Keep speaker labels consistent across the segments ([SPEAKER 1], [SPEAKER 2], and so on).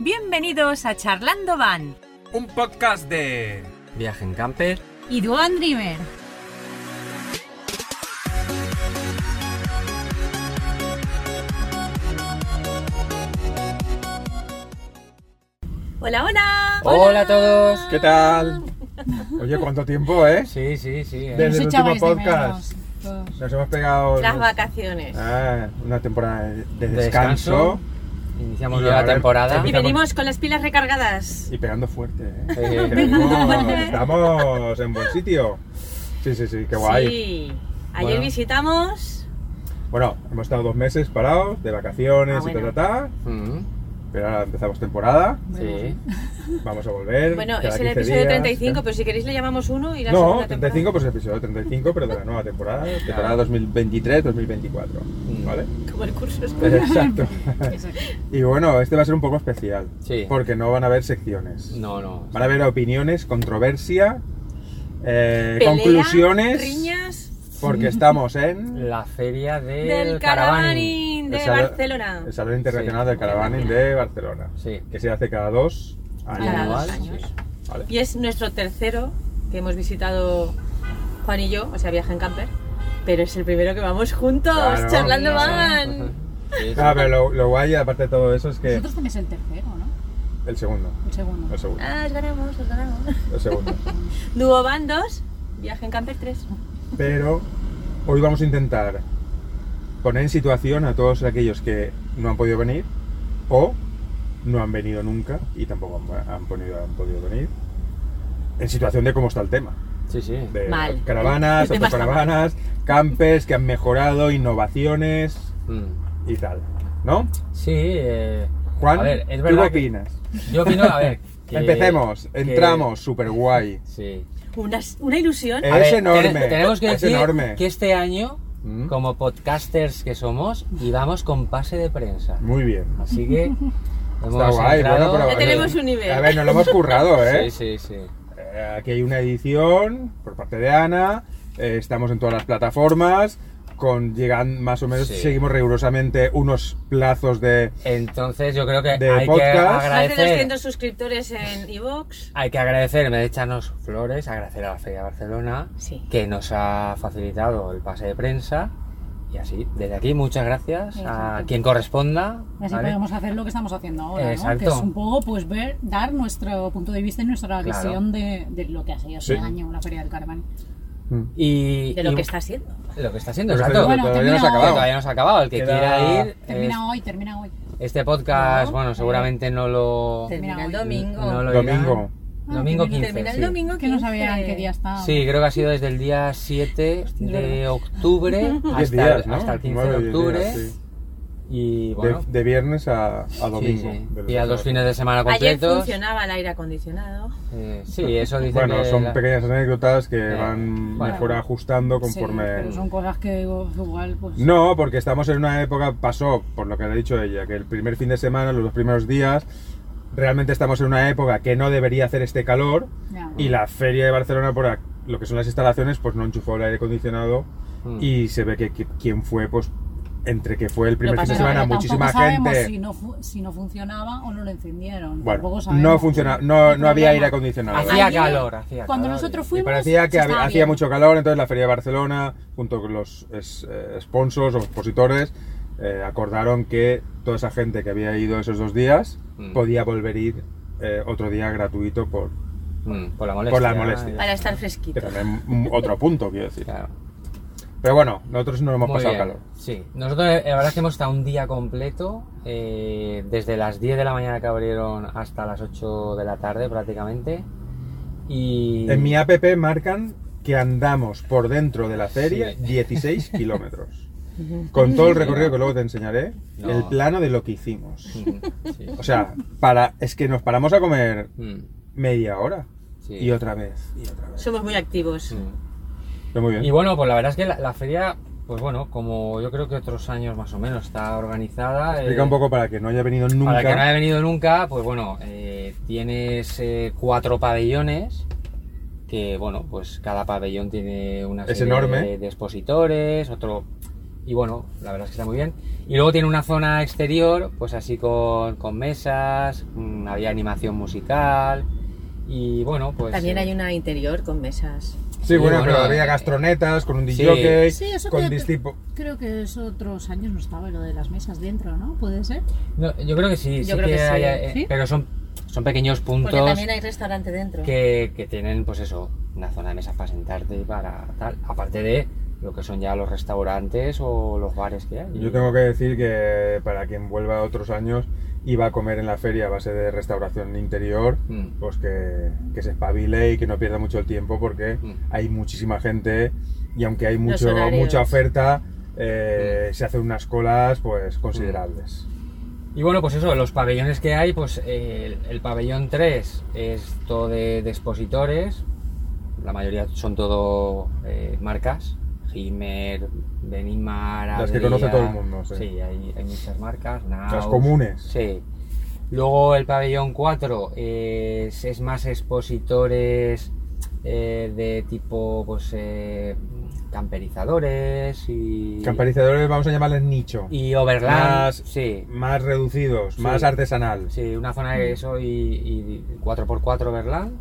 [SPEAKER 1] Bienvenidos a Charlando Van
[SPEAKER 2] Un podcast de...
[SPEAKER 3] Viaje en camper.
[SPEAKER 1] y Duan Dreamer. Hola, hola.
[SPEAKER 3] Hola, a todos.
[SPEAKER 4] ¿Qué tal? Oye, ¿cuánto tiempo, eh?
[SPEAKER 3] Sí, sí, sí. ¿eh?
[SPEAKER 4] Desde el
[SPEAKER 5] Nos
[SPEAKER 4] último
[SPEAKER 5] echabais de
[SPEAKER 4] podcast.
[SPEAKER 5] menos, todos.
[SPEAKER 4] Nos hemos pegado
[SPEAKER 6] Las vacaciones.
[SPEAKER 4] Ah, una temporada de de
[SPEAKER 3] De
[SPEAKER 4] descanso,
[SPEAKER 3] descanso. Iniciamos
[SPEAKER 4] Y
[SPEAKER 3] nueva
[SPEAKER 4] a ver,
[SPEAKER 3] temporada.
[SPEAKER 6] Y
[SPEAKER 4] Estamos-
[SPEAKER 6] venimos con las pilas recargadas.
[SPEAKER 4] y pegando fuerte. ¿eh?
[SPEAKER 3] Sí.
[SPEAKER 4] Tenemos- estamos en buen sitio. Sí, sí, sí, qué guay.
[SPEAKER 6] Sí. Ayer
[SPEAKER 4] Bueno.
[SPEAKER 6] visitamos.
[SPEAKER 4] Bueno, hemos estado dos meses parados, de vacaciones
[SPEAKER 6] Ah, bueno.
[SPEAKER 4] y ta, ta, ta,
[SPEAKER 3] Mm,
[SPEAKER 4] pero ahora empezamos temporada,
[SPEAKER 3] sí.
[SPEAKER 4] vamos a volver.
[SPEAKER 6] Bueno,
[SPEAKER 4] cada
[SPEAKER 6] es el
[SPEAKER 4] 15
[SPEAKER 6] episodio
[SPEAKER 4] días,
[SPEAKER 6] 35,
[SPEAKER 4] ¿eh?
[SPEAKER 6] pero si queréis le llamamos uno y la
[SPEAKER 4] No,
[SPEAKER 6] segunda
[SPEAKER 4] 35, pues el episodio 35, pero de la nueva temporada, temporada 2023-2024,
[SPEAKER 3] Mm.
[SPEAKER 4] ¿vale?
[SPEAKER 6] temporada. Como el curso escolar.
[SPEAKER 4] Exacto. y bueno, este va a ser un poco especial.
[SPEAKER 3] Sí.
[SPEAKER 4] Porque no van a haber secciones.
[SPEAKER 3] No, no.
[SPEAKER 4] Van a haber opiniones, controversia, eh,
[SPEAKER 6] Pelea,
[SPEAKER 4] conclusiones.
[SPEAKER 6] Riñas
[SPEAKER 4] Porque estamos en
[SPEAKER 3] La feria del,
[SPEAKER 6] del caravaning de
[SPEAKER 4] El salón-
[SPEAKER 6] Barcelona.
[SPEAKER 4] el Salón Internacional
[SPEAKER 3] Sí.
[SPEAKER 4] del Caravaning de Barcelona.
[SPEAKER 3] Sí.
[SPEAKER 4] Que se hace cada dos años.
[SPEAKER 6] Cada dos
[SPEAKER 3] Anual,
[SPEAKER 6] años.
[SPEAKER 3] sí.
[SPEAKER 4] Vale.
[SPEAKER 6] Y es nuestro tercero que hemos visitado Juan y yo, o sea, viaje en camper. Pero es el primero que vamos juntos,
[SPEAKER 4] Claro.
[SPEAKER 6] charlando
[SPEAKER 4] Sí,
[SPEAKER 6] van.
[SPEAKER 3] Sí, sí.
[SPEAKER 4] Ah, pero lo, lo guay, aparte de todo eso, es que
[SPEAKER 5] Nosotros también es el tercero, ¿no?
[SPEAKER 4] el segundo.
[SPEAKER 5] El segundo.
[SPEAKER 4] El segundo.
[SPEAKER 6] Ah, os ganamos, os ganamos.
[SPEAKER 4] El segundo.
[SPEAKER 6] Duo van 2, viaje en camper 3.
[SPEAKER 4] pero hoy vamos a intentar poner en situación a todos aquellos que no han podido venir o no han venido nunca y tampoco han, han ponido- han podido venir en situación de cómo está el tema
[SPEAKER 3] Sí, sí.
[SPEAKER 4] de
[SPEAKER 6] Mal.
[SPEAKER 4] caravanas,
[SPEAKER 6] El tema está mal.
[SPEAKER 4] autocaravanas, campers que han mejorado, innovaciones
[SPEAKER 3] Mm.
[SPEAKER 4] y tal, ¿no?
[SPEAKER 3] Sí. eh,
[SPEAKER 4] Juan,
[SPEAKER 3] a ver, es
[SPEAKER 4] ¿tú
[SPEAKER 3] verdad.
[SPEAKER 4] qué
[SPEAKER 3] que-
[SPEAKER 4] opinas?
[SPEAKER 3] yo opino, a ver. que-
[SPEAKER 4] Empecemos,
[SPEAKER 3] que-
[SPEAKER 4] entramos, super guay.
[SPEAKER 3] Sí.
[SPEAKER 6] Una, una ilusión.
[SPEAKER 4] Eh,
[SPEAKER 3] A
[SPEAKER 4] Es
[SPEAKER 3] ver,
[SPEAKER 4] enorme,
[SPEAKER 3] te- Tenemos que
[SPEAKER 4] es
[SPEAKER 3] decir
[SPEAKER 4] enorme.
[SPEAKER 3] que este año,
[SPEAKER 4] Mm.
[SPEAKER 3] como podcasters que somos, íbamos con pase de prensa.
[SPEAKER 4] Muy bien.
[SPEAKER 3] Así que.
[SPEAKER 4] Está
[SPEAKER 3] hemos
[SPEAKER 4] guay, bueno,
[SPEAKER 3] entrado-
[SPEAKER 4] pero...
[SPEAKER 6] Ya tenemos un nivel.
[SPEAKER 4] A ver, nos lo hemos currado, ¿eh?
[SPEAKER 3] Sí, sí, sí.
[SPEAKER 4] Eh, Aquí hay una edición por parte de Ana, eh, estamos en todas las plataformas, con llegan más o menos,
[SPEAKER 3] Sí.
[SPEAKER 4] seguimos rigurosamente unos plazos de...
[SPEAKER 3] Entonces yo creo que
[SPEAKER 4] De
[SPEAKER 3] hay
[SPEAKER 4] podcast.
[SPEAKER 3] que
[SPEAKER 6] Más de
[SPEAKER 3] agradecer.
[SPEAKER 6] 200 suscriptores en Evox.
[SPEAKER 3] Hay que agradecer, en vez de echarnos flores, agradecer a la Feria de Barcelona
[SPEAKER 6] Sí.
[SPEAKER 3] que nos ha facilitado el pase de prensa. Y así, desde aquí, muchas gracias a
[SPEAKER 5] Exacto.
[SPEAKER 3] quien corresponda.
[SPEAKER 5] Y así
[SPEAKER 3] ¿vale?
[SPEAKER 5] podemos hacer lo que estamos haciendo ahora, ¿no?
[SPEAKER 3] Exacto.
[SPEAKER 5] Que es un poco, pues, ver, dar nuestro punto de vista y nuestra
[SPEAKER 3] Claro.
[SPEAKER 5] visión de, de lo que ha sido
[SPEAKER 4] Sí.
[SPEAKER 5] este año la Feria del Carmen.
[SPEAKER 3] Y,
[SPEAKER 6] De lo
[SPEAKER 3] y-
[SPEAKER 6] que está haciendo.
[SPEAKER 3] lo que está haciendo,
[SPEAKER 4] Pero
[SPEAKER 3] exacto.
[SPEAKER 5] Bueno,
[SPEAKER 4] todavía no se ha
[SPEAKER 5] termina
[SPEAKER 3] Que
[SPEAKER 4] acabado.
[SPEAKER 3] todavía no se ha acabado. El que
[SPEAKER 4] Queda-
[SPEAKER 3] quiera ir,
[SPEAKER 5] Termina
[SPEAKER 3] es-
[SPEAKER 5] hoy, termina hoy.
[SPEAKER 3] este podcast,
[SPEAKER 6] No,
[SPEAKER 3] bueno, seguramente no lo.
[SPEAKER 6] Termina el
[SPEAKER 5] hoy.
[SPEAKER 6] domingo.
[SPEAKER 3] no lo
[SPEAKER 4] Domingo.
[SPEAKER 3] irá. Domingo
[SPEAKER 5] Ah,
[SPEAKER 3] 15.
[SPEAKER 6] Termina
[SPEAKER 3] sí.
[SPEAKER 6] el domingo.
[SPEAKER 5] Que no
[SPEAKER 6] 15.
[SPEAKER 5] sabían qué día
[SPEAKER 4] Ah,
[SPEAKER 5] estaba.
[SPEAKER 3] Sí, creo que ha sido desde el día 7 de octubre hasta,
[SPEAKER 4] Diez días, ¿no?
[SPEAKER 3] hasta el 15
[SPEAKER 4] Nueve,
[SPEAKER 3] de
[SPEAKER 4] diez
[SPEAKER 3] octubre.
[SPEAKER 4] días, sí.
[SPEAKER 3] Y
[SPEAKER 4] De-
[SPEAKER 3] bueno,
[SPEAKER 4] de, viernes a, a domingo.
[SPEAKER 3] sí,
[SPEAKER 4] de
[SPEAKER 3] sí. Y a los fines de semana
[SPEAKER 6] Ayer
[SPEAKER 3] completos.
[SPEAKER 6] funcionaba el aire acondicionado.
[SPEAKER 3] Eh, sí, eso dice
[SPEAKER 4] Bueno,
[SPEAKER 3] que
[SPEAKER 4] son
[SPEAKER 3] la-
[SPEAKER 4] pequeñas anécdotas que
[SPEAKER 3] Eh,
[SPEAKER 4] van
[SPEAKER 3] bueno.
[SPEAKER 4] mejor ajustando
[SPEAKER 5] Sí,
[SPEAKER 4] conforme...
[SPEAKER 5] pero son cosas que oh, igual, pues...
[SPEAKER 4] No, porque estamos en una época, pasó, por lo que le ha dicho ella, que el primer fin de semana, los dos primeros días, realmente estamos en una época que no debería hacer este calor
[SPEAKER 5] ya.
[SPEAKER 4] y la feria de Barcelona, por ac- lo que son las instalaciones, pues no enchufó el aire acondicionado
[SPEAKER 3] Mm.
[SPEAKER 4] y se ve que qui- quien fue, pues entre que fue el primer
[SPEAKER 6] Lo
[SPEAKER 4] fin de
[SPEAKER 5] Pero
[SPEAKER 4] semana,
[SPEAKER 5] tampoco
[SPEAKER 4] muchísima
[SPEAKER 5] sabemos
[SPEAKER 4] gente...
[SPEAKER 5] Si no, fu- si no funcionaba o no lo encendieron.
[SPEAKER 4] Bueno,
[SPEAKER 5] Tampoco
[SPEAKER 4] no
[SPEAKER 5] sabemos.
[SPEAKER 4] funcionaba, no,
[SPEAKER 5] El
[SPEAKER 4] no había aire
[SPEAKER 5] problema.
[SPEAKER 4] acondicionado.
[SPEAKER 3] Hacía
[SPEAKER 5] Ayer,
[SPEAKER 3] calor, hacía
[SPEAKER 5] Cuando
[SPEAKER 3] calor.
[SPEAKER 5] nosotros
[SPEAKER 4] Y
[SPEAKER 5] fuimos.
[SPEAKER 4] parecía que
[SPEAKER 5] se
[SPEAKER 4] hab-
[SPEAKER 5] estaba
[SPEAKER 4] hacía
[SPEAKER 5] bien.
[SPEAKER 4] mucho calor, entonces la Feria de Barcelona, junto con los es- eh, sponsors o expositores, eh, acordaron que toda esa gente que había ido esos dos días
[SPEAKER 3] Mm.
[SPEAKER 4] podía volver a ir eh, otro día gratuito por...
[SPEAKER 3] Mm, por la molestia.
[SPEAKER 4] Por la molestia.
[SPEAKER 6] Para estar
[SPEAKER 4] Que
[SPEAKER 6] fresquito.
[SPEAKER 4] también mm, otro punto, quiero decir.
[SPEAKER 3] Claro.
[SPEAKER 4] Pero bueno, nosotros no hemos
[SPEAKER 3] Muy
[SPEAKER 4] pasado
[SPEAKER 3] bien,
[SPEAKER 4] calor.
[SPEAKER 3] Sí, nosotros eh, la verdad es que hemos estado un día completo, eh, desde las 10 de la mañana que abrieron hasta las 8 de la tarde prácticamente. Y Mm,
[SPEAKER 4] En mi app marcan que andamos por dentro de la feria
[SPEAKER 3] Sí.
[SPEAKER 4] 16 kilómetros. Con todo el recorrido que luego te enseñaré,
[SPEAKER 3] No.
[SPEAKER 4] el plano de lo que hicimos.
[SPEAKER 3] Mm, sí.
[SPEAKER 4] O sea, para, es que nos paramos a comer
[SPEAKER 3] Mm,
[SPEAKER 4] media hora.
[SPEAKER 3] sí.
[SPEAKER 4] Y otra vez, y otra vez.
[SPEAKER 6] Somos muy activos.
[SPEAKER 3] Mm.
[SPEAKER 4] Pero muy bien.
[SPEAKER 3] Y bueno, pues la verdad es que la, la feria, pues bueno, como yo creo que otros años más o menos está organizada.
[SPEAKER 4] Explica
[SPEAKER 3] eh,
[SPEAKER 4] un poco para que no haya venido nunca.
[SPEAKER 3] Para el que no haya venido nunca, pues bueno, eh, tienes eh, cuatro pabellones que bueno, pues cada pabellón tiene una
[SPEAKER 4] Es
[SPEAKER 3] serie
[SPEAKER 4] enorme.
[SPEAKER 3] de, de expositores, otro y bueno, la verdad es que está muy bien. Y luego tiene una zona exterior, pues así con, con mesas, mm, había animación musical y bueno, pues
[SPEAKER 6] También
[SPEAKER 3] eh,
[SPEAKER 6] hay una interior con mesas.
[SPEAKER 4] Sí, bueno,
[SPEAKER 3] bueno,
[SPEAKER 4] pero había
[SPEAKER 3] eh,
[SPEAKER 4] gastronetas con un
[SPEAKER 3] sí.
[SPEAKER 4] disjockey,
[SPEAKER 5] Sí, eso
[SPEAKER 4] con
[SPEAKER 5] creo que-
[SPEAKER 4] distipo.
[SPEAKER 5] Creo que es otros años no estaba lo de las mesas dentro, ¿no? ¿Puede ser?
[SPEAKER 3] no, yo creo que sí,
[SPEAKER 6] Yo
[SPEAKER 3] sí
[SPEAKER 6] creo
[SPEAKER 3] que
[SPEAKER 6] que sí.
[SPEAKER 3] hay, eh,
[SPEAKER 5] ¿Sí?
[SPEAKER 3] pero son son pequeños puntos
[SPEAKER 6] Porque también hay restaurante dentro.
[SPEAKER 3] que, que tienen, pues eso, una zona de mesas para sentarte y para tal, aparte de lo que son ya los restaurantes o los bares que hay.
[SPEAKER 4] Yo tengo que decir que para quien vuelva otros años y va a comer en la feria a base de restauración interior,
[SPEAKER 3] Mm.
[SPEAKER 4] pues que, que se espabile y que no pierda mucho el tiempo porque
[SPEAKER 3] Mm.
[SPEAKER 4] hay muchísima gente y aunque hay mucho,
[SPEAKER 6] horarios.
[SPEAKER 4] mucha oferta,
[SPEAKER 3] Mm.
[SPEAKER 4] eh, se hacen unas colas pues considerables.
[SPEAKER 3] Y bueno, pues eso, los pabellones que hay, pues eh, el, el pabellón 3 es todo de, de expositores, la mayoría son todo eh, marcas, Himer, Benimar,
[SPEAKER 4] Las que
[SPEAKER 3] Adria,
[SPEAKER 4] conoce todo el mundo, sí.
[SPEAKER 3] hay, hay muchas marcas,
[SPEAKER 4] Las
[SPEAKER 3] Naus,
[SPEAKER 4] comunes.
[SPEAKER 3] Sí. Luego el pabellón 4 es, es más expositores eh, de tipo, pues, eh, camperizadores y...
[SPEAKER 4] Camperizadores vamos a llamarles nicho.
[SPEAKER 3] Y overland,
[SPEAKER 4] Más-
[SPEAKER 3] sí.
[SPEAKER 4] Más reducidos,
[SPEAKER 3] Sí.
[SPEAKER 4] más artesanal.
[SPEAKER 3] Sí, una zona de eso y, y 4x4 Berlán.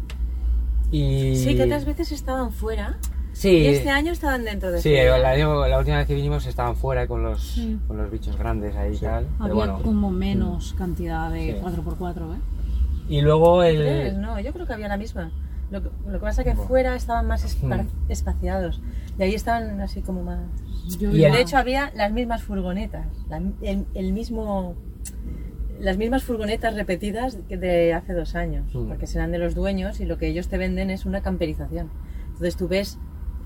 [SPEAKER 3] Y...
[SPEAKER 6] Sí, que otras veces estaban fuera.
[SPEAKER 3] Sí,
[SPEAKER 6] Y este año estaban dentro de
[SPEAKER 3] sí
[SPEAKER 6] feria.
[SPEAKER 3] la, la última vez que vinimos estaban fuera con los,
[SPEAKER 5] Sí.
[SPEAKER 3] con los bichos grandes ahí y
[SPEAKER 4] Sí.
[SPEAKER 3] tal. Pero
[SPEAKER 5] Había
[SPEAKER 3] bueno.
[SPEAKER 5] como menos
[SPEAKER 4] Mm.
[SPEAKER 5] cantidad de
[SPEAKER 3] Sí.
[SPEAKER 5] 4x4, ¿eh?
[SPEAKER 3] Y luego
[SPEAKER 6] ¿Crees?
[SPEAKER 3] el...
[SPEAKER 6] No, yo creo que había la misma. Lo que, lo que pasa es que fuera estaban más espa-
[SPEAKER 3] Mm.
[SPEAKER 6] espaciados. Y ahí estaban así como más.
[SPEAKER 5] Yo "Ah,
[SPEAKER 3] Y
[SPEAKER 5] iba-
[SPEAKER 3] el-
[SPEAKER 6] De hecho, había las mismas furgonetas. la- el, el mismo. Las mismas furgonetas repetidas que de hace dos años,
[SPEAKER 3] Mm.
[SPEAKER 6] porque serán de los dueños y lo que ellos te venden es una camperización. Entonces tú ves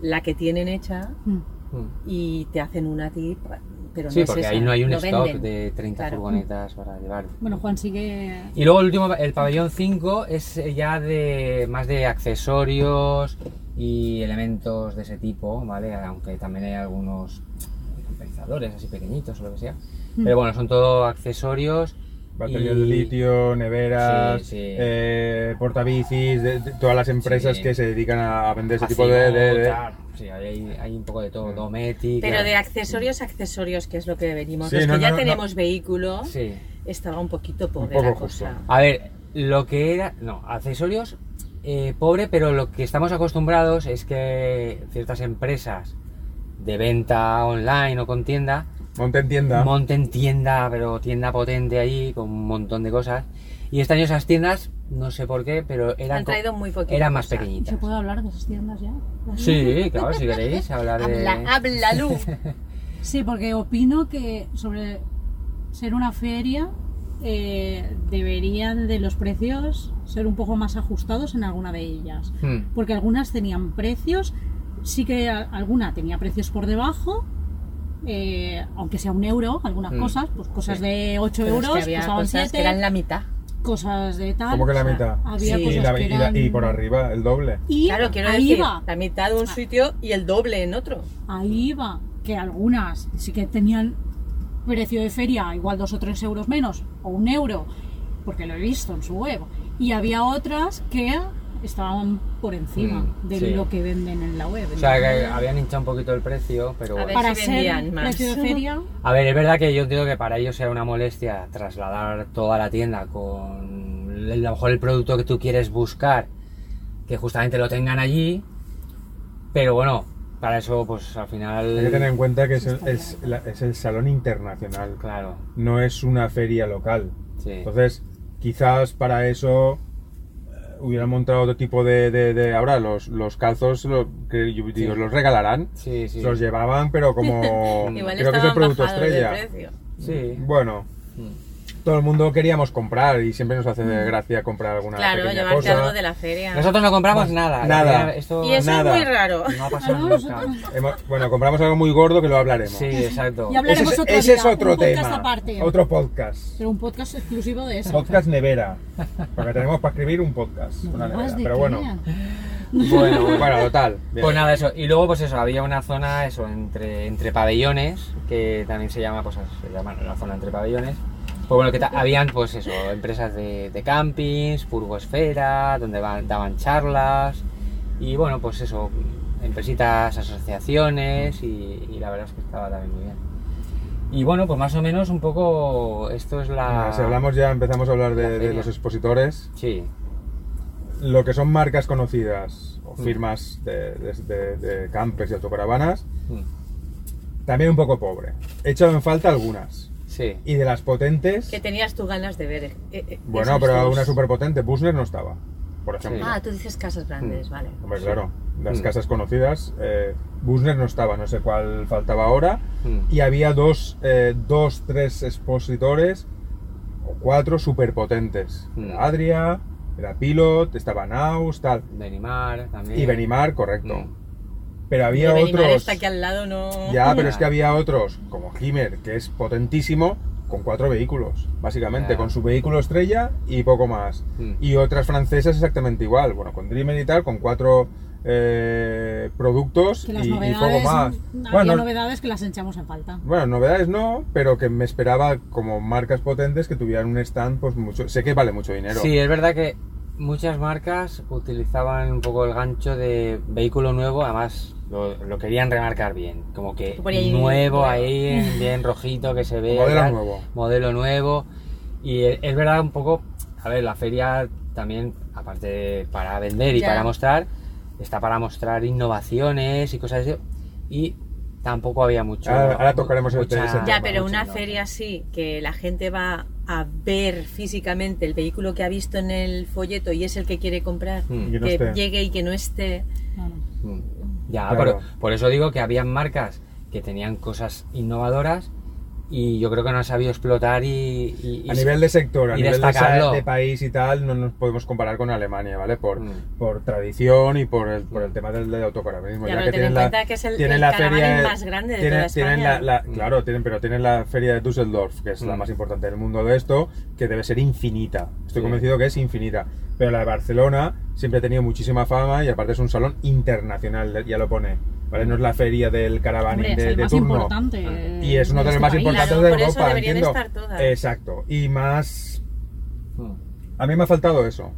[SPEAKER 6] la que tienen hecha
[SPEAKER 5] Mm.
[SPEAKER 3] Mm.
[SPEAKER 6] y te hacen una a ti, pa- pero no
[SPEAKER 3] Sí,
[SPEAKER 6] es
[SPEAKER 3] porque
[SPEAKER 6] esa,
[SPEAKER 3] ahí no hay un
[SPEAKER 6] lo
[SPEAKER 3] stock
[SPEAKER 6] venden.
[SPEAKER 3] de 30
[SPEAKER 6] Claro.
[SPEAKER 3] furgonetas para llevar.
[SPEAKER 5] Bueno, Juan sigue
[SPEAKER 3] Y luego el último, el pabellón 5 es eh, ya de más de accesorios y elementos de ese tipo, ¿vale? Aunque también hay algunos compensadores así pequeñitos o lo que sea.
[SPEAKER 6] Mm.
[SPEAKER 3] Pero bueno, son todo accesorios.
[SPEAKER 4] Baterías
[SPEAKER 3] y-
[SPEAKER 4] de litio, neveras,
[SPEAKER 3] Sí, sí.
[SPEAKER 4] eh, portabicis, de- de todas las empresas
[SPEAKER 3] Sí.
[SPEAKER 4] que se dedican a a vender ese tipo de... de- Mm. de-
[SPEAKER 3] Fascinotar. Sí, hay, hay un poco de todo, Dometic.
[SPEAKER 6] Pero
[SPEAKER 3] hay-
[SPEAKER 6] de accesorios, accesorios, que es lo que venimos.
[SPEAKER 4] Sí,
[SPEAKER 6] Los
[SPEAKER 4] no,
[SPEAKER 6] que ya
[SPEAKER 4] no, no.
[SPEAKER 6] tenemos vehículo,
[SPEAKER 3] Sí.
[SPEAKER 6] estaba un poquito pobre
[SPEAKER 4] poco
[SPEAKER 6] la cosa.
[SPEAKER 4] justo.
[SPEAKER 3] A ver, lo que era. No, accesorios eh, pobre, pero lo que estamos acostumbrados es que ciertas empresas de venta online o con tienda
[SPEAKER 4] Monte en tienda.
[SPEAKER 3] monten tienda, pero tienda potente ahí, con un montón de cosas. Y este año esas tiendas, no sé por qué, pero eran,
[SPEAKER 6] Han
[SPEAKER 3] co-
[SPEAKER 6] traído muy poquito.
[SPEAKER 3] eran más
[SPEAKER 5] ¿Se
[SPEAKER 3] pequeñitas.
[SPEAKER 5] puede hablar de esas tiendas ya?
[SPEAKER 3] Sí, claro, si queréis hablar de.
[SPEAKER 6] Habla, habla, Lu.
[SPEAKER 5] Sí, porque opino que sobre ser una feria eh, deberían de los precios ser un poco más ajustados en alguna de ellas.
[SPEAKER 3] Hmm.
[SPEAKER 5] Porque algunas tenían precios, sí que a- alguna tenía precios por debajo, eh, aunque sea un euro, algunas
[SPEAKER 3] Mm.
[SPEAKER 4] Hmm.
[SPEAKER 5] cosas, pues cosas
[SPEAKER 3] Sí.
[SPEAKER 5] de 8
[SPEAKER 6] Pero es que
[SPEAKER 5] euros, pues
[SPEAKER 6] había
[SPEAKER 5] costaban
[SPEAKER 6] cosas
[SPEAKER 5] 7,
[SPEAKER 6] que eran la mitad.
[SPEAKER 5] cosas de tal.
[SPEAKER 4] ¿Cómo que la
[SPEAKER 5] o sea,
[SPEAKER 4] mitad?
[SPEAKER 5] Había
[SPEAKER 6] Sí.
[SPEAKER 4] y,
[SPEAKER 5] cosas
[SPEAKER 4] la-
[SPEAKER 5] que
[SPEAKER 4] y la-
[SPEAKER 5] eran...
[SPEAKER 4] y por arriba, el doble.
[SPEAKER 5] Y
[SPEAKER 6] Claro, quiero
[SPEAKER 5] ahí
[SPEAKER 6] decir,
[SPEAKER 5] va. Ah.
[SPEAKER 6] la mitad de un sitio y el doble en otro.
[SPEAKER 5] ahí iba, que algunas sí que tenían precio de feria, igual dos o tres euros menos, o un euro, porque lo he visto en su web, y había otras que estaban por encima
[SPEAKER 3] Mm,
[SPEAKER 5] de
[SPEAKER 3] sí.
[SPEAKER 5] lo que venden en la web.
[SPEAKER 3] O sea, que habían hinchado un poquito el precio, pero
[SPEAKER 6] A
[SPEAKER 3] bueno.
[SPEAKER 6] ver.
[SPEAKER 5] para
[SPEAKER 6] si
[SPEAKER 5] ser
[SPEAKER 6] vendían más.
[SPEAKER 5] precio de feria,
[SPEAKER 3] A ver, es verdad que yo entiendo que para ellos era una molestia trasladar toda la tienda con el- a lo mejor el producto que tú quieres buscar, que justamente lo tengan allí, pero bueno, para eso pues al final...
[SPEAKER 4] Hay que tener en cuenta que es el, es la- es el salón internacional,
[SPEAKER 3] Claro,
[SPEAKER 4] no es una feria local.
[SPEAKER 3] sí.
[SPEAKER 4] Entonces, quizás para eso eh, hubieran montado otro tipo de... de- de- ahora, los, los calzos, lo- que yo digo,
[SPEAKER 3] Sí.
[SPEAKER 4] los regalarán.
[SPEAKER 3] sí, sí.
[SPEAKER 4] Los llevaban, pero como...
[SPEAKER 6] Igual
[SPEAKER 4] Mm, creo que es el
[SPEAKER 6] estaban
[SPEAKER 4] producto
[SPEAKER 6] bajados de
[SPEAKER 4] estrella.
[SPEAKER 6] precio.
[SPEAKER 3] Sí.
[SPEAKER 4] Bueno,
[SPEAKER 6] Mm.
[SPEAKER 4] todo el mundo queríamos comprar y siempre nos hace
[SPEAKER 3] Mm.
[SPEAKER 4] gracia comprar alguna
[SPEAKER 6] Claro,
[SPEAKER 4] pequeña
[SPEAKER 6] llevarte
[SPEAKER 4] cosa.
[SPEAKER 6] algo de la feria.
[SPEAKER 3] Nosotros no compramos nada.
[SPEAKER 4] nada.
[SPEAKER 3] Esto
[SPEAKER 6] y eso
[SPEAKER 4] nada.
[SPEAKER 6] es muy raro.
[SPEAKER 3] no ha pasado nunca.
[SPEAKER 4] Hemos- bueno, compramos algo muy gordo que lo hablaremos.
[SPEAKER 3] Sí, exacto.
[SPEAKER 5] Y
[SPEAKER 4] ese
[SPEAKER 5] hablaremos
[SPEAKER 4] es,
[SPEAKER 5] otro
[SPEAKER 4] ese
[SPEAKER 5] día,
[SPEAKER 4] es otro
[SPEAKER 5] un podcast
[SPEAKER 4] tema.
[SPEAKER 5] aparte.
[SPEAKER 4] Otro podcast.
[SPEAKER 5] pero un podcast exclusivo de eso.
[SPEAKER 4] Podcast nevera. Porque tenemos para escribir un podcast. una nevera.
[SPEAKER 5] Más de
[SPEAKER 4] Pero
[SPEAKER 5] qué
[SPEAKER 4] bueno.
[SPEAKER 5] vean.
[SPEAKER 4] Bueno, bueno, total. bien. Ah,
[SPEAKER 3] Pues nada, eso. Y luego, pues eso, había una zona, eso, entre, entre pabellones, que también se llama, pues se llama la zona entre pabellones. Pues bueno, que ta- habían, pues eso, empresas de, de campings, furgosfera, donde van- daban charlas, Y bueno, pues eso, empresitas, asociaciones y, y la verdad es que estaba también muy bien. Y bueno, pues más o menos un poco esto es la...
[SPEAKER 4] Mira, Si hablamos ya, empezamos a hablar
[SPEAKER 3] la
[SPEAKER 4] de, de
[SPEAKER 3] feria.
[SPEAKER 4] los expositores.
[SPEAKER 3] Sí,
[SPEAKER 4] Lo que son marcas conocidas o firmas de, de- de- de campers y autocaravanas,
[SPEAKER 3] Mm,
[SPEAKER 4] también un poco pobre. He echado en falta algunas.
[SPEAKER 3] sí.
[SPEAKER 4] Y de las potentes,
[SPEAKER 6] Que tenías tú ganas de ver. eh, eh,
[SPEAKER 4] bueno,
[SPEAKER 6] esos
[SPEAKER 4] pero
[SPEAKER 6] dos.
[SPEAKER 4] una superpotente, Busner no estaba, por ejemplo.
[SPEAKER 6] Ah, tú dices casas grandes, vale.
[SPEAKER 4] Hombre,
[SPEAKER 3] Sí.
[SPEAKER 4] claro, las
[SPEAKER 3] Mm.
[SPEAKER 4] casas conocidas, eh, Busner no estaba, no sé cuál faltaba ahora,
[SPEAKER 3] Mm.
[SPEAKER 4] y había dos, eh, dos tres expositores, o cuatro superpotentes.
[SPEAKER 3] Mm.
[SPEAKER 4] Era Adria, era Pilot, estaba Naus, tal.
[SPEAKER 3] Benimar también.
[SPEAKER 4] Y Benimar, correcto.
[SPEAKER 3] Mm.
[SPEAKER 4] Pero había
[SPEAKER 6] Hombre, Benimar
[SPEAKER 4] otros...
[SPEAKER 6] está aquí al lado, no.
[SPEAKER 4] Ya, pero es que había otros, como Himer, que es potentísimo, con cuatro vehículos, básicamente,
[SPEAKER 3] Ya.
[SPEAKER 4] con su vehículo estrella y poco más.
[SPEAKER 3] Mm.
[SPEAKER 4] Y otras francesas exactamente igual, bueno, con Dreamer y tal, con cuatro eh, productos
[SPEAKER 5] Que
[SPEAKER 4] y,
[SPEAKER 5] las
[SPEAKER 4] y poco
[SPEAKER 5] novedades,
[SPEAKER 4] más.
[SPEAKER 5] había
[SPEAKER 4] Bueno,
[SPEAKER 5] novedades que las echamos en falta.
[SPEAKER 4] bueno, novedades no, pero que me esperaba como marcas potentes que tuvieran un stand, pues mucho, sé que vale mucho dinero.
[SPEAKER 3] Sí, es verdad que muchas marcas utilizaban un poco el gancho de vehículo nuevo, además lo, lo querían remarcar bien, como que
[SPEAKER 6] Tú ponías ahí
[SPEAKER 3] nuevo
[SPEAKER 6] nuevo.
[SPEAKER 3] ahí, en- bien rojito que se ve.
[SPEAKER 4] Modelo
[SPEAKER 3] tal,
[SPEAKER 4] nuevo.
[SPEAKER 3] Modelo nuevo. Y e- es verdad un poco, a ver, la feria también, aparte de para vender y
[SPEAKER 6] Ya.
[SPEAKER 3] para mostrar, está para mostrar innovaciones y cosas así. Y tampoco había mucho.
[SPEAKER 4] Ahora- ahora tocaremos el- ese tema.
[SPEAKER 6] Ya,
[SPEAKER 4] Ah,
[SPEAKER 6] pero
[SPEAKER 3] mucha
[SPEAKER 6] una
[SPEAKER 3] innovación.
[SPEAKER 6] feria así, que la gente va a ver físicamente el vehículo que ha visto en el folleto y es el que quiere comprar,
[SPEAKER 3] Mm.
[SPEAKER 4] Y que no
[SPEAKER 6] que
[SPEAKER 4] esté.
[SPEAKER 6] llegue y que no esté.
[SPEAKER 5] No, no.
[SPEAKER 3] Mm. Ya,
[SPEAKER 4] Claro.
[SPEAKER 3] pero por eso digo que habían marcas que tenían cosas innovadoras y yo creo que no han sabido explotar y... y-
[SPEAKER 4] A
[SPEAKER 3] y-
[SPEAKER 4] nivel de sector, a
[SPEAKER 3] y
[SPEAKER 4] nivel de,
[SPEAKER 3] destacarlo.
[SPEAKER 4] sa- de país y tal, no nos podemos comparar con Alemania, ¿vale? Por,
[SPEAKER 3] Mm.
[SPEAKER 4] por tradición y por el, por el tema del, del autocaravanismo.
[SPEAKER 6] Ya,
[SPEAKER 4] Ya,
[SPEAKER 6] pero
[SPEAKER 4] que
[SPEAKER 6] ten en
[SPEAKER 4] tienen la,
[SPEAKER 6] cuenta que es el-
[SPEAKER 4] tienen
[SPEAKER 6] el
[SPEAKER 4] la
[SPEAKER 6] caravaning
[SPEAKER 4] feria
[SPEAKER 6] más grande de
[SPEAKER 4] tienen-
[SPEAKER 6] toda España.
[SPEAKER 4] tienen la- la-
[SPEAKER 3] Mm.
[SPEAKER 4] Claro, tienen, pero tienen la feria de Düsseldorf, que es la
[SPEAKER 3] Mm.
[SPEAKER 4] más importante del mundo de esto, que debe ser infinita. Estoy
[SPEAKER 3] Sí.
[SPEAKER 4] convencido que es infinita. Pero la de Barcelona siempre ha tenido muchísima fama y aparte es un salón internacional, ya lo pone. ¿Vale? No es la feria del caravaning
[SPEAKER 5] Hombre, es
[SPEAKER 4] de,
[SPEAKER 5] el
[SPEAKER 4] de
[SPEAKER 5] más
[SPEAKER 4] turno.
[SPEAKER 5] importante. este
[SPEAKER 4] Y es uno de los más importantes
[SPEAKER 6] Claro,
[SPEAKER 4] de
[SPEAKER 6] por eso
[SPEAKER 4] Europa,
[SPEAKER 6] deberían
[SPEAKER 4] entiendo.
[SPEAKER 6] estar todas.
[SPEAKER 4] Exacto. Y más.
[SPEAKER 3] Mm.
[SPEAKER 4] A mí me ha faltado eso.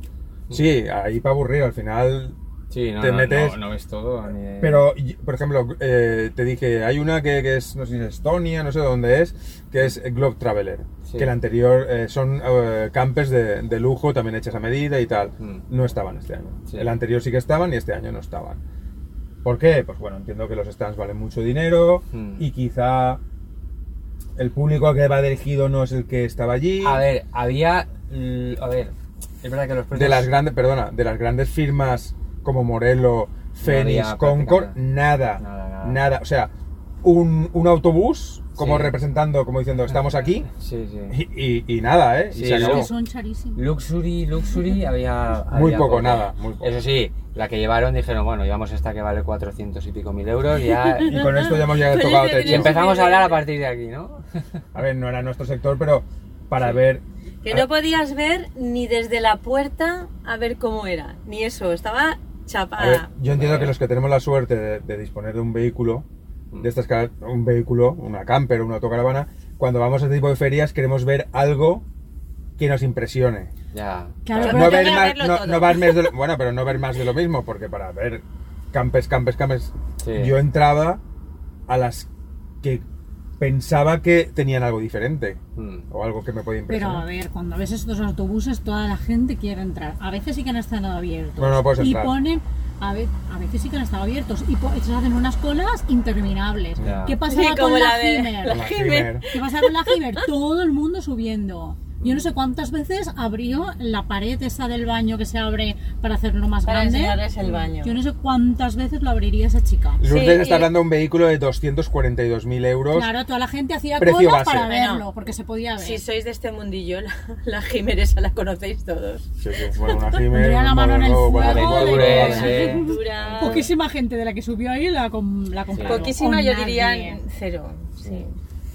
[SPEAKER 4] Sí, ahí para aburrir, al final.
[SPEAKER 3] Sí, no,
[SPEAKER 4] Te
[SPEAKER 3] no,
[SPEAKER 4] metes-
[SPEAKER 3] no, no ves todo. ni-
[SPEAKER 4] Pero, y- por ejemplo, eh, te dije, hay una que, que es, no sé si es Estonia, no sé dónde es, que es Globe Traveler.
[SPEAKER 3] Sí.
[SPEAKER 4] Que la anterior eh, son eh, campers de, de lujo, también hechas a medida y tal.
[SPEAKER 3] Mm.
[SPEAKER 4] No estaban este año.
[SPEAKER 3] Sí.
[SPEAKER 4] El anterior sí que estaban y este año no estaban. ¿Por qué? Pues bueno, entiendo que los stands valen mucho dinero
[SPEAKER 3] Mm.
[SPEAKER 4] y quizá el público al que va dirigido no es el que estaba allí.
[SPEAKER 3] A ver, había... mm, A ver, es verdad que los precios...
[SPEAKER 4] Pues de las grandes, perdona, de las grandes firmas como Morelo, Fénix,
[SPEAKER 3] había
[SPEAKER 4] Concord,
[SPEAKER 3] prácticamente
[SPEAKER 4] nada,
[SPEAKER 3] nada, nada.
[SPEAKER 4] O sea, un, un autobús como
[SPEAKER 3] Sí.
[SPEAKER 4] representando, como diciendo, estamos aquí
[SPEAKER 3] Sí, sí.
[SPEAKER 4] y, y- y nada, ¿eh?
[SPEAKER 3] Sí,
[SPEAKER 4] y se
[SPEAKER 5] Es
[SPEAKER 4] acabó.
[SPEAKER 5] que son charísimos.
[SPEAKER 3] Luxury, Luxury, había...
[SPEAKER 4] Muy
[SPEAKER 3] había
[SPEAKER 4] poco, nada, muy poco.
[SPEAKER 3] Eso sí, la que llevaron dijeron, bueno, llevamos esta que vale 400 y pico mil euros, ya...
[SPEAKER 4] Y con esto ya hemos llegado
[SPEAKER 6] Feliz
[SPEAKER 4] tocado
[SPEAKER 6] de
[SPEAKER 4] techo.
[SPEAKER 3] y empezamos a hablar a partir de aquí, ¿no?
[SPEAKER 4] A ver, no era nuestro sector, pero para ver...
[SPEAKER 6] Que no podías ver ni desde la puerta a ver cómo era, ni eso, estaba
[SPEAKER 4] A ver,
[SPEAKER 6] chapada.
[SPEAKER 4] yo entiendo que los que tenemos la suerte de, de disponer de un vehículo, de estas ca- un vehículo, una camper, una autocaravana, cuando vamos a este tipo de ferias queremos ver algo que nos impresione.
[SPEAKER 3] Ya.
[SPEAKER 5] Claro,
[SPEAKER 4] no
[SPEAKER 5] pero
[SPEAKER 4] ver
[SPEAKER 6] toca
[SPEAKER 4] más,
[SPEAKER 6] verlo
[SPEAKER 4] no,
[SPEAKER 6] todo.
[SPEAKER 4] no ver más de lo, bueno, pero no ver más de lo mismo, porque para ver campes, campes, campes,
[SPEAKER 3] Sí.
[SPEAKER 4] yo entraba a las que pensaba que tenían algo diferente
[SPEAKER 3] Mm.
[SPEAKER 4] o algo que me podía
[SPEAKER 5] Pero
[SPEAKER 4] impresionar.
[SPEAKER 5] a ver, cuando ves estos autobuses, toda la gente quiere entrar. A veces sí que han estado abiertos.
[SPEAKER 4] Bueno, no puedes
[SPEAKER 5] y
[SPEAKER 4] entrar.
[SPEAKER 5] ponen, a, ve- a veces sí que han estado abiertos. Y po- se hacen unas colas interminables.
[SPEAKER 3] Ya.
[SPEAKER 5] ¿Qué
[SPEAKER 6] Sí,
[SPEAKER 5] pasaba
[SPEAKER 6] como
[SPEAKER 5] con
[SPEAKER 6] la
[SPEAKER 5] la
[SPEAKER 6] de-
[SPEAKER 5] Himer?
[SPEAKER 4] Con la Himer.
[SPEAKER 5] ¿Qué pasaba con la Himer? Todo el mundo subiendo. Yo no sé cuántas veces abrió la pared esa del baño que se abre para hacerlo más
[SPEAKER 6] Para
[SPEAKER 5] grande.
[SPEAKER 6] enseñarles el baño.
[SPEAKER 5] Yo no sé cuántas veces lo abriría esa chica.
[SPEAKER 4] Lourdes
[SPEAKER 6] Sí,
[SPEAKER 4] está
[SPEAKER 6] y-
[SPEAKER 4] hablando de un vehículo de 242.000 euros.
[SPEAKER 5] Claro, toda la gente hacía
[SPEAKER 4] Precio
[SPEAKER 5] cola
[SPEAKER 4] base.
[SPEAKER 5] para
[SPEAKER 6] Bueno,
[SPEAKER 5] verlo, porque se podía ver.
[SPEAKER 6] Si sois de este mundillo, la, la Jiménez la conocéis todos.
[SPEAKER 4] Sí, sí, bueno, una Himer,
[SPEAKER 5] Pondría
[SPEAKER 4] un
[SPEAKER 5] la mano en el
[SPEAKER 4] modelo, bueno,
[SPEAKER 5] fuego
[SPEAKER 4] cuatro,
[SPEAKER 5] de-
[SPEAKER 4] cuatro,
[SPEAKER 3] Sí.
[SPEAKER 6] Dura.
[SPEAKER 5] Poquísima gente de la que subió ahí la, com- la compraron.
[SPEAKER 6] Poquísima,
[SPEAKER 5] O
[SPEAKER 6] yo
[SPEAKER 5] nadie.
[SPEAKER 6] diría cero. Sí.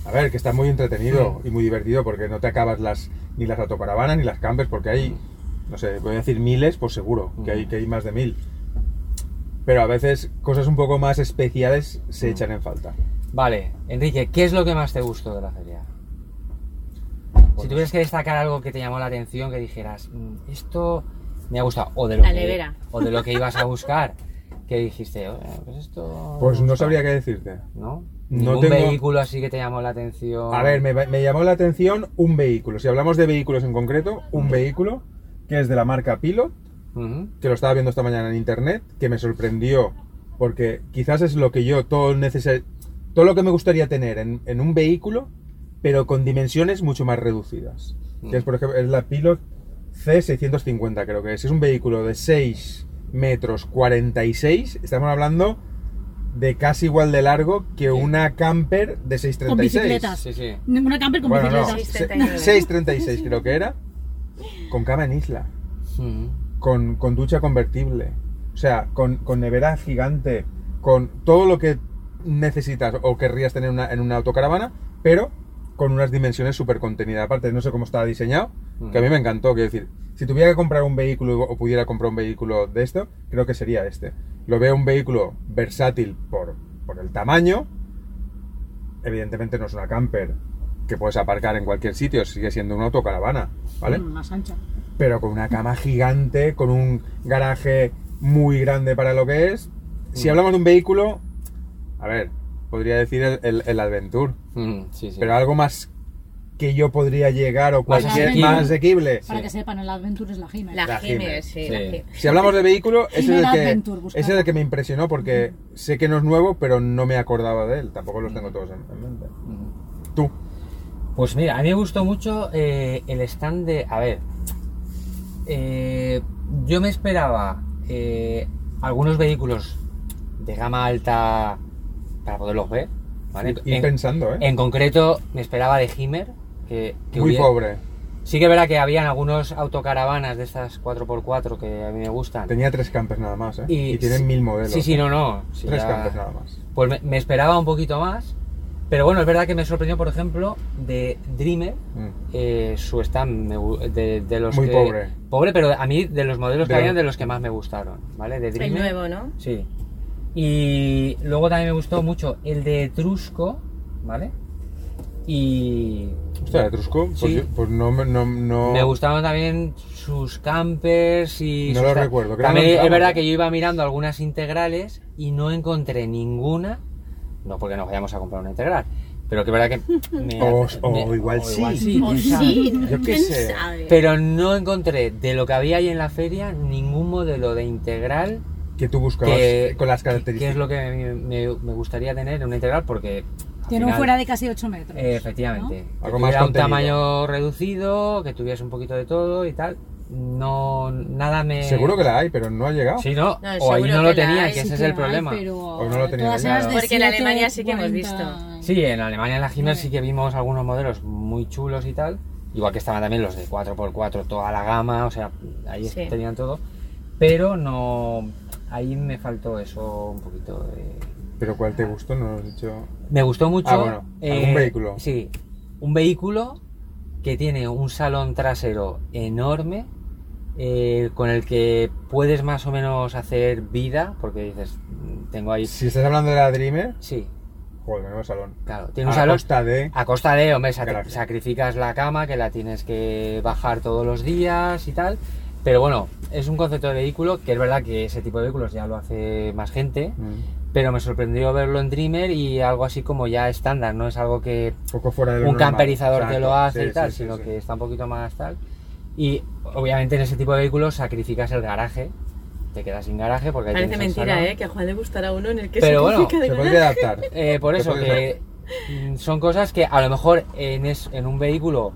[SPEAKER 4] A ver, que está muy entretenido y muy divertido porque no te acabas las ni las autocaravanas ni las campers porque hay, no sé, voy a decir miles, pues seguro que hay, que hay más de mil. Pero a veces cosas un poco más especiales se echan en falta.
[SPEAKER 3] Vale, Enrique, ¿qué es lo que más te gustó de la feria? Si tuvieras que destacar algo que te llamó la atención, que dijeras, "Mm, esto me ha gustado, o de lo,
[SPEAKER 6] La
[SPEAKER 3] que,
[SPEAKER 6] nevera.
[SPEAKER 3] o de lo que ibas a buscar, ¿Qué dijiste? "Oye, Pues esto.
[SPEAKER 4] Pues no
[SPEAKER 3] gusta",
[SPEAKER 4] sabría qué decirte.
[SPEAKER 3] ¿No?
[SPEAKER 4] No
[SPEAKER 3] Ningún
[SPEAKER 4] tengo-
[SPEAKER 3] vehículo así que te llamó la atención.
[SPEAKER 4] A ver, me, me llamó la atención un vehículo. Si hablamos de vehículos en concreto, un vehículo que es de la marca Pilot,
[SPEAKER 3] Ujú.
[SPEAKER 4] que lo estaba viendo esta mañana en internet, que me sorprendió, porque quizás es lo que yo, todo, necesar, todo lo que me gustaría tener en, en un vehículo, pero con dimensiones mucho más reducidas. Que es, por ejemplo, es la Pilot C650, creo que es. Es un vehículo de 6 metros 46, estamos hablando de casi igual de largo que una camper de 636.
[SPEAKER 5] bicicletas.
[SPEAKER 3] Sí, sí.
[SPEAKER 5] Una camper con
[SPEAKER 4] Bueno, no,
[SPEAKER 5] bicicletas.
[SPEAKER 4] se-
[SPEAKER 6] 6.39.
[SPEAKER 4] 6.36 creo que era, con cama en isla,
[SPEAKER 3] Ujú.
[SPEAKER 4] con, con ducha convertible, o sea, con, con nevera gigante, con todo lo que necesitas o querrías tener una- en una autocaravana, pero con unas dimensiones súper contenidas. Aparte, no sé cómo estaba diseñado, que a mí me encantó, quiero decir, si tuviera que comprar un vehículo o pudiera comprar un vehículo de esto, creo que sería este. Lo veo un vehículo versátil por, por el tamaño, evidentemente no es una camper que puedes aparcar en cualquier sitio, sigue siendo una autocaravana, ¿vale?
[SPEAKER 5] Mm, Más ancha.
[SPEAKER 4] pero con una cama gigante, con un garaje muy grande para lo que es.
[SPEAKER 3] Mm.
[SPEAKER 4] Si hablamos de un vehículo, a ver, podría decir el, el, el Adventure,
[SPEAKER 3] Ujú, Sí, sí.
[SPEAKER 4] pero algo más que yo podría llegar o
[SPEAKER 3] Más
[SPEAKER 4] cualquier
[SPEAKER 5] asequible.
[SPEAKER 4] más asequible.
[SPEAKER 5] Para que sepan, el Adventure es la Gmail.
[SPEAKER 6] La,
[SPEAKER 4] La Jiménez,
[SPEAKER 6] Jiménez, sí. la
[SPEAKER 3] sí.
[SPEAKER 6] Jiménez.
[SPEAKER 4] Si hablamos de vehículo, ese es, el
[SPEAKER 5] Primera
[SPEAKER 4] que,
[SPEAKER 5] Adventure, buscaba.
[SPEAKER 4] ese es el que me impresionó porque sé que no es nuevo, pero no me acordaba de él. Tampoco
[SPEAKER 3] Mm.
[SPEAKER 4] los tengo todos en, en mente. Tú,
[SPEAKER 3] Pues mira, a mí me gustó mucho eh, el stand de. A ver. eh, yo me esperaba eh, algunos vehículos de gama alta para poderlos ver. ¿vale?
[SPEAKER 4] ir
[SPEAKER 3] En-
[SPEAKER 4] pensando, ¿eh?
[SPEAKER 3] En concreto, me esperaba de Himmer. Que, que
[SPEAKER 4] Muy
[SPEAKER 3] hubiera-
[SPEAKER 4] pobre.
[SPEAKER 3] Sí que es verdad que habían algunos autocaravanas de estas 4x4 que a mí me gustan.
[SPEAKER 4] Tenía tres campers nada más, ¿eh?
[SPEAKER 3] Y-
[SPEAKER 4] Y, tienen
[SPEAKER 3] sí-
[SPEAKER 4] mil modelos.
[SPEAKER 3] Sí, sí, no, no. sí,
[SPEAKER 4] Tres
[SPEAKER 3] ya-
[SPEAKER 4] campers nada más.
[SPEAKER 3] Pues me, me esperaba un poquito más. Pero bueno, es verdad que me sorprendió, por ejemplo, de Dreamer.
[SPEAKER 4] Mm.
[SPEAKER 3] eh, su stand me gu- de, de los
[SPEAKER 4] Muy
[SPEAKER 3] que-
[SPEAKER 4] pobre.
[SPEAKER 3] pobre pero a mí de los modelos
[SPEAKER 4] De
[SPEAKER 3] que
[SPEAKER 4] lo-
[SPEAKER 3] habían de los que más me gustaron vale de
[SPEAKER 6] El
[SPEAKER 3] Dreamer
[SPEAKER 6] nuevo, ¿no?
[SPEAKER 3] sí y luego también me gustó mucho el de Etrusco vale y
[SPEAKER 4] Hostia, Etrusco, pues,
[SPEAKER 3] Sí.
[SPEAKER 4] yo- pues no, me- no, no-
[SPEAKER 3] me gustaron también sus campers y
[SPEAKER 4] No
[SPEAKER 3] sus
[SPEAKER 4] lo
[SPEAKER 3] ta-
[SPEAKER 4] recuerdo, creo que
[SPEAKER 3] también
[SPEAKER 4] no
[SPEAKER 3] es
[SPEAKER 4] entramos,
[SPEAKER 3] verdad
[SPEAKER 4] ¿eh?
[SPEAKER 3] que yo iba mirando algunas integrales y no encontré ninguna no porque nos vayamos a comprar una integral pero que es verdad que me-
[SPEAKER 4] O- o igual
[SPEAKER 3] o
[SPEAKER 4] Oh, sí.
[SPEAKER 3] igual sí,
[SPEAKER 5] O
[SPEAKER 3] quién sabe.
[SPEAKER 5] Ah, sí,
[SPEAKER 4] Yo qué
[SPEAKER 5] ¿quién
[SPEAKER 4] sé.
[SPEAKER 5] sabe?
[SPEAKER 3] Pero no encontré de lo que había ahí en la feria ningún modelo de integral
[SPEAKER 4] que tú buscabas
[SPEAKER 3] que,
[SPEAKER 4] con las
[SPEAKER 3] que es
[SPEAKER 4] características.
[SPEAKER 3] lo que me, me- me gustaría tener en una integral porque... al
[SPEAKER 5] Que no
[SPEAKER 3] final,
[SPEAKER 5] fuera de casi 8 metros.
[SPEAKER 3] eh, efectivamente.
[SPEAKER 4] ¿no?
[SPEAKER 3] Que
[SPEAKER 4] Algo más
[SPEAKER 3] tuviera un
[SPEAKER 4] contenido.
[SPEAKER 3] tamaño reducido, que tuviese un poquito de todo y tal. No, nada me...
[SPEAKER 4] Seguro que la hay, pero no ha llegado.
[SPEAKER 3] Sí, no,
[SPEAKER 6] No,
[SPEAKER 3] o ahí
[SPEAKER 6] seguro
[SPEAKER 3] no lo
[SPEAKER 6] que la
[SPEAKER 3] tenía,
[SPEAKER 6] hay,
[SPEAKER 3] que
[SPEAKER 6] sí
[SPEAKER 3] ese es
[SPEAKER 5] que
[SPEAKER 3] el
[SPEAKER 5] hay,
[SPEAKER 3] problema.
[SPEAKER 5] pero
[SPEAKER 4] O no lo tenía
[SPEAKER 5] todas
[SPEAKER 4] claro.
[SPEAKER 5] eras de
[SPEAKER 6] Porque en
[SPEAKER 5] 7,
[SPEAKER 6] Alemania sí que hemos
[SPEAKER 5] 40.
[SPEAKER 3] Sí, en Alemania en la Himmel sí que vimos algunos modelos muy chulos y tal. Igual que estaban también los de 4x4, toda la gama, o sea, ahí es-
[SPEAKER 6] Sí.
[SPEAKER 3] tenían todo. Pero no. Ahí me faltó eso un poquito de.
[SPEAKER 4] Pero cuál te gustó, no lo has dicho.
[SPEAKER 3] Me gustó mucho. eh,
[SPEAKER 4] Ah, bueno, algún vehículo.
[SPEAKER 3] Sí, un vehículo que tiene un salón trasero enorme eh, con el que puedes más o menos hacer vida, porque dices, mm, tengo ahí.
[SPEAKER 4] Si estás hablando de la Dreamer,
[SPEAKER 3] Sí,
[SPEAKER 4] joder, menudo salón.
[SPEAKER 3] claro, tiene un
[SPEAKER 4] A
[SPEAKER 3] salón.
[SPEAKER 4] costa de.
[SPEAKER 3] A costa de, hombre, sacri-
[SPEAKER 4] Gracias.
[SPEAKER 3] sacrificas la cama que la tienes que bajar todos los días y tal. Pero bueno, es un concepto de vehículo que es verdad que ese tipo de vehículos ya lo hace más gente.
[SPEAKER 4] Mm,
[SPEAKER 3] Pero me sorprendió verlo en Dreamer y algo así como ya estándar, no es algo que
[SPEAKER 4] Un poco fuera de
[SPEAKER 3] un
[SPEAKER 4] lo normal.
[SPEAKER 3] camperizador que
[SPEAKER 4] Exacto.
[SPEAKER 3] lo hace
[SPEAKER 4] Sí,
[SPEAKER 3] y tal,
[SPEAKER 4] sí, sí,
[SPEAKER 3] sino
[SPEAKER 4] sí.
[SPEAKER 3] que está un poquito más tal. Y obviamente en ese tipo de vehículos sacrificas el garaje, te quedas sin garaje porque ahí
[SPEAKER 6] Parece
[SPEAKER 3] tienes el
[SPEAKER 6] mentira,
[SPEAKER 3] salón.
[SPEAKER 6] ¿eh? Que a Juan le gustará uno en el que
[SPEAKER 3] Pero
[SPEAKER 6] se
[SPEAKER 3] bueno,
[SPEAKER 6] califica de
[SPEAKER 4] Se
[SPEAKER 6] garaje.
[SPEAKER 4] podría adaptar.
[SPEAKER 3] Eh, por
[SPEAKER 4] Te
[SPEAKER 3] eso
[SPEAKER 4] puedes
[SPEAKER 3] que mm, son cosas que a lo mejor en, es, en un vehículo,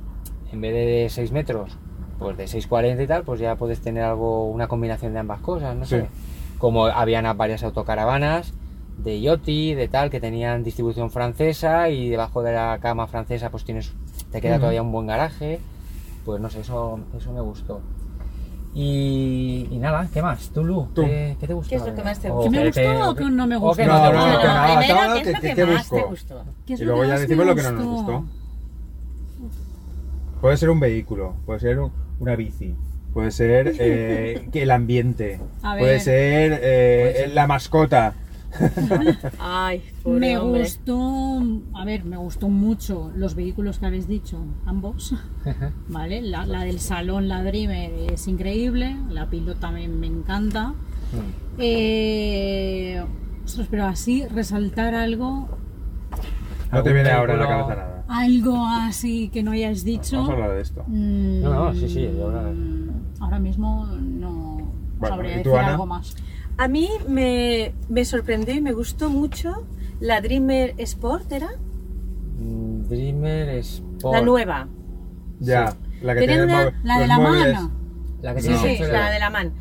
[SPEAKER 3] en vez de 6 metros, pues de 6,40 y tal, pues ya puedes tener algo, una combinación de ambas cosas, no
[SPEAKER 4] Sí.
[SPEAKER 3] sé. Como habían a- varias autocaravanas de Yoti, de tal, que tenían distribución francesa y debajo de la cama francesa pues tienes, te queda todavía un buen garaje. Pues no sé, eso, eso me gustó. Y, y nada, ¿qué más? ¿Tú, Lu?
[SPEAKER 4] Tú.
[SPEAKER 3] ¿Qué, qué te gustó?
[SPEAKER 6] ¿Qué es lo que más te
[SPEAKER 3] O
[SPEAKER 6] gustó?
[SPEAKER 5] ¿Que me
[SPEAKER 3] te-
[SPEAKER 5] gustó o que no me
[SPEAKER 3] o que
[SPEAKER 4] No,
[SPEAKER 3] no
[SPEAKER 4] no,
[SPEAKER 3] te
[SPEAKER 4] no,
[SPEAKER 3] gustó.
[SPEAKER 4] que no,
[SPEAKER 6] primero,
[SPEAKER 4] estaba-
[SPEAKER 6] ¿qué es
[SPEAKER 4] que-
[SPEAKER 6] lo
[SPEAKER 4] que-
[SPEAKER 6] que
[SPEAKER 4] que
[SPEAKER 6] más te
[SPEAKER 4] busco.
[SPEAKER 6] gustó?
[SPEAKER 5] ¿Qué es
[SPEAKER 4] Y luego
[SPEAKER 5] que
[SPEAKER 4] ya
[SPEAKER 5] más me
[SPEAKER 4] decimos lo que no nos gustó. Puede ser un vehículo, puede ser un- una bici, puede ser eh, que el ambiente,
[SPEAKER 5] A ver.
[SPEAKER 4] puede ser, eh, la mascota.
[SPEAKER 6] Ay, pobre
[SPEAKER 5] Me
[SPEAKER 6] hombre.
[SPEAKER 5] gustó, a ver, me gustó mucho los vehículos que habéis dicho, ambos, ¿vale? La, la del salón, la Dreamer, es increíble, la Pilot también me encanta.
[SPEAKER 4] Mm.
[SPEAKER 5] Eh, ostras, pero así resaltar algo,
[SPEAKER 4] No te viene ahora a la
[SPEAKER 3] Algún
[SPEAKER 4] cabeza
[SPEAKER 3] cálculo-
[SPEAKER 4] nada.
[SPEAKER 5] algo así que no hayáis dicho.
[SPEAKER 4] Vamos a hablar de esto.
[SPEAKER 5] Mm,
[SPEAKER 3] No, no, sí, sí, yo ahora-
[SPEAKER 5] Ahora mismo no
[SPEAKER 4] Bueno,
[SPEAKER 5] sabré
[SPEAKER 4] ¿y tú,
[SPEAKER 5] decir
[SPEAKER 4] Ana?
[SPEAKER 5] algo más.
[SPEAKER 6] A mí me, me sorprendió y me gustó mucho la Dreamer Sport, ¿era?
[SPEAKER 3] Mm, Dreamer Sport.
[SPEAKER 6] La nueva.
[SPEAKER 4] Ya, la que
[SPEAKER 6] Tenía
[SPEAKER 4] tiene
[SPEAKER 6] una-
[SPEAKER 4] mov-
[SPEAKER 5] La de
[SPEAKER 4] Pues los
[SPEAKER 5] la
[SPEAKER 4] móviles-
[SPEAKER 5] mano,
[SPEAKER 3] La que
[SPEAKER 6] Sí,
[SPEAKER 3] tiene
[SPEAKER 6] sí,
[SPEAKER 3] mucho
[SPEAKER 6] la de la man.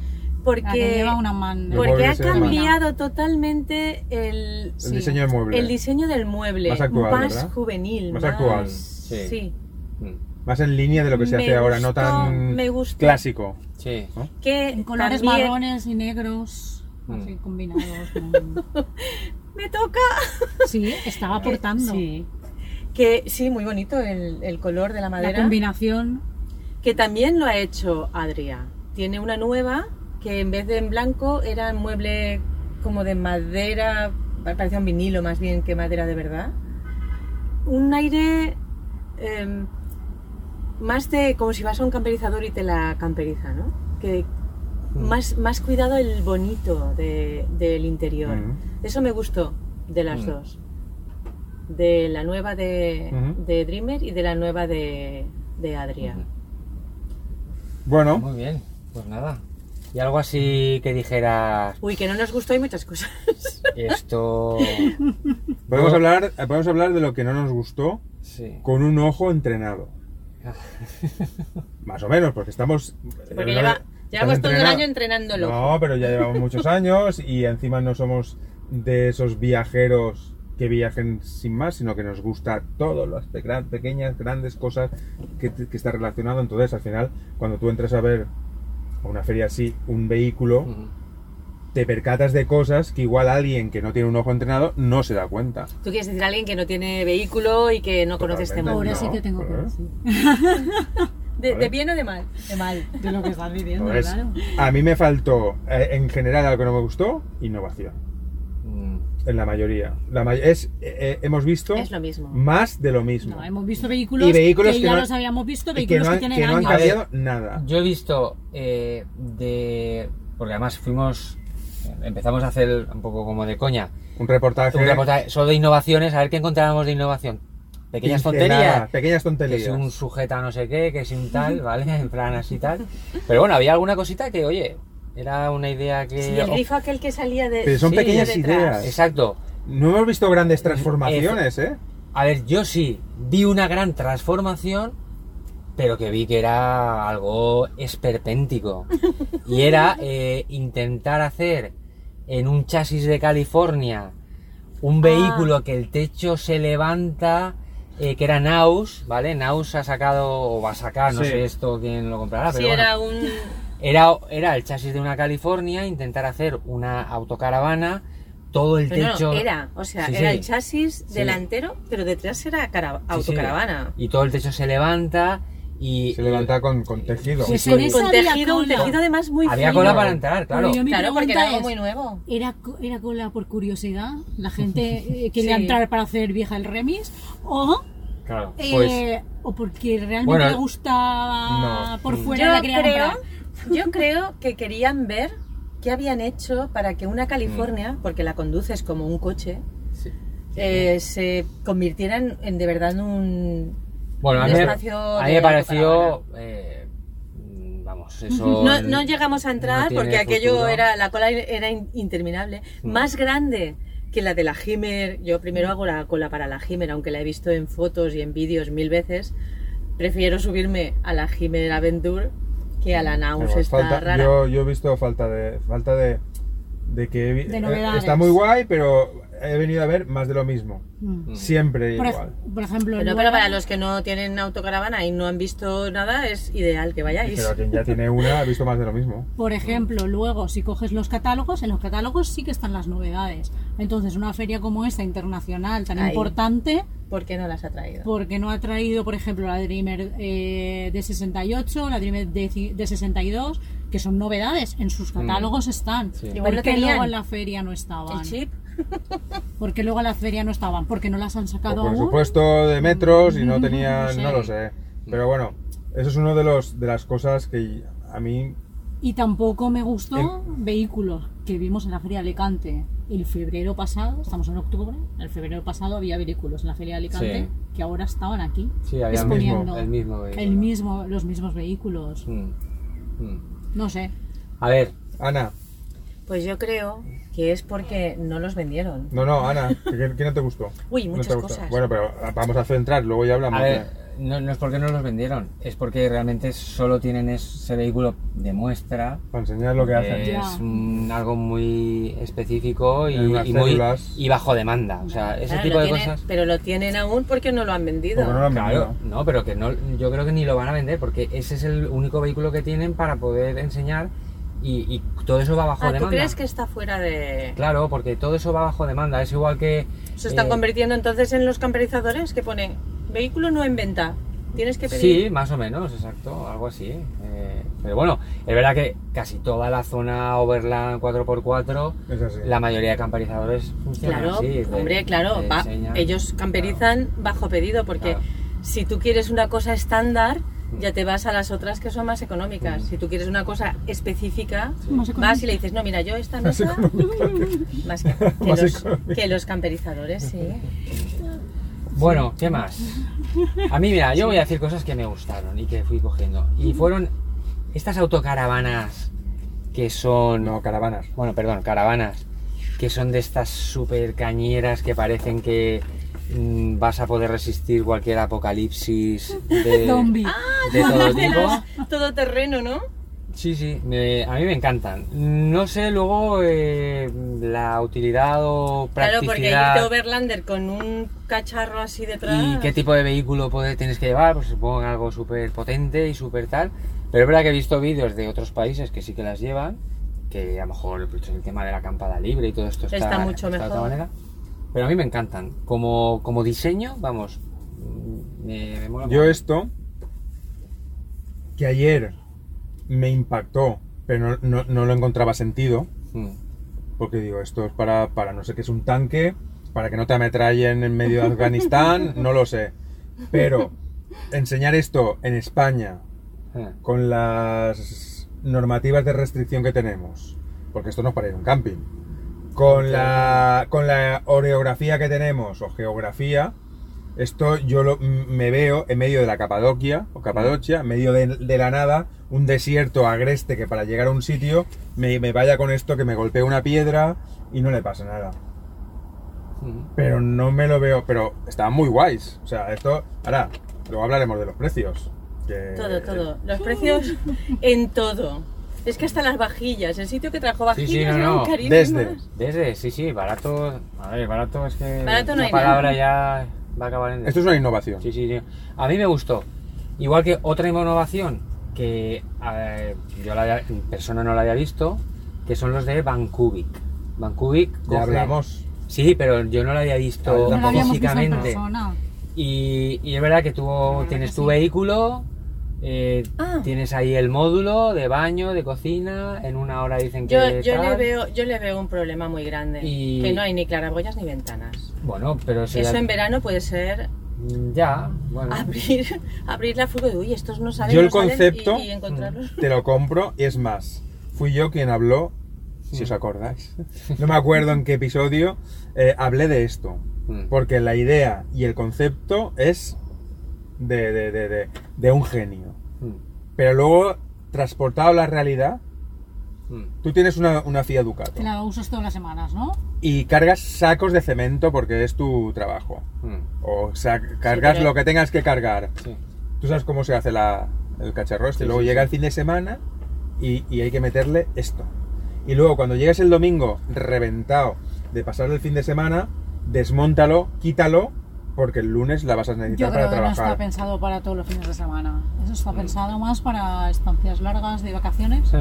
[SPEAKER 6] Porque,
[SPEAKER 5] la que lleva una
[SPEAKER 4] Los
[SPEAKER 5] mano.
[SPEAKER 6] porque ha
[SPEAKER 4] móviles en la mano.
[SPEAKER 6] cambiado totalmente el,
[SPEAKER 4] El diseño del mueble.
[SPEAKER 6] el diseño del mueble.
[SPEAKER 4] Más actual,
[SPEAKER 6] más
[SPEAKER 4] ¿verdad?
[SPEAKER 6] juvenil.
[SPEAKER 4] Más actual.
[SPEAKER 6] Sí.
[SPEAKER 3] Sí. Mm,
[SPEAKER 4] Más en línea de lo que se
[SPEAKER 6] Me
[SPEAKER 4] hace ahora, no
[SPEAKER 6] gustó,
[SPEAKER 4] tan
[SPEAKER 6] me gustó.
[SPEAKER 4] clásico.
[SPEAKER 3] Sí.
[SPEAKER 6] Que
[SPEAKER 5] En colores
[SPEAKER 6] también-
[SPEAKER 5] marrones y negros, así
[SPEAKER 3] Mm.
[SPEAKER 5] combinados. ¿no?
[SPEAKER 6] Me toca.
[SPEAKER 5] Sí, estaba aportando.
[SPEAKER 6] Eh, Sí. Que sí, muy bonito el, el color de la
[SPEAKER 5] La
[SPEAKER 6] madera.
[SPEAKER 5] combinación
[SPEAKER 6] que también lo ha hecho Adria. Tiene una nueva que en vez de en blanco era mueble como de madera, pa- parecía un vinilo más bien que madera de verdad. Un aire em, más de como si vas a un camperizador y te la camperiza, ¿no? Que más, más cuidado el bonito de- del interior.
[SPEAKER 4] Mm.
[SPEAKER 6] Eso me gustó de las
[SPEAKER 3] Mm.
[SPEAKER 6] dos. De la nueva de,
[SPEAKER 4] Ujú.
[SPEAKER 6] de Dreamer y de la nueva de, de
[SPEAKER 3] Mm-hmm.
[SPEAKER 6] Adria.
[SPEAKER 4] Bueno,
[SPEAKER 3] Mm, Muy bien, pues nada. Y algo así que dijeras,
[SPEAKER 6] Uy, que no nos gustó hay muchas cosas.
[SPEAKER 3] esto...
[SPEAKER 4] podemos
[SPEAKER 3] Yo-
[SPEAKER 4] hablar, eh, podemos hablar de lo que no nos gustó
[SPEAKER 3] Sí.
[SPEAKER 4] con un ojo entrenado. Más o menos, porque estamos.
[SPEAKER 6] Porque
[SPEAKER 4] eh,
[SPEAKER 6] lleva-
[SPEAKER 4] no-
[SPEAKER 6] llevamos
[SPEAKER 4] estamos
[SPEAKER 6] todo el
[SPEAKER 4] entrenados.
[SPEAKER 6] año entrenándolo.
[SPEAKER 4] No, pero ya llevamos muchos años y encima no somos de esos viajeros que viajen sin más, sino que nos gusta todo, las pe- gran- pequeñas, grandes cosas que, te- que está relacionado. Entonces, al final, cuando tú entras a ver a una feria así, un vehículo,
[SPEAKER 3] Ujú.
[SPEAKER 4] te percatas de cosas que igual alguien que no tiene un ojo entrenado no se da cuenta.
[SPEAKER 6] Tú quieres decir a alguien que no tiene vehículo y que no conoce este
[SPEAKER 4] Totalmente. No, ¿eh?
[SPEAKER 6] mundo.
[SPEAKER 5] Ahora sí te tengo que
[SPEAKER 4] claro.
[SPEAKER 5] decir
[SPEAKER 6] ¿De,
[SPEAKER 4] Vale.
[SPEAKER 6] de bien o de mal? De mal.
[SPEAKER 5] de lo que estás viviendo,
[SPEAKER 4] Entonces,
[SPEAKER 5] claro.
[SPEAKER 4] Pues, a mí me faltó, eh, en general, algo que no me gustó, innovación.
[SPEAKER 3] Mm,
[SPEAKER 4] En la mayoría. La may- es, eh, eh, hemos visto
[SPEAKER 6] Es lo mismo.
[SPEAKER 4] más de lo mismo.
[SPEAKER 5] No, hemos visto vehículos,
[SPEAKER 4] Y vehículos
[SPEAKER 5] que,
[SPEAKER 4] que
[SPEAKER 5] ya
[SPEAKER 4] no-
[SPEAKER 5] los habíamos visto,
[SPEAKER 4] Y que
[SPEAKER 5] vehículos
[SPEAKER 4] no
[SPEAKER 5] que,
[SPEAKER 4] han,
[SPEAKER 5] tienen
[SPEAKER 4] que no han
[SPEAKER 5] años.
[SPEAKER 4] cambiado nada.
[SPEAKER 3] Yo he visto eh, de... Porque además fuimos... Empezamos a hacer un poco como de coña.
[SPEAKER 4] Un reportaje.
[SPEAKER 3] Un reportaje solo de innovaciones, a ver qué encontrábamos de innovación. Pequeñas
[SPEAKER 4] pinceladas,
[SPEAKER 3] tonterías.
[SPEAKER 4] Pequeñas
[SPEAKER 3] que
[SPEAKER 4] tonterías.
[SPEAKER 3] si un sujeta no sé qué, que si un tal, ¿vale? En plan así tal. Pero bueno, había alguna cosita que, oye, era una idea que...
[SPEAKER 6] Sí, el
[SPEAKER 3] o-
[SPEAKER 6] grifo aquel que salía de.
[SPEAKER 4] Pero son
[SPEAKER 6] salía
[SPEAKER 4] pequeñas
[SPEAKER 6] detrás.
[SPEAKER 4] ideas.
[SPEAKER 3] Exacto.
[SPEAKER 4] No hemos visto grandes transformaciones, ¿eh?
[SPEAKER 3] A ver, yo sí vi una gran transformación, pero que vi que era algo esperpéntico. Y era eh, intentar hacer en un chasis de California un
[SPEAKER 6] Ah.
[SPEAKER 3] vehículo que el techo se levanta, eh, que era Naus, ¿vale? Naus ha sacado o va a sacar, no
[SPEAKER 4] Sí.
[SPEAKER 3] sé esto quién lo comprará,
[SPEAKER 6] Sí,
[SPEAKER 3] pero bueno.
[SPEAKER 6] era un.
[SPEAKER 3] Era, era el chasis de una California, intentar hacer una autocaravana, todo el
[SPEAKER 6] Pero no,
[SPEAKER 3] techo.
[SPEAKER 6] era. O sea,
[SPEAKER 3] Sí,
[SPEAKER 6] era
[SPEAKER 3] sí.
[SPEAKER 6] el chasis
[SPEAKER 3] Sí.
[SPEAKER 6] delantero, pero detrás era cara-
[SPEAKER 3] Sí, sí.
[SPEAKER 6] autocaravana.
[SPEAKER 3] Y todo el techo se levanta y.
[SPEAKER 4] Se levanta con, con tejido.
[SPEAKER 5] Pues
[SPEAKER 3] Sí,
[SPEAKER 5] en
[SPEAKER 3] sí.
[SPEAKER 5] esa
[SPEAKER 6] Con
[SPEAKER 5] había
[SPEAKER 6] tejido, un
[SPEAKER 5] cola.
[SPEAKER 6] tejido además muy
[SPEAKER 3] Había
[SPEAKER 6] fino.
[SPEAKER 3] cola para entrar, claro.
[SPEAKER 5] Pero yo mi
[SPEAKER 6] Claro, porque era algo
[SPEAKER 5] pregunta es,
[SPEAKER 6] muy nuevo.
[SPEAKER 5] ¿Era, co- ¿Era cola por curiosidad? ¿La gente eh, quería
[SPEAKER 6] Sí.
[SPEAKER 5] entrar para hacer vieja el remis? ¿O,
[SPEAKER 3] Claro. Pues,
[SPEAKER 5] eh, o porque realmente
[SPEAKER 3] Bueno,
[SPEAKER 5] le gustaba
[SPEAKER 4] no. Mm.
[SPEAKER 5] por fuera y
[SPEAKER 6] Yo
[SPEAKER 5] la quería
[SPEAKER 6] creo,
[SPEAKER 5] comprar?
[SPEAKER 6] yo creo que querían ver qué habían hecho para que una California, porque la conduces como un coche,
[SPEAKER 3] Mm. sí.
[SPEAKER 6] eh, se convirtiera en, en de verdad en un...
[SPEAKER 3] Bueno, a mí,
[SPEAKER 6] Un
[SPEAKER 3] me-
[SPEAKER 6] espacio
[SPEAKER 3] a mí
[SPEAKER 6] de
[SPEAKER 3] me pareció. eh, mm, vamos, eso.
[SPEAKER 6] No, no llegamos a entrar
[SPEAKER 3] no
[SPEAKER 6] porque
[SPEAKER 3] tiene
[SPEAKER 6] aquello
[SPEAKER 3] futuro.
[SPEAKER 6] era la cola era in- interminable,
[SPEAKER 4] Mm.
[SPEAKER 6] más grande que la de la Himer. Yo primero hago la cola para la Himer, aunque la he visto en fotos y en vídeos mil veces. Prefiero subirme a la Himer Aventure que a la Naus
[SPEAKER 4] Mm. Pero
[SPEAKER 6] esta
[SPEAKER 4] falta-
[SPEAKER 6] rara.
[SPEAKER 4] Yo, yo he visto falta de falta de, de que
[SPEAKER 5] De
[SPEAKER 4] eh,
[SPEAKER 5] novedades.
[SPEAKER 4] está muy guay, pero he venido a ver más de lo mismo.
[SPEAKER 5] Mm.
[SPEAKER 3] Mm.
[SPEAKER 4] Siempre
[SPEAKER 5] Por,
[SPEAKER 4] igual.
[SPEAKER 5] ej- por ejemplo,
[SPEAKER 6] Pero,
[SPEAKER 5] luego-
[SPEAKER 6] pero para los que no tienen autocaravana y no han visto nada, es ideal que vayáis.
[SPEAKER 4] Pero quien ya tiene una ha visto más de lo mismo.
[SPEAKER 5] Por ejemplo, luego si coges los catálogos, en los catálogos sí que están las novedades. Entonces, una feria como esta internacional tan
[SPEAKER 6] Ahí.
[SPEAKER 5] importante,
[SPEAKER 6] ¿Por qué no las ha traído?
[SPEAKER 5] porque no ha traído, por ejemplo, la Dreamer eh, de 68, la Dreamer de, ci- de 62, que son novedades, en
[SPEAKER 4] Mm.
[SPEAKER 5] sus catálogos están.
[SPEAKER 3] Sí.
[SPEAKER 6] Igual lo
[SPEAKER 5] Porque
[SPEAKER 6] tenían.
[SPEAKER 5] luego en la feria no estaban.
[SPEAKER 6] ¿El chip?
[SPEAKER 5] Porque luego en la feria no estaban, porque no las han
[SPEAKER 4] O
[SPEAKER 5] sacado
[SPEAKER 4] por
[SPEAKER 5] aún.
[SPEAKER 4] supuesto de metros y no
[SPEAKER 5] No
[SPEAKER 4] tenían,
[SPEAKER 5] sé.
[SPEAKER 4] no lo sé. Pero bueno, eso es uno de los de las cosas que a mí
[SPEAKER 5] Y tampoco me gustó
[SPEAKER 4] El-
[SPEAKER 5] vehículos que vimos en la Feria de Alicante. El febrero pasado, estamos en octubre, el febrero pasado había vehículos en la Feria de Alicante
[SPEAKER 3] Sí.
[SPEAKER 5] que ahora estaban aquí.
[SPEAKER 3] Sí, había
[SPEAKER 4] el mismo-
[SPEAKER 5] exponiendo
[SPEAKER 3] el mismo vehículo.
[SPEAKER 5] el mismo- los mismos vehículos.
[SPEAKER 3] Mm, mm.
[SPEAKER 5] No sé.
[SPEAKER 3] A ver,
[SPEAKER 4] Ana,
[SPEAKER 6] Pues yo creo que es porque no los vendieron.
[SPEAKER 4] no, no, Ana, ¿qué, qué no te gustó?
[SPEAKER 6] Uy,
[SPEAKER 4] No
[SPEAKER 6] muchas
[SPEAKER 4] te gustó.
[SPEAKER 6] cosas.
[SPEAKER 4] Bueno, pero vamos a centrar, luego ya hablamos.
[SPEAKER 3] A ver,
[SPEAKER 4] de-
[SPEAKER 3] no, no es porque no los vendieron, es porque realmente solo tienen ese vehículo de muestra.
[SPEAKER 4] Para enseñar
[SPEAKER 3] Eh,
[SPEAKER 4] lo que hacen.
[SPEAKER 3] que Es
[SPEAKER 5] Ya.
[SPEAKER 3] un- algo muy específico y,
[SPEAKER 4] Hay unas
[SPEAKER 3] y muy-
[SPEAKER 4] células.
[SPEAKER 3] y bajo demanda. O sea, ese
[SPEAKER 6] Claro,
[SPEAKER 3] tipo
[SPEAKER 6] lo
[SPEAKER 3] de
[SPEAKER 6] tienen-
[SPEAKER 3] cosas.
[SPEAKER 6] Pero lo tienen aún porque no lo han vendido.
[SPEAKER 4] Porque no lo han
[SPEAKER 3] Claro,
[SPEAKER 4] vendido.
[SPEAKER 3] no, pero que no, yo creo que ni lo van a vender porque ese es el único vehículo que tienen para poder enseñar y, y todo eso va bajo
[SPEAKER 6] Ah, ¿Tú
[SPEAKER 3] demanda.
[SPEAKER 6] crees que está fuera de...?
[SPEAKER 3] Claro, porque todo eso va bajo demanda. Es igual que.
[SPEAKER 6] ¿Se están
[SPEAKER 3] eh,
[SPEAKER 6] convirtiendo entonces en los camperizadores que ponen vehículo no en venta? Tienes que pedir...
[SPEAKER 3] Sí, más o menos, exacto, algo así. eh, pero bueno, es verdad que casi toda la zona Overland 4x4,
[SPEAKER 4] Es así.
[SPEAKER 3] la mayoría de camperizadores funcionan
[SPEAKER 6] Claro,
[SPEAKER 3] así. de-
[SPEAKER 6] hombre, claro,
[SPEAKER 3] te
[SPEAKER 6] va-
[SPEAKER 3] enseñan,
[SPEAKER 6] ellos camperizan bajo pedido porque
[SPEAKER 3] Claro.
[SPEAKER 6] si tú quieres una cosa estándar,
[SPEAKER 3] Mm.
[SPEAKER 6] ya te vas a las otras que son más económicas.
[SPEAKER 3] Mm.
[SPEAKER 6] Si tú quieres una cosa específica,
[SPEAKER 5] Más
[SPEAKER 6] vas
[SPEAKER 5] económico.
[SPEAKER 6] y le dices, no, mira, yo esta mesa... Más que, que
[SPEAKER 4] Más
[SPEAKER 6] los,
[SPEAKER 4] económica.
[SPEAKER 6] que los camperizadores, sí.
[SPEAKER 3] claro. Bueno, ¿qué más? A mí, mira, yo voy a decir cosas que me gustaron y que fui cogiendo. Y fueron estas autocaravanas que son.
[SPEAKER 4] No, caravanas.
[SPEAKER 3] Bueno, perdón, caravanas, que son de estas super cañeras que parecen que mm, vas a poder resistir cualquier apocalipsis de,
[SPEAKER 5] Zombie.
[SPEAKER 6] Ah.
[SPEAKER 3] de todo
[SPEAKER 6] De
[SPEAKER 3] tipo.
[SPEAKER 6] los- todo terreno, ¿no?
[SPEAKER 3] Sí, sí, me- a mí me encantan. No sé luego eh, la utilidad o
[SPEAKER 6] Claro, porque irte
[SPEAKER 3] practicidad
[SPEAKER 6] Overlander con un cacharro así detrás...
[SPEAKER 3] y qué tipo de vehículo poder, tienes que llevar, pues supongo que algo súper potente y súper tal. Pero es verdad que he visto vídeos de otros países que sí que las llevan, que a lo mejor pues, el tema de la acampada libre y todo esto está,
[SPEAKER 6] Está mucho
[SPEAKER 3] de otra
[SPEAKER 6] mejor.
[SPEAKER 3] manera. Pero a mí me encantan. Como, como diseño, vamos, mm, me, me mola
[SPEAKER 4] Yo
[SPEAKER 3] mucho.
[SPEAKER 4] esto, que ayer me impactó, pero no, no- no lo encontraba sentido,
[SPEAKER 3] Mm.
[SPEAKER 4] porque digo, esto es para, para no sé qué es un tanque, para que no te ametrallen en medio de Afganistán, no lo sé. Pero enseñar esto en España,
[SPEAKER 3] Eh,
[SPEAKER 4] con las normativas de restricción que tenemos, porque esto no es para ir a un camping, con la, con la oreografía que tenemos o geografía, esto yo lo- m- me veo en medio de la Capadoquia o Capadocia, en medio de, de la nada, un desierto agreste que para llegar a un sitio me, me vaya con esto, que me golpee una piedra y no le pasa nada.
[SPEAKER 3] mm.
[SPEAKER 4] Pero no me lo veo, pero estaban muy guays. O sea, esto, ahora, luego hablaremos de los precios. que-
[SPEAKER 3] Eh,
[SPEAKER 6] Todo, todo. Los precios en todo. Es que hasta las vajillas. El sitio que trajo vajillas
[SPEAKER 3] Sí, sí, no,
[SPEAKER 6] eran
[SPEAKER 3] no.
[SPEAKER 6] carísimas.
[SPEAKER 4] Desde,
[SPEAKER 3] Desde, sí, sí, barato. A ver, barato es que.
[SPEAKER 6] Barato no
[SPEAKER 3] la
[SPEAKER 6] hay
[SPEAKER 3] palabra ya va a acabar en.
[SPEAKER 4] Esto es una innovación.
[SPEAKER 3] Sí, sí, sí. A mí me gustó. Igual que otra innovación que eh, yo la había- en persona no la había visto, que son los de Vancubic. Vancubic. coge-
[SPEAKER 4] Ya hablamos.
[SPEAKER 3] Sí, pero yo no la había
[SPEAKER 4] Ah, yo
[SPEAKER 3] visto
[SPEAKER 5] No lo
[SPEAKER 4] tampoco.
[SPEAKER 5] habíamos visto en
[SPEAKER 3] físicamente.
[SPEAKER 5] persona.
[SPEAKER 3] Y, y es verdad que tú
[SPEAKER 5] verdad
[SPEAKER 3] tienes
[SPEAKER 5] que
[SPEAKER 3] tu
[SPEAKER 5] sí.
[SPEAKER 3] vehículo, eh,
[SPEAKER 6] Ah.
[SPEAKER 3] tienes ahí el módulo de baño, de cocina, en una hora dicen que.
[SPEAKER 6] Yo, yo, le
[SPEAKER 3] tal.
[SPEAKER 6] veo, yo le veo un problema muy grande.
[SPEAKER 3] Y-
[SPEAKER 6] Que no hay ni claraboyas ni ventanas.
[SPEAKER 3] Bueno, pero eso
[SPEAKER 6] Eso
[SPEAKER 3] ya-
[SPEAKER 6] en verano puede ser
[SPEAKER 3] Ya, bueno.
[SPEAKER 6] abrir, abrir la fuga de uy, estos no saben.
[SPEAKER 4] Yo el
[SPEAKER 6] no saben", y-
[SPEAKER 4] concepto- mm,
[SPEAKER 6] y, encontrarlos.
[SPEAKER 4] Te lo compro y es más. Fui yo quien habló, si os acordáis. No me acuerdo en qué episodio eh, hablé de esto.
[SPEAKER 3] Mm.
[SPEAKER 4] Porque la idea y el concepto es de, de- de- de- de un genio.
[SPEAKER 3] Mm,
[SPEAKER 4] Pero luego, transportado a la realidad,
[SPEAKER 3] mm.
[SPEAKER 4] tú tienes una, una Fiat Ducato
[SPEAKER 5] Te la usas todas las semanas, ¿no?
[SPEAKER 4] y cargas sacos de cemento porque es tu trabajo.
[SPEAKER 3] Mm,
[SPEAKER 4] O sea, cargas
[SPEAKER 6] pero-
[SPEAKER 4] lo que tengas que cargar.
[SPEAKER 3] sí.
[SPEAKER 4] Tú sabes cómo se hace la, el cacharro este.
[SPEAKER 3] Sí,
[SPEAKER 4] luego
[SPEAKER 3] sí,
[SPEAKER 4] llega
[SPEAKER 3] sí.
[SPEAKER 4] el fin de semana y, y hay que meterle esto. Y luego cuando llegas el domingo reventado de pasar el fin de semana, desmóntalo, quítalo, porque el lunes la vas a necesitar
[SPEAKER 5] Yo creo
[SPEAKER 4] para
[SPEAKER 5] que no está
[SPEAKER 4] trabajar. Mm.
[SPEAKER 5] pensado para todos los fines de semana. Eso está pensado más para estancias largas de vacaciones.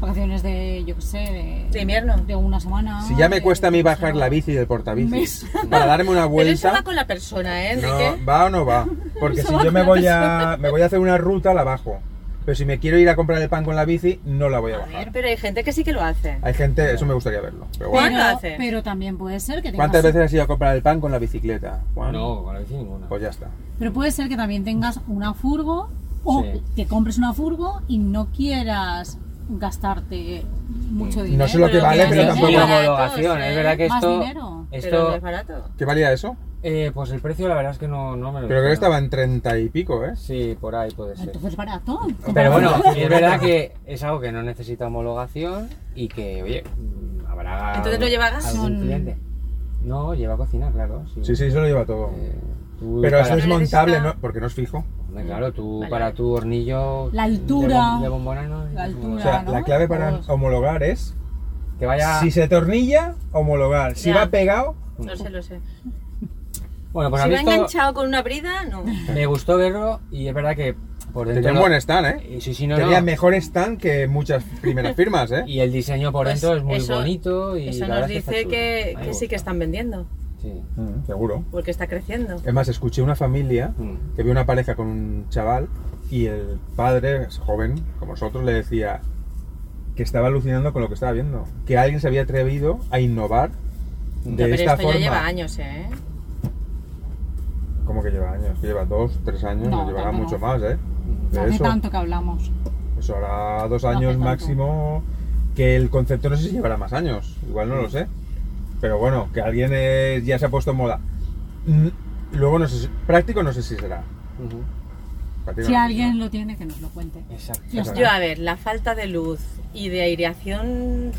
[SPEAKER 5] Vacaciones de, yo qué sé, de,
[SPEAKER 6] De invierno.
[SPEAKER 5] de una semana.
[SPEAKER 4] si ya me
[SPEAKER 5] de
[SPEAKER 4] cuesta a mí
[SPEAKER 5] dos
[SPEAKER 4] bajar la
[SPEAKER 5] semanas.
[SPEAKER 4] bici del portabici
[SPEAKER 5] Mes.
[SPEAKER 4] para darme una
[SPEAKER 6] Pero eso
[SPEAKER 4] vuelta,
[SPEAKER 6] va con la persona, ¿eh, Enrique?
[SPEAKER 4] no, ¿va o no va? Porque
[SPEAKER 5] Eso
[SPEAKER 4] si
[SPEAKER 5] va
[SPEAKER 4] yo me
[SPEAKER 5] con
[SPEAKER 4] voy, a, me voy a hacer una ruta, la bajo. Pero si me quiero ir a comprar el pan con la bici, no la voy a bajar.
[SPEAKER 6] Pero hay gente que sí que lo hace.
[SPEAKER 4] Hay gente, eso me gustaría verlo. Pero bueno.
[SPEAKER 6] ¿Cuándo hace?
[SPEAKER 5] Pero, pero también puede ser que tengas.
[SPEAKER 4] ¿Cuántas veces has ido a comprar el pan con la bicicleta? Juan?
[SPEAKER 3] No, con la bici ninguna.
[SPEAKER 4] Pues ya está.
[SPEAKER 5] Pero puede ser que también tengas una furgo o
[SPEAKER 3] Sí.
[SPEAKER 5] te compres una furgo y no quieras gastarte mucho dinero.
[SPEAKER 4] No sé lo que
[SPEAKER 6] Pero
[SPEAKER 4] vale,
[SPEAKER 6] que
[SPEAKER 4] pero
[SPEAKER 6] es
[SPEAKER 4] tampoco...
[SPEAKER 3] Y la
[SPEAKER 6] barato,
[SPEAKER 3] homologación,
[SPEAKER 6] sí.
[SPEAKER 3] es verdad que
[SPEAKER 5] Más
[SPEAKER 3] esto...
[SPEAKER 5] dinero.
[SPEAKER 6] Pero no
[SPEAKER 3] esto
[SPEAKER 6] es barato.
[SPEAKER 4] ¿Qué valía eso?
[SPEAKER 3] eh, pues el precio la verdad es que no, no me
[SPEAKER 4] Pero creo
[SPEAKER 3] lo
[SPEAKER 4] que
[SPEAKER 3] recuerdo.
[SPEAKER 4] estaba en treinta y pico, ¿eh?
[SPEAKER 3] Sí, por ahí puede ser.
[SPEAKER 5] Entonces barato.
[SPEAKER 3] Pero bueno, es verdad que es algo que no necesita homologación y que, oye, mm, habrá.
[SPEAKER 6] Entonces lo lleva gas.
[SPEAKER 3] algún
[SPEAKER 5] Son-
[SPEAKER 3] cliente. No, lleva cocina, claro.
[SPEAKER 4] Sí, sí, eso lo lleva todo.
[SPEAKER 3] Eh, tú
[SPEAKER 4] Pero
[SPEAKER 3] para,
[SPEAKER 4] eso es
[SPEAKER 6] Pero necesita-
[SPEAKER 4] montable, ¿no? Porque no es fijo.
[SPEAKER 3] Hombre, Claro, tú
[SPEAKER 6] Vale.
[SPEAKER 3] para tu hornillo. de
[SPEAKER 5] La
[SPEAKER 3] bom-
[SPEAKER 5] altura.
[SPEAKER 3] De, bombona no.
[SPEAKER 5] La altura.
[SPEAKER 4] O sea,
[SPEAKER 5] ¿no?
[SPEAKER 4] la clave para
[SPEAKER 5] Pues-
[SPEAKER 4] homologar es
[SPEAKER 3] Que vaya.
[SPEAKER 4] si se tornilla, homologar. Si
[SPEAKER 6] Ya.
[SPEAKER 4] va pegado,
[SPEAKER 6] No sé, lo sé.
[SPEAKER 3] Bueno, pues a
[SPEAKER 6] si
[SPEAKER 3] mí
[SPEAKER 6] va
[SPEAKER 3] esto
[SPEAKER 6] enganchado con una brida, no.
[SPEAKER 3] me gustó verlo y es verdad que por dentro.
[SPEAKER 4] tenían
[SPEAKER 3] lo-
[SPEAKER 4] buen stand, ¿eh?
[SPEAKER 3] y sí, sí, no,
[SPEAKER 4] Tenía
[SPEAKER 3] no.
[SPEAKER 4] mejor stand que muchas primeras firmas, ¿eh?
[SPEAKER 3] Y el diseño por
[SPEAKER 6] Pues
[SPEAKER 3] dentro es muy
[SPEAKER 6] eso-
[SPEAKER 3] bonito y.
[SPEAKER 6] Eso
[SPEAKER 3] la
[SPEAKER 6] nos
[SPEAKER 3] verdad es está
[SPEAKER 6] dice
[SPEAKER 3] chulo.
[SPEAKER 6] que,
[SPEAKER 3] A mí
[SPEAKER 6] que
[SPEAKER 3] me
[SPEAKER 6] sí que
[SPEAKER 3] gusta.
[SPEAKER 6] están vendiendo,
[SPEAKER 3] Sí.
[SPEAKER 4] Mm, seguro.
[SPEAKER 6] porque está creciendo.
[SPEAKER 4] Es más, escuché una familia
[SPEAKER 3] Mm.
[SPEAKER 4] que vio una pareja con un chaval y el padre, es joven, como nosotros, le decía que estaba alucinando con lo que estaba viendo. Que alguien se había atrevido a innovar
[SPEAKER 3] Ya,
[SPEAKER 4] de
[SPEAKER 6] Ya, pero
[SPEAKER 4] esta
[SPEAKER 6] esto
[SPEAKER 4] forma.
[SPEAKER 6] ya lleva años, ¿eh?
[SPEAKER 4] ¿Cómo que lleva años? Que lleva dos, tres años,
[SPEAKER 5] No,
[SPEAKER 4] no, llevará
[SPEAKER 5] tanto no.
[SPEAKER 4] mucho más, ¿eh? De
[SPEAKER 5] Hace
[SPEAKER 4] eso.
[SPEAKER 5] tanto que hablamos.
[SPEAKER 4] Eso hará dos
[SPEAKER 5] No hace
[SPEAKER 4] años
[SPEAKER 5] tanto.
[SPEAKER 4] máximo. Que el concepto no sé si llevará más años, igual
[SPEAKER 6] Mm.
[SPEAKER 4] no lo sé. Pero bueno, que alguien eh, ya se ha puesto en moda. Mm, Luego no sé si- práctico no sé si será.
[SPEAKER 3] Ujú.
[SPEAKER 4] Práctico
[SPEAKER 5] Si
[SPEAKER 4] no sé
[SPEAKER 5] alguien
[SPEAKER 4] será.
[SPEAKER 5] lo tiene, que nos lo cuente.
[SPEAKER 3] mm. Exacto.
[SPEAKER 5] Ya está.
[SPEAKER 6] Yo, a ver, la falta de luz y de aireación,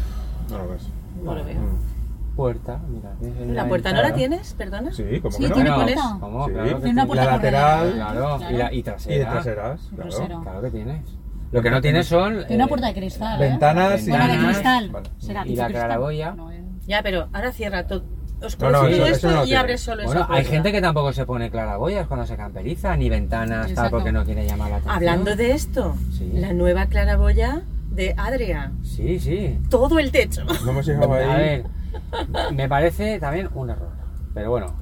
[SPEAKER 4] No lo ves.
[SPEAKER 6] no lo veo.
[SPEAKER 4] Mm.
[SPEAKER 3] Puerta, mira. tienes una
[SPEAKER 6] ¿La puerta no la
[SPEAKER 3] ventana.
[SPEAKER 6] tienes? ¿Perdona?
[SPEAKER 4] Sí, como
[SPEAKER 5] Sí,
[SPEAKER 4] que no.
[SPEAKER 5] tiene
[SPEAKER 3] Bueno,
[SPEAKER 6] pones?
[SPEAKER 5] puerta.
[SPEAKER 3] ¿Cómo?
[SPEAKER 4] Sí,
[SPEAKER 3] Claro que
[SPEAKER 5] Tiene una
[SPEAKER 3] tienes.
[SPEAKER 5] puerta
[SPEAKER 4] la lateral
[SPEAKER 5] corredera.
[SPEAKER 3] Claro, Y, la, y trasera.
[SPEAKER 4] y de traseras. Claro.
[SPEAKER 5] Trasero.
[SPEAKER 3] Claro que tienes. Lo que no tienes son.
[SPEAKER 5] Tiene una
[SPEAKER 3] eh,
[SPEAKER 5] puerta de cristal. ¿eh?
[SPEAKER 4] Ventanas y.
[SPEAKER 5] Bueno, de
[SPEAKER 3] Ventanas.
[SPEAKER 5] cristal.
[SPEAKER 4] Vale.
[SPEAKER 5] Será
[SPEAKER 3] Y
[SPEAKER 5] tipo
[SPEAKER 3] la
[SPEAKER 5] cristal.
[SPEAKER 3] claraboya.
[SPEAKER 5] No, eh.
[SPEAKER 6] Ya, pero ahora cierra todo. Os
[SPEAKER 4] No, no,
[SPEAKER 6] todo
[SPEAKER 3] eso- eso
[SPEAKER 6] esto
[SPEAKER 4] no lo
[SPEAKER 6] y
[SPEAKER 4] tiene.
[SPEAKER 6] abres solo
[SPEAKER 3] Bueno,
[SPEAKER 6] esa
[SPEAKER 3] hay
[SPEAKER 6] puerta.
[SPEAKER 3] gente que tampoco se pone claraboyas cuando se camperiza, ni ventanas, tal,
[SPEAKER 5] Exacto.
[SPEAKER 3] porque no quiere llamar la atención.
[SPEAKER 6] Hablando de esto,
[SPEAKER 3] Sí.
[SPEAKER 6] la nueva claraboya de Adria.
[SPEAKER 3] Sí, sí.
[SPEAKER 6] Todo el techo.
[SPEAKER 4] No hemos
[SPEAKER 3] A
[SPEAKER 4] llegado ahí.
[SPEAKER 3] ver, me parece también un error. Pero bueno,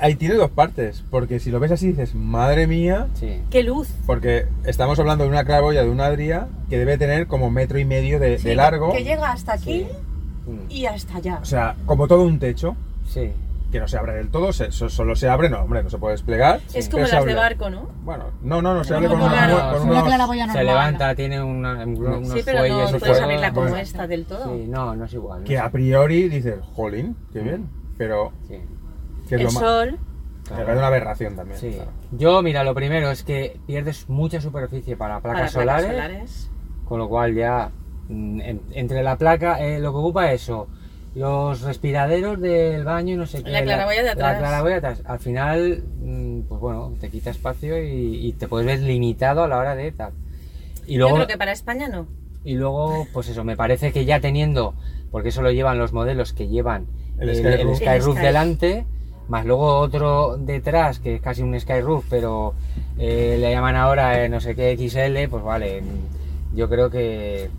[SPEAKER 4] Ahí tiene dos partes, porque si lo ves así dices, madre mía,
[SPEAKER 3] sí.
[SPEAKER 6] ¡Qué luz!
[SPEAKER 4] porque estamos hablando de una claraboya de una adria que debe tener como metro y medio de, de
[SPEAKER 6] Sí,
[SPEAKER 4] largo.
[SPEAKER 6] Que llega hasta aquí
[SPEAKER 3] Mm,
[SPEAKER 6] y hasta allá.
[SPEAKER 4] O sea, como todo un techo,
[SPEAKER 3] Sí.
[SPEAKER 4] que no se abre del todo, se- so- solo se abre, no, hombre, no se puede desplegar.
[SPEAKER 6] es
[SPEAKER 4] pero
[SPEAKER 6] como
[SPEAKER 4] se
[SPEAKER 6] las de
[SPEAKER 4] abre.
[SPEAKER 6] barco, ¿no?
[SPEAKER 4] Bueno, no, no, no, se abre
[SPEAKER 6] Como
[SPEAKER 4] con, una-
[SPEAKER 6] claro.
[SPEAKER 4] con
[SPEAKER 3] Como
[SPEAKER 5] Una
[SPEAKER 4] unos-
[SPEAKER 5] claraboya
[SPEAKER 3] Se
[SPEAKER 5] normal.
[SPEAKER 3] levanta, tiene una, un- unos
[SPEAKER 6] sí, pero
[SPEAKER 3] fuelles,
[SPEAKER 6] no
[SPEAKER 3] un
[SPEAKER 6] puedes
[SPEAKER 3] fuego.
[SPEAKER 6] abrirla como
[SPEAKER 4] Bueno.
[SPEAKER 6] esta del todo.
[SPEAKER 3] Sí, no, no es igual. no
[SPEAKER 4] Que
[SPEAKER 3] es-
[SPEAKER 4] a priori dices, jolín, qué bien, pero
[SPEAKER 3] Sí.
[SPEAKER 4] que es
[SPEAKER 6] El
[SPEAKER 4] lo más...
[SPEAKER 6] sol,
[SPEAKER 4] que parece una aberración también.
[SPEAKER 3] Sí.
[SPEAKER 4] claro.
[SPEAKER 3] Yo, mira, lo primero es que pierdes mucha superficie para
[SPEAKER 6] para
[SPEAKER 3] placas
[SPEAKER 6] placas
[SPEAKER 3] solares,
[SPEAKER 6] solares.
[SPEAKER 3] con lo cual ya mm, en- entre la placa eh, lo que ocupa eso, los respiraderos del baño, y no sé qué.
[SPEAKER 6] La claraboya de atrás.
[SPEAKER 3] La claraboya de atrás. Al final, mm, pues bueno, te quita espacio y, y te puedes ver limitado a la hora de tal. Y
[SPEAKER 6] Yo
[SPEAKER 3] luego,
[SPEAKER 6] creo que para España no.
[SPEAKER 3] y luego, pues eso, me parece que ya teniendo, porque eso lo llevan los modelos que llevan
[SPEAKER 4] El Skyroof.
[SPEAKER 3] el
[SPEAKER 4] El
[SPEAKER 3] Skyroof
[SPEAKER 6] Sky.
[SPEAKER 3] delante, más luego otro detrás, que es casi un Skyroof, pero eh, le llaman ahora eh, no sé qué XL, pues vale, mm, yo creo que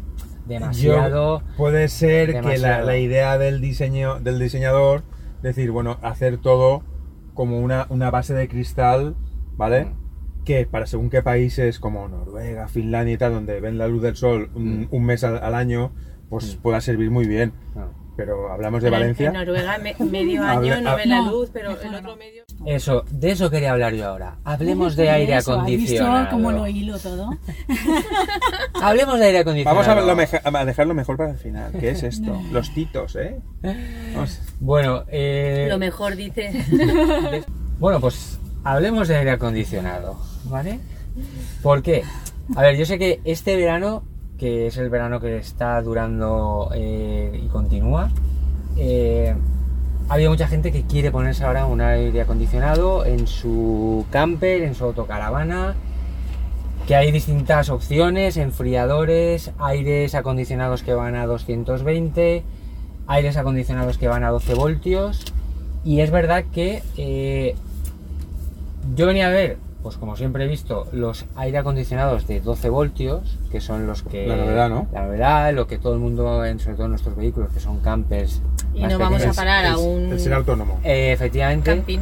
[SPEAKER 3] demasiado...
[SPEAKER 4] Yo- puede ser que la,
[SPEAKER 3] demasiado.
[SPEAKER 4] la idea del diseño del diseñador decir bueno hacer todo como una, una base de cristal vale
[SPEAKER 3] Mm.
[SPEAKER 4] que para según qué países como Noruega Finlandia y tal donde ven la luz del sol un,
[SPEAKER 3] Mm.
[SPEAKER 4] un mes al, al año pues pueda servir muy bien
[SPEAKER 3] no.
[SPEAKER 4] pero hablamos de
[SPEAKER 6] En-
[SPEAKER 4] Valencia
[SPEAKER 6] En Noruega me- medio año
[SPEAKER 4] Habla-
[SPEAKER 6] no ve la
[SPEAKER 5] No,
[SPEAKER 6] luz, pero el
[SPEAKER 5] no.
[SPEAKER 6] otro medio...
[SPEAKER 3] Eso, de eso quería hablar yo ahora. Hablemos de aire
[SPEAKER 5] Eso, ¿has visto
[SPEAKER 3] acondicionado.
[SPEAKER 5] cómo lo hilo todo?
[SPEAKER 4] ¿Eh?
[SPEAKER 3] Hablemos de aire acondicionado.
[SPEAKER 4] vamos a, verlo meja- a dejarlo mejor para el final qué es esto los titos eh Vamos.
[SPEAKER 3] Bueno, eh,
[SPEAKER 6] Lo mejor dice...
[SPEAKER 3] Bueno, pues hablemos de aire acondicionado, ¿vale? ¿Por qué? A ver, yo sé que este verano, que es el verano que está durando eh, y continúa, eh, ha habido mucha gente que quiere ponerse ahora un aire acondicionado en su camper, en su autocaravana, que hay distintas opciones, enfriadores, aires acondicionados que van a 220, aires acondicionados que van a 12 voltios, y es verdad que eh, yo venía a ver, pues como siempre he visto, los aire acondicionados de 12 voltios, que son los que...
[SPEAKER 4] La novedad, ¿no?
[SPEAKER 3] La novedad, lo que todo el mundo, en- sobre todo en nuestros vehículos, que son campers...
[SPEAKER 6] Y
[SPEAKER 3] más
[SPEAKER 6] no vamos a
[SPEAKER 3] pequeños,
[SPEAKER 6] parar a
[SPEAKER 3] es-
[SPEAKER 6] un
[SPEAKER 4] Pues el ser autónomo
[SPEAKER 3] eh, efectivamente.
[SPEAKER 6] camping.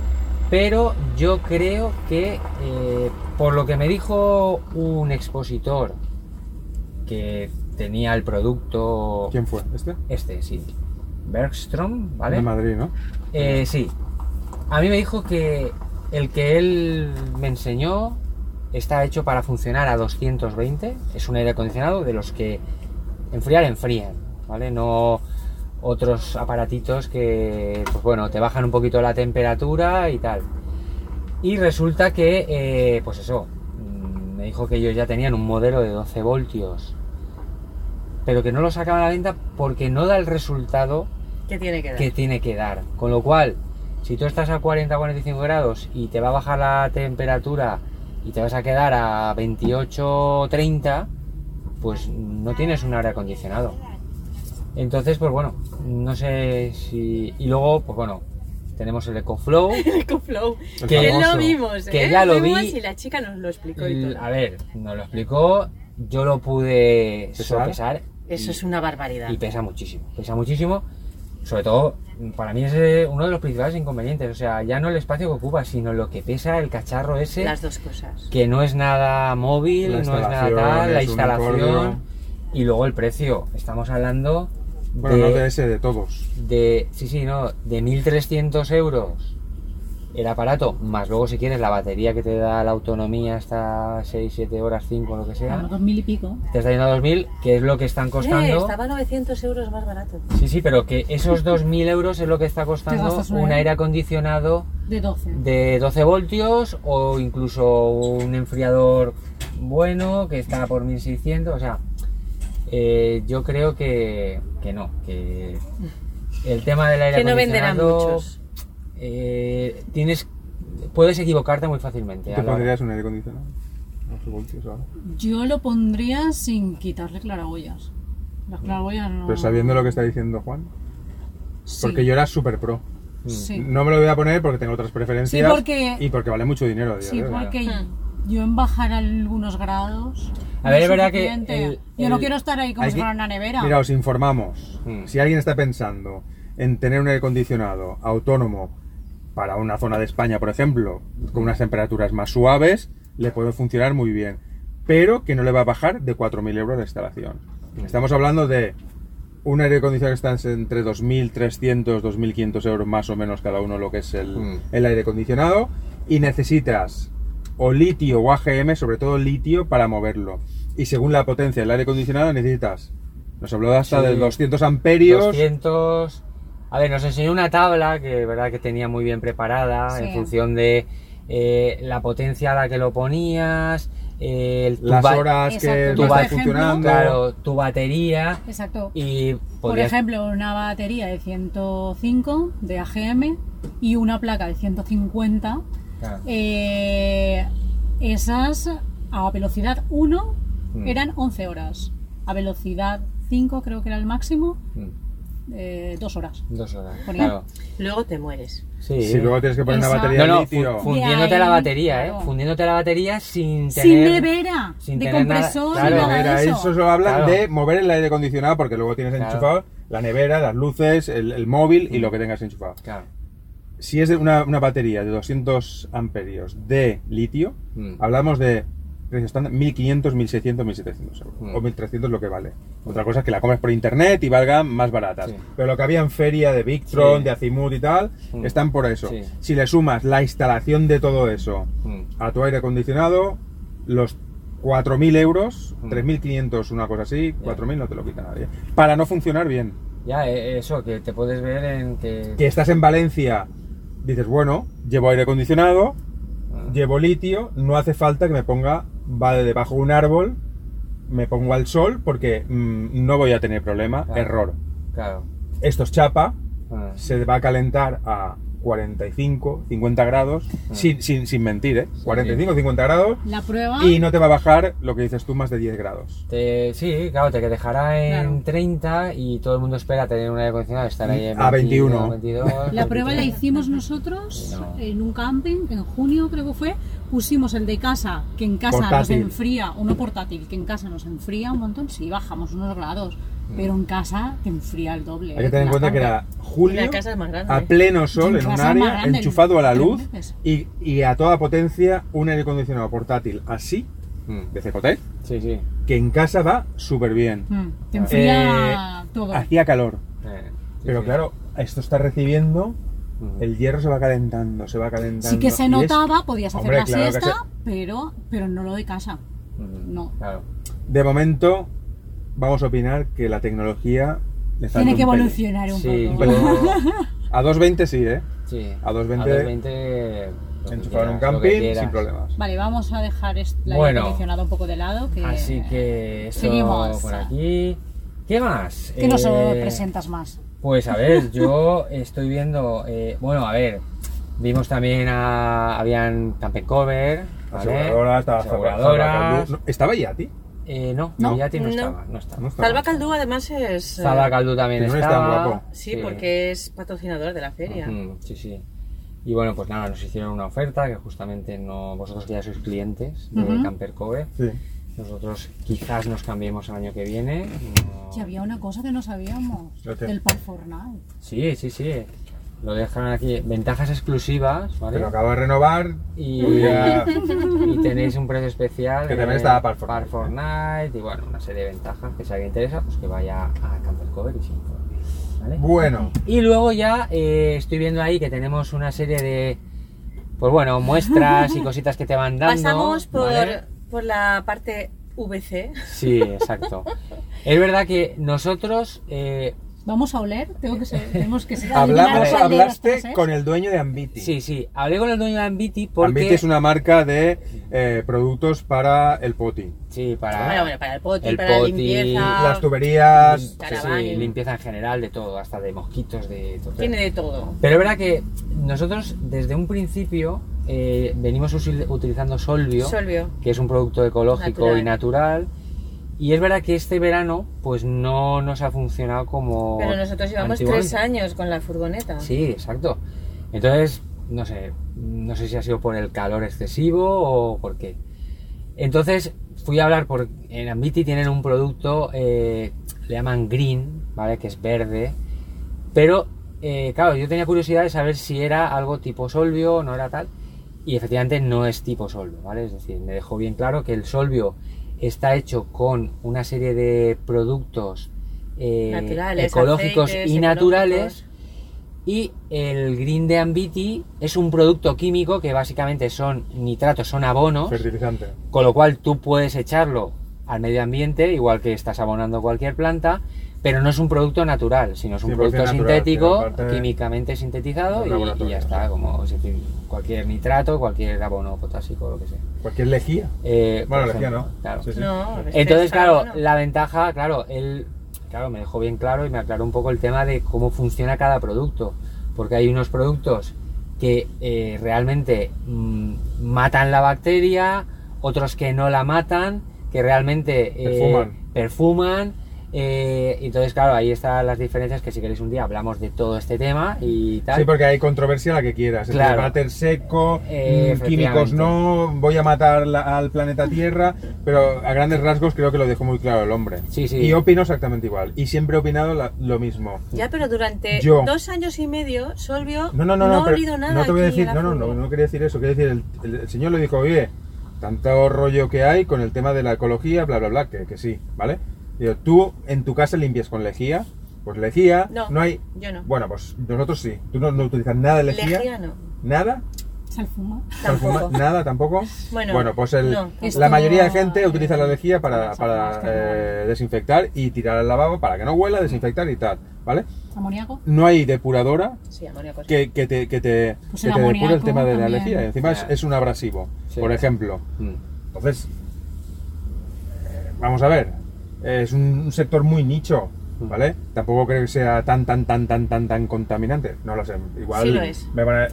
[SPEAKER 3] Pero yo creo que, eh, por lo que me dijo un expositor que tenía el producto...
[SPEAKER 4] quién fue este
[SPEAKER 3] Este, sí. Bergstrom, ¿vale?
[SPEAKER 4] de Madrid no
[SPEAKER 3] Eh, sí. A mí me dijo que el que él me enseñó Está hecho para funcionar a 220. Es un aire acondicionado de los que enfriar enfrían, ¿vale? No otros aparatitos que, pues bueno, te bajan un poquito la temperatura y tal. Y resulta que, eh, pues eso, mm, me dijo que ellos ya tenían un modelo de 12 voltios, pero que no lo sacaban a la venta porque no da el resultado
[SPEAKER 6] ¿Qué tiene que dar?
[SPEAKER 3] que tiene que dar. Con lo cual, si tú estás a 40 o 45 grados y te va a bajar la temperatura y te vas a quedar a 28 o 30, pues no tienes un aire acondicionado. Entonces, pues bueno, no sé si... Y luego, pues bueno, tenemos el EcoFlow.
[SPEAKER 6] Ecoflow.
[SPEAKER 4] El
[SPEAKER 3] Que-
[SPEAKER 6] Que
[SPEAKER 4] famoso.
[SPEAKER 6] lo vimos,
[SPEAKER 3] que
[SPEAKER 6] ¿eh?
[SPEAKER 3] ya lo
[SPEAKER 6] Fuimos
[SPEAKER 3] vi.
[SPEAKER 6] y la chica nos lo explicó y
[SPEAKER 3] El-
[SPEAKER 6] todo.
[SPEAKER 3] A ver, nos lo explicó, yo lo pude
[SPEAKER 4] ¿Pesar?
[SPEAKER 3] sopesar.
[SPEAKER 6] Eso
[SPEAKER 3] y-
[SPEAKER 6] es una barbaridad.
[SPEAKER 3] y pesa muchísimo, pesa muchísimo. Sobre todo, para mí es eh, uno de los principales inconvenientes. O sea, ya no el espacio que ocupa, sino lo que pesa el cacharro ese,
[SPEAKER 6] Las dos cosas.
[SPEAKER 3] que no es nada móvil,
[SPEAKER 4] La
[SPEAKER 3] no es nada
[SPEAKER 4] instalación,
[SPEAKER 3] tal, la
[SPEAKER 4] es un acordio.
[SPEAKER 3] instalación. Y luego el precio. Estamos hablando
[SPEAKER 4] Bueno,
[SPEAKER 3] de,
[SPEAKER 4] no de ese, de todos.
[SPEAKER 3] de- Sí, sí, no. De 1.300 euros el aparato, más luego, si quieres, la batería que te da la autonomía hasta 6, 7 horas, 5, lo que sea.
[SPEAKER 5] Vamos, dos mil y pico.
[SPEAKER 3] Te está yendo a 2.000, que es lo que están costando.
[SPEAKER 6] Ah, Eh, estaba 900 euros más barato.
[SPEAKER 3] Sí, sí, pero que esos 2.000 euros es lo que está costando
[SPEAKER 5] gastas una
[SPEAKER 3] un
[SPEAKER 5] aire.
[SPEAKER 3] aire acondicionado
[SPEAKER 5] De 12.
[SPEAKER 3] de 12 voltios o incluso un enfriador bueno que está por 1.600. O sea, eh, yo creo que, que no, que el tema del aire
[SPEAKER 6] Que no venderán
[SPEAKER 3] acondicionado...
[SPEAKER 6] muchos.
[SPEAKER 3] eh, tienes, puedes equivocarte muy fácilmente.
[SPEAKER 4] ¿Te
[SPEAKER 3] a la hora.
[SPEAKER 4] pondrías un aire acondicionado? No sé, voltios ahora.
[SPEAKER 5] Yo lo pondría sin quitarle claraboyas. Las claraboyas no.
[SPEAKER 4] Pero sabiendo lo que está diciendo Juan.
[SPEAKER 5] Sí,
[SPEAKER 4] Porque yo era super pro.
[SPEAKER 5] Sí.
[SPEAKER 4] No me lo voy a poner porque tengo otras preferencias.
[SPEAKER 5] Sí, porque-
[SPEAKER 4] Y porque vale mucho dinero. a día
[SPEAKER 5] Sí,
[SPEAKER 4] de hoy.
[SPEAKER 5] porque yo en bajar algunos grados.
[SPEAKER 3] A ver,
[SPEAKER 5] no
[SPEAKER 3] es verdad que
[SPEAKER 5] suficiente.
[SPEAKER 3] el-
[SPEAKER 5] yo no
[SPEAKER 3] el-
[SPEAKER 5] quiero estar ahí como
[SPEAKER 4] Hay
[SPEAKER 5] si
[SPEAKER 4] que-
[SPEAKER 5] fuera una nevera.
[SPEAKER 4] Mira, os informamos.
[SPEAKER 3] Mm.
[SPEAKER 4] Si alguien está pensando en tener un aire acondicionado autónomo para una zona de España, por ejemplo, con unas temperaturas más suaves, le puede funcionar muy bien. Pero que no le va a bajar de 4.000 euros la instalación. Estamos hablando de un aire acondicionado que está entre 2.300, 2.500 euros más o menos cada uno lo que es el,
[SPEAKER 3] Mm.
[SPEAKER 4] el aire acondicionado. Y necesitas o litio o AGM, sobre todo litio, para moverlo. Y según la potencia del aire acondicionado necesitas, nos habló hasta
[SPEAKER 3] Sí.
[SPEAKER 4] de 200 amperios.
[SPEAKER 3] 200. A ver, nos enseñó una tabla que verdad que tenía muy bien preparada
[SPEAKER 5] Sí.
[SPEAKER 3] en función de eh, la potencia a la que lo ponías, eh, el- tu,
[SPEAKER 4] Las
[SPEAKER 3] ba-
[SPEAKER 4] horas que
[SPEAKER 5] Exacto.
[SPEAKER 4] no
[SPEAKER 3] Tu
[SPEAKER 4] está
[SPEAKER 3] ba-
[SPEAKER 4] funcionando.
[SPEAKER 3] claro, tu batería
[SPEAKER 5] Exacto.
[SPEAKER 3] y
[SPEAKER 5] Por
[SPEAKER 3] podías-
[SPEAKER 5] ejemplo, una batería de 105 de AGM y una placa de 150.
[SPEAKER 3] claro,
[SPEAKER 5] eh, esas a velocidad 1
[SPEAKER 3] Mm.
[SPEAKER 5] eran 11 horas. A velocidad 5 creo que era el máximo,
[SPEAKER 3] mm,
[SPEAKER 5] 2 eh, horas.
[SPEAKER 3] dos horas.
[SPEAKER 5] Por
[SPEAKER 3] claro.
[SPEAKER 6] Luego te mueres.
[SPEAKER 3] Sí.
[SPEAKER 4] Si luego tienes que poner
[SPEAKER 5] Esa-
[SPEAKER 4] una batería
[SPEAKER 3] no, no,
[SPEAKER 4] de litio.
[SPEAKER 3] fu- fundiéndote
[SPEAKER 5] ahí,
[SPEAKER 3] la batería, eh,
[SPEAKER 5] claro.
[SPEAKER 3] fundiéndote la batería sin tener
[SPEAKER 5] Sin nevera,
[SPEAKER 3] sin
[SPEAKER 5] de
[SPEAKER 3] tener nada-
[SPEAKER 5] compresor,
[SPEAKER 3] claro,
[SPEAKER 5] nada de
[SPEAKER 4] Nevera,
[SPEAKER 5] eso.
[SPEAKER 4] eso solo hablan
[SPEAKER 3] Claro.
[SPEAKER 4] de mover el aire acondicionado porque luego tienes
[SPEAKER 3] Claro.
[SPEAKER 4] enchufado la nevera, las luces, el, el móvil y lo que tengas enchufado.
[SPEAKER 3] Claro.
[SPEAKER 4] Si es de una, una batería de 200 amperios de litio,
[SPEAKER 3] Mm.
[SPEAKER 4] hablamos de precio estándar 1500, 1600, 1700 euros.
[SPEAKER 3] Mm.
[SPEAKER 4] O 1300 lo que vale. Otra cosa es que la compras por internet y valgan más baratas.
[SPEAKER 3] Sí.
[SPEAKER 4] Pero lo que había en feria de Victron,
[SPEAKER 3] Sí.
[SPEAKER 4] de Azimut y tal,
[SPEAKER 3] Mm.
[SPEAKER 4] están por eso.
[SPEAKER 3] Sí.
[SPEAKER 4] Si le sumas la instalación de todo eso
[SPEAKER 3] Mm.
[SPEAKER 4] a tu aire acondicionado, los 4.000 euros,
[SPEAKER 3] Mm.
[SPEAKER 4] 3.500, una cosa así, 4.000 no te lo quita nadie. Para no funcionar bien.
[SPEAKER 3] Ya, eh, eso, que te puedes ver en que...
[SPEAKER 4] Que estás en Valencia, dices, bueno, llevo aire acondicionado,
[SPEAKER 3] Ah.
[SPEAKER 4] llevo litio, no hace falta que me ponga, va de debajo de un árbol, me pongo al sol porque mm, no voy a tener problema.
[SPEAKER 3] Claro.
[SPEAKER 4] Error.
[SPEAKER 3] Claro.
[SPEAKER 4] Esto es chapa,
[SPEAKER 3] Ah.
[SPEAKER 4] se va a calentar a 45, 50 grados,
[SPEAKER 3] Ah.
[SPEAKER 4] sin, sin, sin mentir, ¿eh?
[SPEAKER 3] Sí,
[SPEAKER 4] 45, 50 grados,
[SPEAKER 5] La prueba
[SPEAKER 4] y no te va a bajar lo que dices tú más de 10 grados.
[SPEAKER 3] Te- sí, claro, te dejará en
[SPEAKER 5] Claro.
[SPEAKER 3] 30 y todo el mundo espera tener un aire acondicionado, estar ahí en
[SPEAKER 4] A 21.
[SPEAKER 3] 21, 22,
[SPEAKER 5] La prueba la
[SPEAKER 3] 23.
[SPEAKER 5] hicimos nosotros
[SPEAKER 3] No.
[SPEAKER 5] en un camping, en junio creo que fue. Pusimos el de casa, que en casa
[SPEAKER 4] Portátil.
[SPEAKER 5] nos enfría, uno portátil, que en casa nos enfría un montón, sí, bajamos unos grados, pero en casa te enfría el doble.
[SPEAKER 4] Mm.
[SPEAKER 5] ¿eh?
[SPEAKER 4] Hay que tener en cuenta que era julio,
[SPEAKER 6] La casa es más grande.
[SPEAKER 4] a pleno sol,
[SPEAKER 5] Tu
[SPEAKER 4] en un
[SPEAKER 5] casa es más
[SPEAKER 4] área,
[SPEAKER 5] grande,
[SPEAKER 4] enchufado a la
[SPEAKER 5] tres
[SPEAKER 4] luz
[SPEAKER 5] veces.
[SPEAKER 4] y, y a toda potencia un aire acondicionado portátil así,
[SPEAKER 3] Mm.
[SPEAKER 4] de CJT,
[SPEAKER 3] Sí, Eh, sí.
[SPEAKER 4] que en casa va súper bien.
[SPEAKER 5] Mm, te enfría
[SPEAKER 4] Eh,
[SPEAKER 5] todo.
[SPEAKER 4] Hacía calor,
[SPEAKER 3] Eh, sí,
[SPEAKER 4] pero
[SPEAKER 3] sí.
[SPEAKER 4] claro, esto está recibiendo
[SPEAKER 3] Ujú.
[SPEAKER 4] El hierro se va calentando, se va calentando.
[SPEAKER 5] Sí que se
[SPEAKER 4] y es-
[SPEAKER 5] notaba, podías hacer
[SPEAKER 4] Hombre,
[SPEAKER 5] la
[SPEAKER 4] claro que
[SPEAKER 5] siesta,
[SPEAKER 4] se-
[SPEAKER 5] pero, pero no lo de casa.
[SPEAKER 3] Ujú.
[SPEAKER 5] No.
[SPEAKER 3] Claro.
[SPEAKER 4] De momento, vamos a opinar que la tecnología le falta
[SPEAKER 5] Tiene que
[SPEAKER 4] un pelín.
[SPEAKER 5] evolucionar un
[SPEAKER 3] Sí,
[SPEAKER 5] poco.
[SPEAKER 3] yo-
[SPEAKER 4] A 2.20 sí, ¿eh?
[SPEAKER 3] sí.
[SPEAKER 4] A 2.20,
[SPEAKER 3] 2.20. lo
[SPEAKER 4] Enchufado
[SPEAKER 3] que
[SPEAKER 4] en un
[SPEAKER 3] quieras, lo que
[SPEAKER 4] camping
[SPEAKER 3] quieras.
[SPEAKER 4] sin problemas.
[SPEAKER 5] Vale, vamos a dejar est- la
[SPEAKER 3] Bueno.
[SPEAKER 5] aire acondicionado un poco de lado. Que...
[SPEAKER 3] Así que eso
[SPEAKER 5] Eh, Seguimos.
[SPEAKER 3] por aquí. ¿Qué más?
[SPEAKER 5] ¿Qué nos
[SPEAKER 3] Eh,
[SPEAKER 5] presentas más?
[SPEAKER 3] Pues a ver, yo estoy viendo. eh, bueno, a ver. Vimos también a. Habían Camping Cover. ¿vale?
[SPEAKER 4] Aseguradoras, estaba
[SPEAKER 3] Aseguradoras.
[SPEAKER 4] Zalba- ¿Estaba Yati?
[SPEAKER 3] Eh, no,
[SPEAKER 5] No.
[SPEAKER 3] Yati no,
[SPEAKER 6] No.
[SPEAKER 3] estaba. No estaba.
[SPEAKER 4] No estaba.
[SPEAKER 6] Salva Caldú además es... eh,
[SPEAKER 3] Zaba Caldú también
[SPEAKER 4] Que no es tan
[SPEAKER 3] estaba.
[SPEAKER 4] guapo.
[SPEAKER 6] Sí, porque es patrocinador de la feria.
[SPEAKER 3] Ujú, sí, sí. Y bueno, pues nada, nos hicieron una oferta que justamente no vosotros que ya sois clientes de
[SPEAKER 5] Ujú.
[SPEAKER 3] Camper Cover.
[SPEAKER 4] Sí.
[SPEAKER 3] Nosotros quizás nos cambiemos el año que viene. no-
[SPEAKER 5] Que había una cosa que no sabíamos.
[SPEAKER 4] Lo que-
[SPEAKER 5] Del par Fortnite.
[SPEAKER 3] Sí, sí, sí. Lo dejan aquí. Ventajas exclusivas, ¿vale?
[SPEAKER 4] Pero acabo de renovar.
[SPEAKER 3] Y,
[SPEAKER 4] Ya.
[SPEAKER 3] y tenéis un precio especial.
[SPEAKER 4] Que también estaba para el
[SPEAKER 3] para el Fortnite, Y bueno, una serie de ventajas que si a alguien interesa, pues que vaya a Camper Cover y se informe. ¿Vale?
[SPEAKER 4] Bueno,
[SPEAKER 3] Y luego ya eh, estoy viendo ahí que tenemos una serie de, pues bueno, muestras y cositas que te van dando.
[SPEAKER 6] Pasamos por,
[SPEAKER 3] ¿vale?
[SPEAKER 6] por la parte VC.
[SPEAKER 3] Sí, exacto. es verdad que nosotros, eh,
[SPEAKER 5] Vamos a oler, tengo que ser- tenemos que ser
[SPEAKER 4] hablamos,
[SPEAKER 5] adivinar cuál de ¿eh? los tres
[SPEAKER 4] hablaste
[SPEAKER 5] es.
[SPEAKER 4] con el dueño de Ambiti.
[SPEAKER 3] sí, sí, hablé con el dueño de Ambiti porque...
[SPEAKER 4] Ambiti es una marca de eh, productos para el poti.
[SPEAKER 3] Sí, para...
[SPEAKER 6] Bueno, pues, bueno, para el poti,
[SPEAKER 3] Ah. El poti,
[SPEAKER 6] para la
[SPEAKER 3] Ah.
[SPEAKER 6] limpieza.
[SPEAKER 4] Las tuberías.
[SPEAKER 3] Sí, sí,
[SPEAKER 6] Caravaning.
[SPEAKER 3] limpieza en general de todo, hasta de mosquitos, de todo.
[SPEAKER 6] Tiene de todo.
[SPEAKER 3] Pero es verdad que nosotros desde un principio eh, venimos usil- utilizando Solvio.
[SPEAKER 6] Solvio.
[SPEAKER 3] que es un producto ecológico
[SPEAKER 6] Natural.
[SPEAKER 3] y natural. Y es verdad que este verano, pues no nos ha funcionado como.
[SPEAKER 6] Pero nosotros llevamos
[SPEAKER 3] antiguamente.
[SPEAKER 6] tres años con la furgoneta.
[SPEAKER 3] Sí, exacto. Entonces, no sé, no sé si ha sido por el calor excesivo o por qué. Entonces, fui a hablar por. En Ambiti tienen un producto, eh, le llaman green, ¿vale? Que es verde. Pero, eh, claro, yo tenía curiosidad de saber si era algo tipo solvio, no era tal. Y efectivamente no es tipo solvio, ¿vale? Es decir, me dejó bien claro que el solvio está hecho con una serie de productos eh,
[SPEAKER 6] Naturales,
[SPEAKER 3] ecológicos
[SPEAKER 6] aceites,
[SPEAKER 3] y naturales.
[SPEAKER 6] ecológicos.
[SPEAKER 3] Y el green de Ambiti es un producto químico que básicamente son nitratos, son abonos,
[SPEAKER 4] Fertilizante.
[SPEAKER 3] con lo cual tú puedes echarlo al medio ambiente, igual que estás abonando cualquier planta, pero no es un producto natural, sino es un
[SPEAKER 4] 100%
[SPEAKER 3] producto
[SPEAKER 4] natural,
[SPEAKER 3] sintético,
[SPEAKER 4] tiene parte
[SPEAKER 3] químicamente sintetizado
[SPEAKER 4] de
[SPEAKER 3] y- y,
[SPEAKER 4] laboratorio,
[SPEAKER 3] ya
[SPEAKER 4] sí.
[SPEAKER 3] está, como es decir, cualquier nitratrato, cualquier abono potásico, lo que sea.
[SPEAKER 4] Cualquier lejía.
[SPEAKER 3] Eh,
[SPEAKER 4] Bueno,
[SPEAKER 3] por
[SPEAKER 4] lejía
[SPEAKER 3] ejemplo,
[SPEAKER 4] no.
[SPEAKER 3] claro.
[SPEAKER 4] Sí, sí.
[SPEAKER 6] No, es que
[SPEAKER 3] Entonces,
[SPEAKER 6] Pues está
[SPEAKER 3] claro,
[SPEAKER 6] bueno.
[SPEAKER 3] la ventaja, claro, él claro, me dejó bien claro y me aclaró un poco el tema de cómo funciona cada producto. Porque hay unos productos que eh, realmente mm, matan la bacteria, otros que no la matan, que realmente eh,
[SPEAKER 4] Perfuman.
[SPEAKER 3] perfuman, eh, entonces, claro, ahí están las diferencias que si queréis un día hablamos de todo este tema y tal.
[SPEAKER 4] Sí, porque hay controversia la que quieras. Entre
[SPEAKER 3] Claro.
[SPEAKER 4] váter seco,
[SPEAKER 3] Eh,
[SPEAKER 4] mm, químicos
[SPEAKER 3] efectivamente.
[SPEAKER 4] no, voy a matar la- al planeta Tierra, pero a grandes rasgos creo que lo dejó muy claro el hombre.
[SPEAKER 3] Sí, sí.
[SPEAKER 4] Y opino exactamente igual. Y siempre he opinado la- lo mismo.
[SPEAKER 6] Ya, pero durante
[SPEAKER 4] Yo.
[SPEAKER 6] dos años y medio, Solvio
[SPEAKER 4] No, no, no, no,
[SPEAKER 6] ha
[SPEAKER 4] pero
[SPEAKER 6] olido nada.
[SPEAKER 4] no te voy a
[SPEAKER 6] aquí
[SPEAKER 4] decir,
[SPEAKER 6] la
[SPEAKER 4] no, no, no,
[SPEAKER 6] furgo.
[SPEAKER 4] no quería decir eso, quería decir, el, el- el señor le dijo, oye, tanto rollo que hay con el tema de la ecología, bla, bla, bla, que, que sí, ¿vale? Digo, tú en tu casa limpias con lejía, pues lejía, no,
[SPEAKER 6] No,
[SPEAKER 4] hay...
[SPEAKER 6] yo no.
[SPEAKER 4] Bueno, pues nosotros sí, tú no, no utilizas nada de lejía,
[SPEAKER 6] Lejía no.
[SPEAKER 4] nada,
[SPEAKER 5] Salfuma.
[SPEAKER 6] Tampoco.
[SPEAKER 4] perfuma- nada tampoco.
[SPEAKER 6] Bueno,
[SPEAKER 4] pues el-
[SPEAKER 6] no.
[SPEAKER 4] la
[SPEAKER 5] Esto,
[SPEAKER 4] mayoría de gente utiliza la
[SPEAKER 5] eh,
[SPEAKER 4] lejía para,
[SPEAKER 5] las aguas
[SPEAKER 4] para
[SPEAKER 5] que
[SPEAKER 4] eh, desinfectar y tirar al lavabo para que no huela, desinfectar y tal, ¿vale?
[SPEAKER 5] ¿Amoníaco?
[SPEAKER 4] No hay depuradora,
[SPEAKER 6] Sí, amoníaco.
[SPEAKER 4] que, que te, que te,
[SPEAKER 5] Pues
[SPEAKER 4] que
[SPEAKER 5] el
[SPEAKER 4] te depura el
[SPEAKER 5] amoníaco
[SPEAKER 4] tema de la
[SPEAKER 5] también.
[SPEAKER 4] alergia. Y encima es,
[SPEAKER 3] Claro.
[SPEAKER 4] es un abrasivo,
[SPEAKER 3] Sí.
[SPEAKER 4] por ejemplo.
[SPEAKER 3] Mm.
[SPEAKER 4] Entonces, eh, vamos a ver, es un, un sector muy nicho,
[SPEAKER 3] Mm.
[SPEAKER 4] ¿vale? Tampoco creo que sea tan, tan, tan, tan, tan, tan contaminante. No lo sé, igual
[SPEAKER 6] Sí lo es.
[SPEAKER 4] me van a-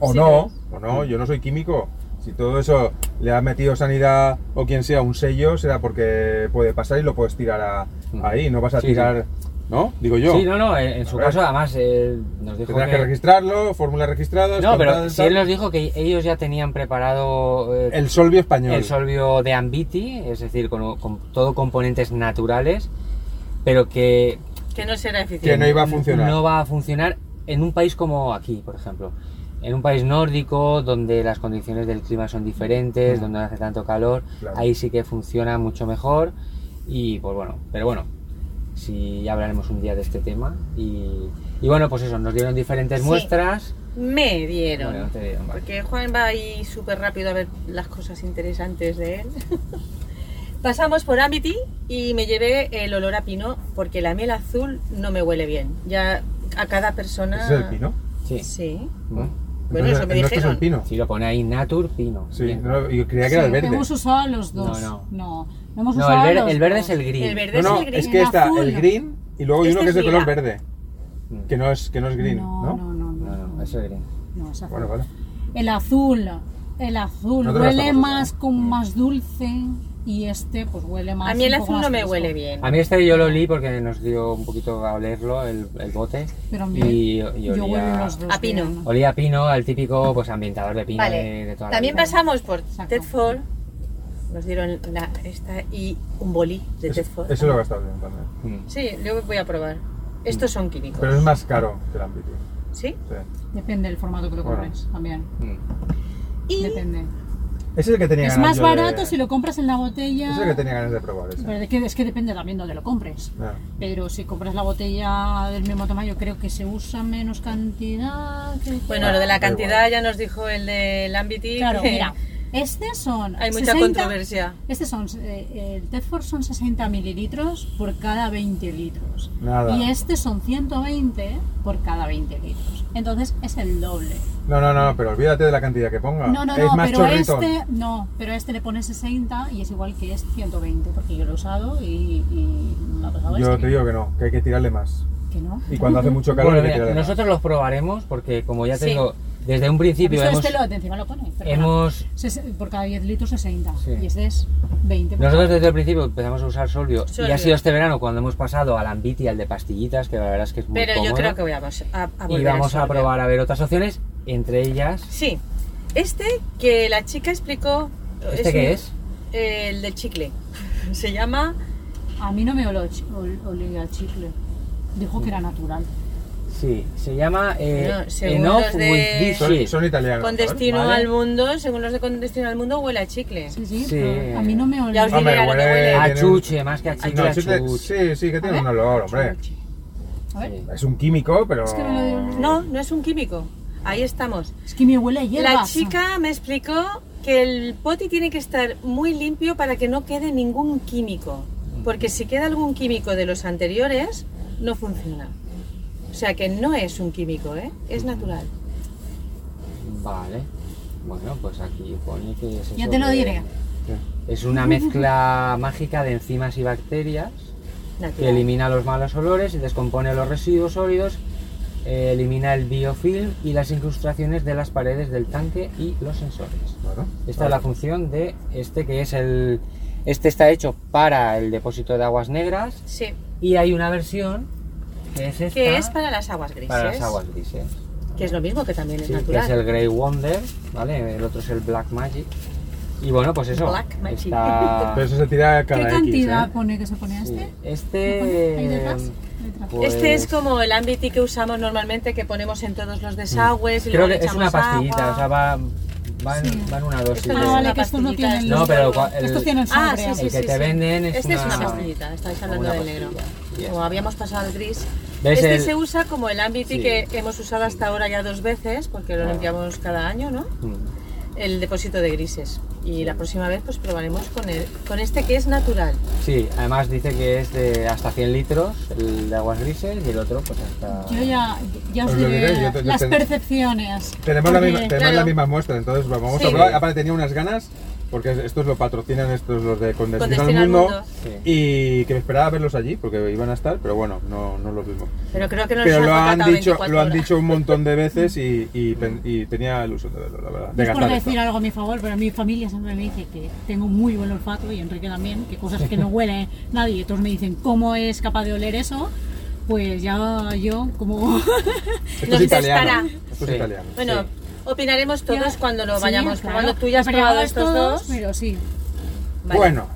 [SPEAKER 4] o
[SPEAKER 6] Sí
[SPEAKER 4] no,
[SPEAKER 6] lo
[SPEAKER 4] o no, yo no soy químico. Si todo eso le ha metido sanidad o quien sea un sello, será porque puede pasar y lo puedes tirar a-
[SPEAKER 3] Mm.
[SPEAKER 4] ahí, no vas a
[SPEAKER 3] Sí, sí.
[SPEAKER 4] tirar, ¿no? Digo yo.
[SPEAKER 3] Sí, no, no, en, en su
[SPEAKER 4] A ver.
[SPEAKER 3] caso además él nos dijo
[SPEAKER 4] Tendrás que registrarlo, fórmulas registradas.
[SPEAKER 3] No,
[SPEAKER 4] con
[SPEAKER 3] pero
[SPEAKER 4] tal,
[SPEAKER 3] si
[SPEAKER 4] tal.
[SPEAKER 3] él nos dijo que ellos ya tenían preparado eh,
[SPEAKER 4] El solvio español.
[SPEAKER 3] el solvio de Ambiti, es decir, con, con todo componentes naturales, pero que,
[SPEAKER 6] Que no será eficiente.
[SPEAKER 4] Que no iba a funcionar.
[SPEAKER 3] no va a funcionar en un país como aquí, por ejemplo. En un país nórdico, donde las condiciones del clima son diferentes,
[SPEAKER 4] Mm.
[SPEAKER 3] donde no hace tanto calor,
[SPEAKER 4] Claro.
[SPEAKER 3] ahí sí que funciona mucho mejor. Y pues bueno, pero bueno, si ya hablaremos un día de este tema. Y, Y bueno, pues eso, nos dieron diferentes
[SPEAKER 6] Sí.
[SPEAKER 3] muestras.
[SPEAKER 6] Me
[SPEAKER 3] Bueno,
[SPEAKER 6] dieron.
[SPEAKER 3] te dieron, vale.
[SPEAKER 6] Porque Juan va ahí súper rápido a ver las cosas interesantes de él. Pasamos por Amity y me llevé el olor a pino porque la miel azul no me huele bien. Ya a cada persona.
[SPEAKER 4] ¿Ese es el pino?
[SPEAKER 3] Sí.
[SPEAKER 6] Sí.
[SPEAKER 3] Bueno,
[SPEAKER 6] Bueno,
[SPEAKER 4] Entonces,
[SPEAKER 6] eso me
[SPEAKER 4] el nuestro es el
[SPEAKER 6] dijeron.
[SPEAKER 4] pino.
[SPEAKER 3] Si lo pone ahí Natur Pino.
[SPEAKER 4] Sí,
[SPEAKER 3] Bien.
[SPEAKER 4] no, yo creía que era el
[SPEAKER 5] Sí,
[SPEAKER 4] verde.
[SPEAKER 5] Hemos usado los
[SPEAKER 3] No,
[SPEAKER 5] dos.
[SPEAKER 3] no.
[SPEAKER 5] No, no hemos
[SPEAKER 3] No,
[SPEAKER 5] usado
[SPEAKER 3] el
[SPEAKER 5] los
[SPEAKER 3] verde, el verde
[SPEAKER 5] dos.
[SPEAKER 3] es el green.
[SPEAKER 6] El verde
[SPEAKER 4] No, no,
[SPEAKER 6] es el green.
[SPEAKER 4] es que
[SPEAKER 5] el
[SPEAKER 4] está
[SPEAKER 5] azul.
[SPEAKER 4] el green y luego hay
[SPEAKER 6] Este
[SPEAKER 4] uno que es
[SPEAKER 6] es
[SPEAKER 4] de color
[SPEAKER 6] lila.
[SPEAKER 4] verde,
[SPEAKER 3] Mm.
[SPEAKER 4] que no es, que no es green, ¿no?
[SPEAKER 5] No, no, no.
[SPEAKER 3] No, no, eso es green.
[SPEAKER 5] no, es azul.
[SPEAKER 4] Bueno, vale.
[SPEAKER 5] El azul, el azul
[SPEAKER 4] No te lo
[SPEAKER 5] huele
[SPEAKER 4] gastamos,
[SPEAKER 5] más
[SPEAKER 4] ¿no?
[SPEAKER 5] con más dulce y este pues huele más.
[SPEAKER 6] A mí el
[SPEAKER 5] un poco
[SPEAKER 6] azul
[SPEAKER 5] más
[SPEAKER 6] no me
[SPEAKER 5] fresco.
[SPEAKER 6] huele bien.
[SPEAKER 4] Ah,
[SPEAKER 3] A mí este yo lo olí porque nos dio un poquito a olerlo el, el bote.
[SPEAKER 5] Pero a mí
[SPEAKER 3] y, y
[SPEAKER 5] yo huelo
[SPEAKER 3] olía,
[SPEAKER 5] los dos.
[SPEAKER 6] A pino.
[SPEAKER 5] bien.
[SPEAKER 3] olía a pino, al típico pues ambientador de pino de, de toda la
[SPEAKER 6] También
[SPEAKER 3] vida.
[SPEAKER 6] pasamos por
[SPEAKER 5] Exacto.
[SPEAKER 6] Tedford. Nos dieron la, esta y un bolí de
[SPEAKER 4] Eso,
[SPEAKER 6] Tedford.
[SPEAKER 4] eso lo he gastado bien también.
[SPEAKER 3] Mm.
[SPEAKER 6] Sí, yo voy a probar. Estos son químicos.
[SPEAKER 4] Pero es más caro que el Ampiti.
[SPEAKER 6] ¿Sí?
[SPEAKER 4] sí.
[SPEAKER 5] Depende del formato que lo
[SPEAKER 4] Bueno.
[SPEAKER 5] compres también.
[SPEAKER 3] Mm.
[SPEAKER 6] Y
[SPEAKER 5] Depende.
[SPEAKER 4] Ese es el que tenía
[SPEAKER 5] Es
[SPEAKER 4] ganas
[SPEAKER 5] más
[SPEAKER 4] yo de-
[SPEAKER 5] barato si lo compras en la botella.
[SPEAKER 4] Ese es el que tenía ganas de probar. Ese.
[SPEAKER 5] Pero es que, es que depende también de donde lo compres.
[SPEAKER 4] Ah.
[SPEAKER 5] Pero si compras la botella del mismo tamaño, creo que se usa menos cantidad. que-
[SPEAKER 6] bueno, lo de la
[SPEAKER 4] Ah, Da
[SPEAKER 6] cantidad
[SPEAKER 4] igual.
[SPEAKER 6] ya nos dijo el del Ambity.
[SPEAKER 5] Claro,
[SPEAKER 6] que
[SPEAKER 5] mira, este son.
[SPEAKER 6] Hay mucha
[SPEAKER 5] 60
[SPEAKER 6] controversia.
[SPEAKER 5] Este son, eh, el Tedford son 60 mililitros por cada 20 litros.
[SPEAKER 4] Nada.
[SPEAKER 5] Y este son 120 por cada 20 litros. Entonces es el doble.
[SPEAKER 4] No, no, no, pero olvídate de la cantidad que ponga.
[SPEAKER 5] No, no,
[SPEAKER 4] Ah, es
[SPEAKER 5] no,
[SPEAKER 4] más
[SPEAKER 5] pero
[SPEAKER 4] chorrito.
[SPEAKER 5] este, no, pero este le pones 60 y es igual que este 120, porque yo lo he usado y, y me ha pasado
[SPEAKER 4] Yo
[SPEAKER 5] este.
[SPEAKER 4] te digo que no, que hay que tirarle más.
[SPEAKER 5] Que no.
[SPEAKER 4] Y cuando hace mucho calor
[SPEAKER 3] Bueno,
[SPEAKER 4] hay que
[SPEAKER 3] mira,
[SPEAKER 4] tirarle más.
[SPEAKER 3] nosotros los probaremos porque como ya te
[SPEAKER 6] Sí.
[SPEAKER 3] digo, desde un principio
[SPEAKER 5] Esto-
[SPEAKER 3] hemos,
[SPEAKER 5] este lo, de encima lo pone. perdona.
[SPEAKER 3] hemos-
[SPEAKER 5] Ses- por cada 10 litros 60
[SPEAKER 3] Sí.
[SPEAKER 5] y este es 20. por
[SPEAKER 3] nosotros desde el principio empezamos a usar Solvio, y
[SPEAKER 6] Solvio.
[SPEAKER 3] ha sido este verano cuando hemos pasado al Ambiti, al de pastillitas, que la verdad es que es muy
[SPEAKER 6] Pero yo
[SPEAKER 3] cómodo.
[SPEAKER 6] creo que voy a, pas- a, a volver
[SPEAKER 3] Pues, y vamos a
[SPEAKER 6] Sorbia.
[SPEAKER 3] probar a ver otras opciones, entre ellas,
[SPEAKER 6] Sí. Este que la chica explicó.
[SPEAKER 3] ¿este qué
[SPEAKER 6] un-
[SPEAKER 3] es?
[SPEAKER 6] El del chicle. Se llama.
[SPEAKER 5] cada- A mí no me oló chi- ol- olía a chicle. Dijo que era natural.
[SPEAKER 3] Sí, se llama eh,
[SPEAKER 6] No, según
[SPEAKER 3] Enough
[SPEAKER 6] los de-
[SPEAKER 3] with this
[SPEAKER 4] Son,
[SPEAKER 3] shit.
[SPEAKER 4] son italianos.
[SPEAKER 6] Con
[SPEAKER 4] ¿sabes?
[SPEAKER 6] destino
[SPEAKER 3] Vale.
[SPEAKER 6] al mundo, según los de con destino al mundo, huele a chicle.
[SPEAKER 5] Sí, sí,
[SPEAKER 3] Sí.
[SPEAKER 5] pero a mí no me olía.
[SPEAKER 6] Ya os
[SPEAKER 4] Hombre,
[SPEAKER 6] diré a lo que
[SPEAKER 4] huele-
[SPEAKER 6] huele.
[SPEAKER 3] A
[SPEAKER 4] tiene un-
[SPEAKER 3] chuche, más que a chicle,
[SPEAKER 4] No,
[SPEAKER 3] a
[SPEAKER 4] sí, te- sí,
[SPEAKER 3] chuche.
[SPEAKER 4] sí, que tiene un olor, hombre.
[SPEAKER 5] A ver.
[SPEAKER 3] Sí.
[SPEAKER 4] Es un químico, pero.
[SPEAKER 5] Es que me lo dio-
[SPEAKER 6] No, no es un químico. Ahí estamos.
[SPEAKER 5] Es que me huele a hierbas.
[SPEAKER 6] La chica me explicó que el poti tiene que estar muy limpio para que no quede ningún químico. Porque si queda algún químico de los anteriores, no funciona. O sea que no es un químico, ¿eh? es natural.
[SPEAKER 3] Vale. Bueno, pues aquí pone que es
[SPEAKER 5] Ya
[SPEAKER 3] eso
[SPEAKER 5] te lo
[SPEAKER 3] que-
[SPEAKER 5] diré.
[SPEAKER 3] Es una mezcla mágica de enzimas y bacterias que
[SPEAKER 6] natural.
[SPEAKER 3] elimina los malos olores y descompone los residuos sólidos, eh, elimina el biofilm y las incrustaciones de las paredes del tanque y los sensores.
[SPEAKER 4] Bueno,
[SPEAKER 3] Esta es
[SPEAKER 4] Ah.
[SPEAKER 3] la función de este que es el... Este está hecho para el depósito de aguas negras
[SPEAKER 6] Sí,
[SPEAKER 3] y hay una versión que es esta
[SPEAKER 6] que es para las aguas grises.
[SPEAKER 3] para las aguas grises.
[SPEAKER 6] Que es lo mismo que también es
[SPEAKER 3] Sí, que
[SPEAKER 6] natural.
[SPEAKER 3] es el Grey Wonder, ¿vale? El otro es el Black Magic. Y bueno, pues eso.
[SPEAKER 6] Black Magic. Pues,
[SPEAKER 3] está-
[SPEAKER 4] Pero eso se tira
[SPEAKER 5] ¿Qué
[SPEAKER 4] cada
[SPEAKER 5] cantidad
[SPEAKER 4] X. ¿eh?
[SPEAKER 5] pone que se pone
[SPEAKER 3] Sí,
[SPEAKER 5] este? ¿Lo pone ahí
[SPEAKER 3] Este.
[SPEAKER 5] detrás?
[SPEAKER 3] eh,
[SPEAKER 5] Detrás.
[SPEAKER 3] pues-
[SPEAKER 6] Este es como el Ambiti que usamos normalmente, que ponemos en todos los desagües. y
[SPEAKER 3] Mm. Creo
[SPEAKER 6] luego
[SPEAKER 3] que
[SPEAKER 6] le
[SPEAKER 3] es una
[SPEAKER 6] echamos
[SPEAKER 3] pastillita,
[SPEAKER 6] agua.
[SPEAKER 3] o sea, va, va en-
[SPEAKER 5] Sí.
[SPEAKER 3] va en una dosis.
[SPEAKER 6] Esto
[SPEAKER 5] Ah,
[SPEAKER 6] es
[SPEAKER 3] de-
[SPEAKER 5] vale,
[SPEAKER 6] una
[SPEAKER 5] que estos no
[SPEAKER 6] pastillita,
[SPEAKER 5] tienen
[SPEAKER 6] esto
[SPEAKER 3] No,
[SPEAKER 6] es
[SPEAKER 3] pero
[SPEAKER 6] polvo.
[SPEAKER 3] cua- el-
[SPEAKER 5] Estos tienen sobre.
[SPEAKER 6] Ah, sí,
[SPEAKER 3] el que te venden es
[SPEAKER 6] Este es una
[SPEAKER 3] una-
[SPEAKER 6] pastillita, estáis
[SPEAKER 3] como
[SPEAKER 6] hablando
[SPEAKER 3] una
[SPEAKER 6] del negro.
[SPEAKER 3] pastilla, yes.
[SPEAKER 6] Como habíamos pasado al gris.
[SPEAKER 3] ¿Ves
[SPEAKER 6] Este
[SPEAKER 3] el-
[SPEAKER 6] se usa como el Ambiti
[SPEAKER 3] Sí.
[SPEAKER 6] que hemos usado hasta ahora ya dos veces, porque lo
[SPEAKER 3] Ah.
[SPEAKER 6] limpiamos cada año, ¿no?
[SPEAKER 3] Mm.
[SPEAKER 6] El depósito de grises. Y la próxima vez pues probaremos con el, con este que es natural.
[SPEAKER 3] Sí, además dice que es de hasta 100 litros el de aguas grises y el otro pues hasta...
[SPEAKER 5] Yo ya, ya os
[SPEAKER 4] Os lo
[SPEAKER 5] diré
[SPEAKER 4] diré, yo te- yo
[SPEAKER 5] las
[SPEAKER 4] te-
[SPEAKER 5] percepciones.
[SPEAKER 4] Tenemos, la
[SPEAKER 5] Porque-
[SPEAKER 4] misma, tenemos
[SPEAKER 6] Claro.
[SPEAKER 4] la misma muestra, entonces vamos,
[SPEAKER 6] Sí.
[SPEAKER 4] a probar. Aparte, tenía unas ganas, porque estos lo patrocinan, estos los de Con Destino al
[SPEAKER 6] Destino al
[SPEAKER 4] Mundo.
[SPEAKER 6] Mundo.
[SPEAKER 3] Sí.
[SPEAKER 4] Y que me esperaba verlos allí, porque iban a estar, pero bueno, no, no los vimos.
[SPEAKER 6] Pero creo que nos
[SPEAKER 4] Pero
[SPEAKER 6] ha
[SPEAKER 4] lo han,
[SPEAKER 6] contratado
[SPEAKER 4] dicho,
[SPEAKER 6] 24
[SPEAKER 4] lo han
[SPEAKER 6] horas.
[SPEAKER 4] dicho un montón de veces y, y pen- y tenía ilusión de verlo, la verdad.
[SPEAKER 5] No
[SPEAKER 4] De
[SPEAKER 5] es por
[SPEAKER 4] gastar
[SPEAKER 5] decir
[SPEAKER 4] esto.
[SPEAKER 5] algo a mi favor, pero mi familia siempre me dice que tengo muy buen olfato y Enrique también, que cosas que no huele nadie. Y todos me dicen, ¿cómo es capaz de oler eso? Pues ya yo, como.
[SPEAKER 4] Esto
[SPEAKER 6] Nos
[SPEAKER 4] es italiano.
[SPEAKER 6] testará.
[SPEAKER 4] Esto
[SPEAKER 3] Sí.
[SPEAKER 4] es italiano.
[SPEAKER 6] Bueno,
[SPEAKER 3] Sí.
[SPEAKER 6] opinaremos todos
[SPEAKER 5] Ya-
[SPEAKER 6] cuando lo
[SPEAKER 5] Sí,
[SPEAKER 6] vayamos
[SPEAKER 5] claro.
[SPEAKER 6] probando. Tú ya has
[SPEAKER 5] He probado
[SPEAKER 6] probado estos dos.
[SPEAKER 5] Pero sí.
[SPEAKER 6] Vale.
[SPEAKER 4] Bueno,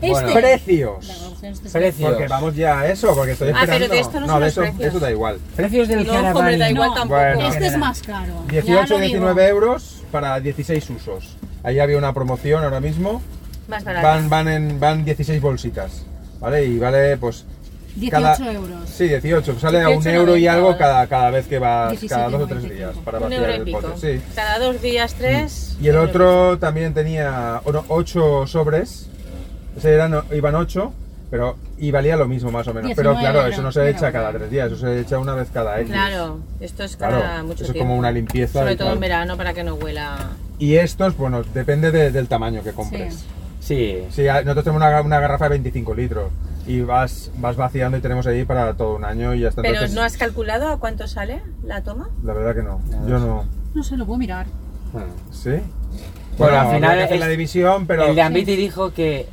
[SPEAKER 3] Bueno.
[SPEAKER 5] Este. La
[SPEAKER 4] precios.
[SPEAKER 5] grabación este es-
[SPEAKER 3] Precios.
[SPEAKER 4] Porque vamos ya a eso, porque estoy
[SPEAKER 6] Ah,
[SPEAKER 4] esperando.
[SPEAKER 6] pero de esto no son
[SPEAKER 4] de
[SPEAKER 6] los
[SPEAKER 4] eso,
[SPEAKER 6] precios.
[SPEAKER 4] eso da igual.
[SPEAKER 3] Precios del
[SPEAKER 6] No, hombre, da
[SPEAKER 3] Caravani.
[SPEAKER 6] igual
[SPEAKER 5] No.
[SPEAKER 6] tampoco.
[SPEAKER 4] Bueno.
[SPEAKER 5] Este es más caro. ya lo
[SPEAKER 4] 18,
[SPEAKER 5] digo.
[SPEAKER 4] 19 euros para 16 usos. Ahí había una promoción ahora mismo.
[SPEAKER 6] Más barato.
[SPEAKER 4] Van, van, en, van 16 bolsitas, ¿vale? Y vale, pues
[SPEAKER 5] 18
[SPEAKER 4] Cada-
[SPEAKER 5] euros.
[SPEAKER 4] Sí, 18. Sale a un
[SPEAKER 6] 18,90
[SPEAKER 4] euro y algo
[SPEAKER 6] ahora.
[SPEAKER 4] cada, cada vez que vas,
[SPEAKER 5] 17,95.
[SPEAKER 4] cada dos o tres días para
[SPEAKER 6] Un
[SPEAKER 4] vaciar
[SPEAKER 6] euro y
[SPEAKER 4] el
[SPEAKER 6] pico.
[SPEAKER 4] bote. Sí. Mm.
[SPEAKER 6] Cada dos días, tres.
[SPEAKER 4] Y el
[SPEAKER 6] un euro
[SPEAKER 4] otro también tenía 8 sobres. Ese eran, iban 8, pero y valía lo mismo más o menos. pero
[SPEAKER 5] 19
[SPEAKER 4] claro,
[SPEAKER 5] euros.
[SPEAKER 4] eso no se
[SPEAKER 5] Pero
[SPEAKER 4] echa
[SPEAKER 5] bueno.
[SPEAKER 4] cada tres días, eso se echa una vez cada X.
[SPEAKER 6] Claro, esto es
[SPEAKER 4] Claro,
[SPEAKER 6] cada mucho
[SPEAKER 4] eso es
[SPEAKER 6] tiempo.
[SPEAKER 4] como una limpieza
[SPEAKER 6] Sobre
[SPEAKER 4] y
[SPEAKER 6] todo
[SPEAKER 4] tal.
[SPEAKER 6] en verano para que no huela.
[SPEAKER 4] Y estos, bueno, depende de- del tamaño que compres.
[SPEAKER 5] Sí.
[SPEAKER 3] Sí,
[SPEAKER 4] Si a- nosotros tenemos una, una garrafa de 25 litros y vas, vas vaciando y tenemos ahí para todo un año y hasta
[SPEAKER 6] Pero
[SPEAKER 4] entonces-
[SPEAKER 6] ¿no has calculado a cuánto sale la toma?
[SPEAKER 4] La verdad que no,
[SPEAKER 3] Nada.
[SPEAKER 4] yo no.
[SPEAKER 5] No sé, lo puedo mirar.
[SPEAKER 3] bueno.
[SPEAKER 4] ¿Sí? Bueno,
[SPEAKER 3] Bueno, al
[SPEAKER 4] habrá
[SPEAKER 3] final
[SPEAKER 4] que hacer
[SPEAKER 3] es-
[SPEAKER 4] la división, pero
[SPEAKER 3] el de Ambiti dijo que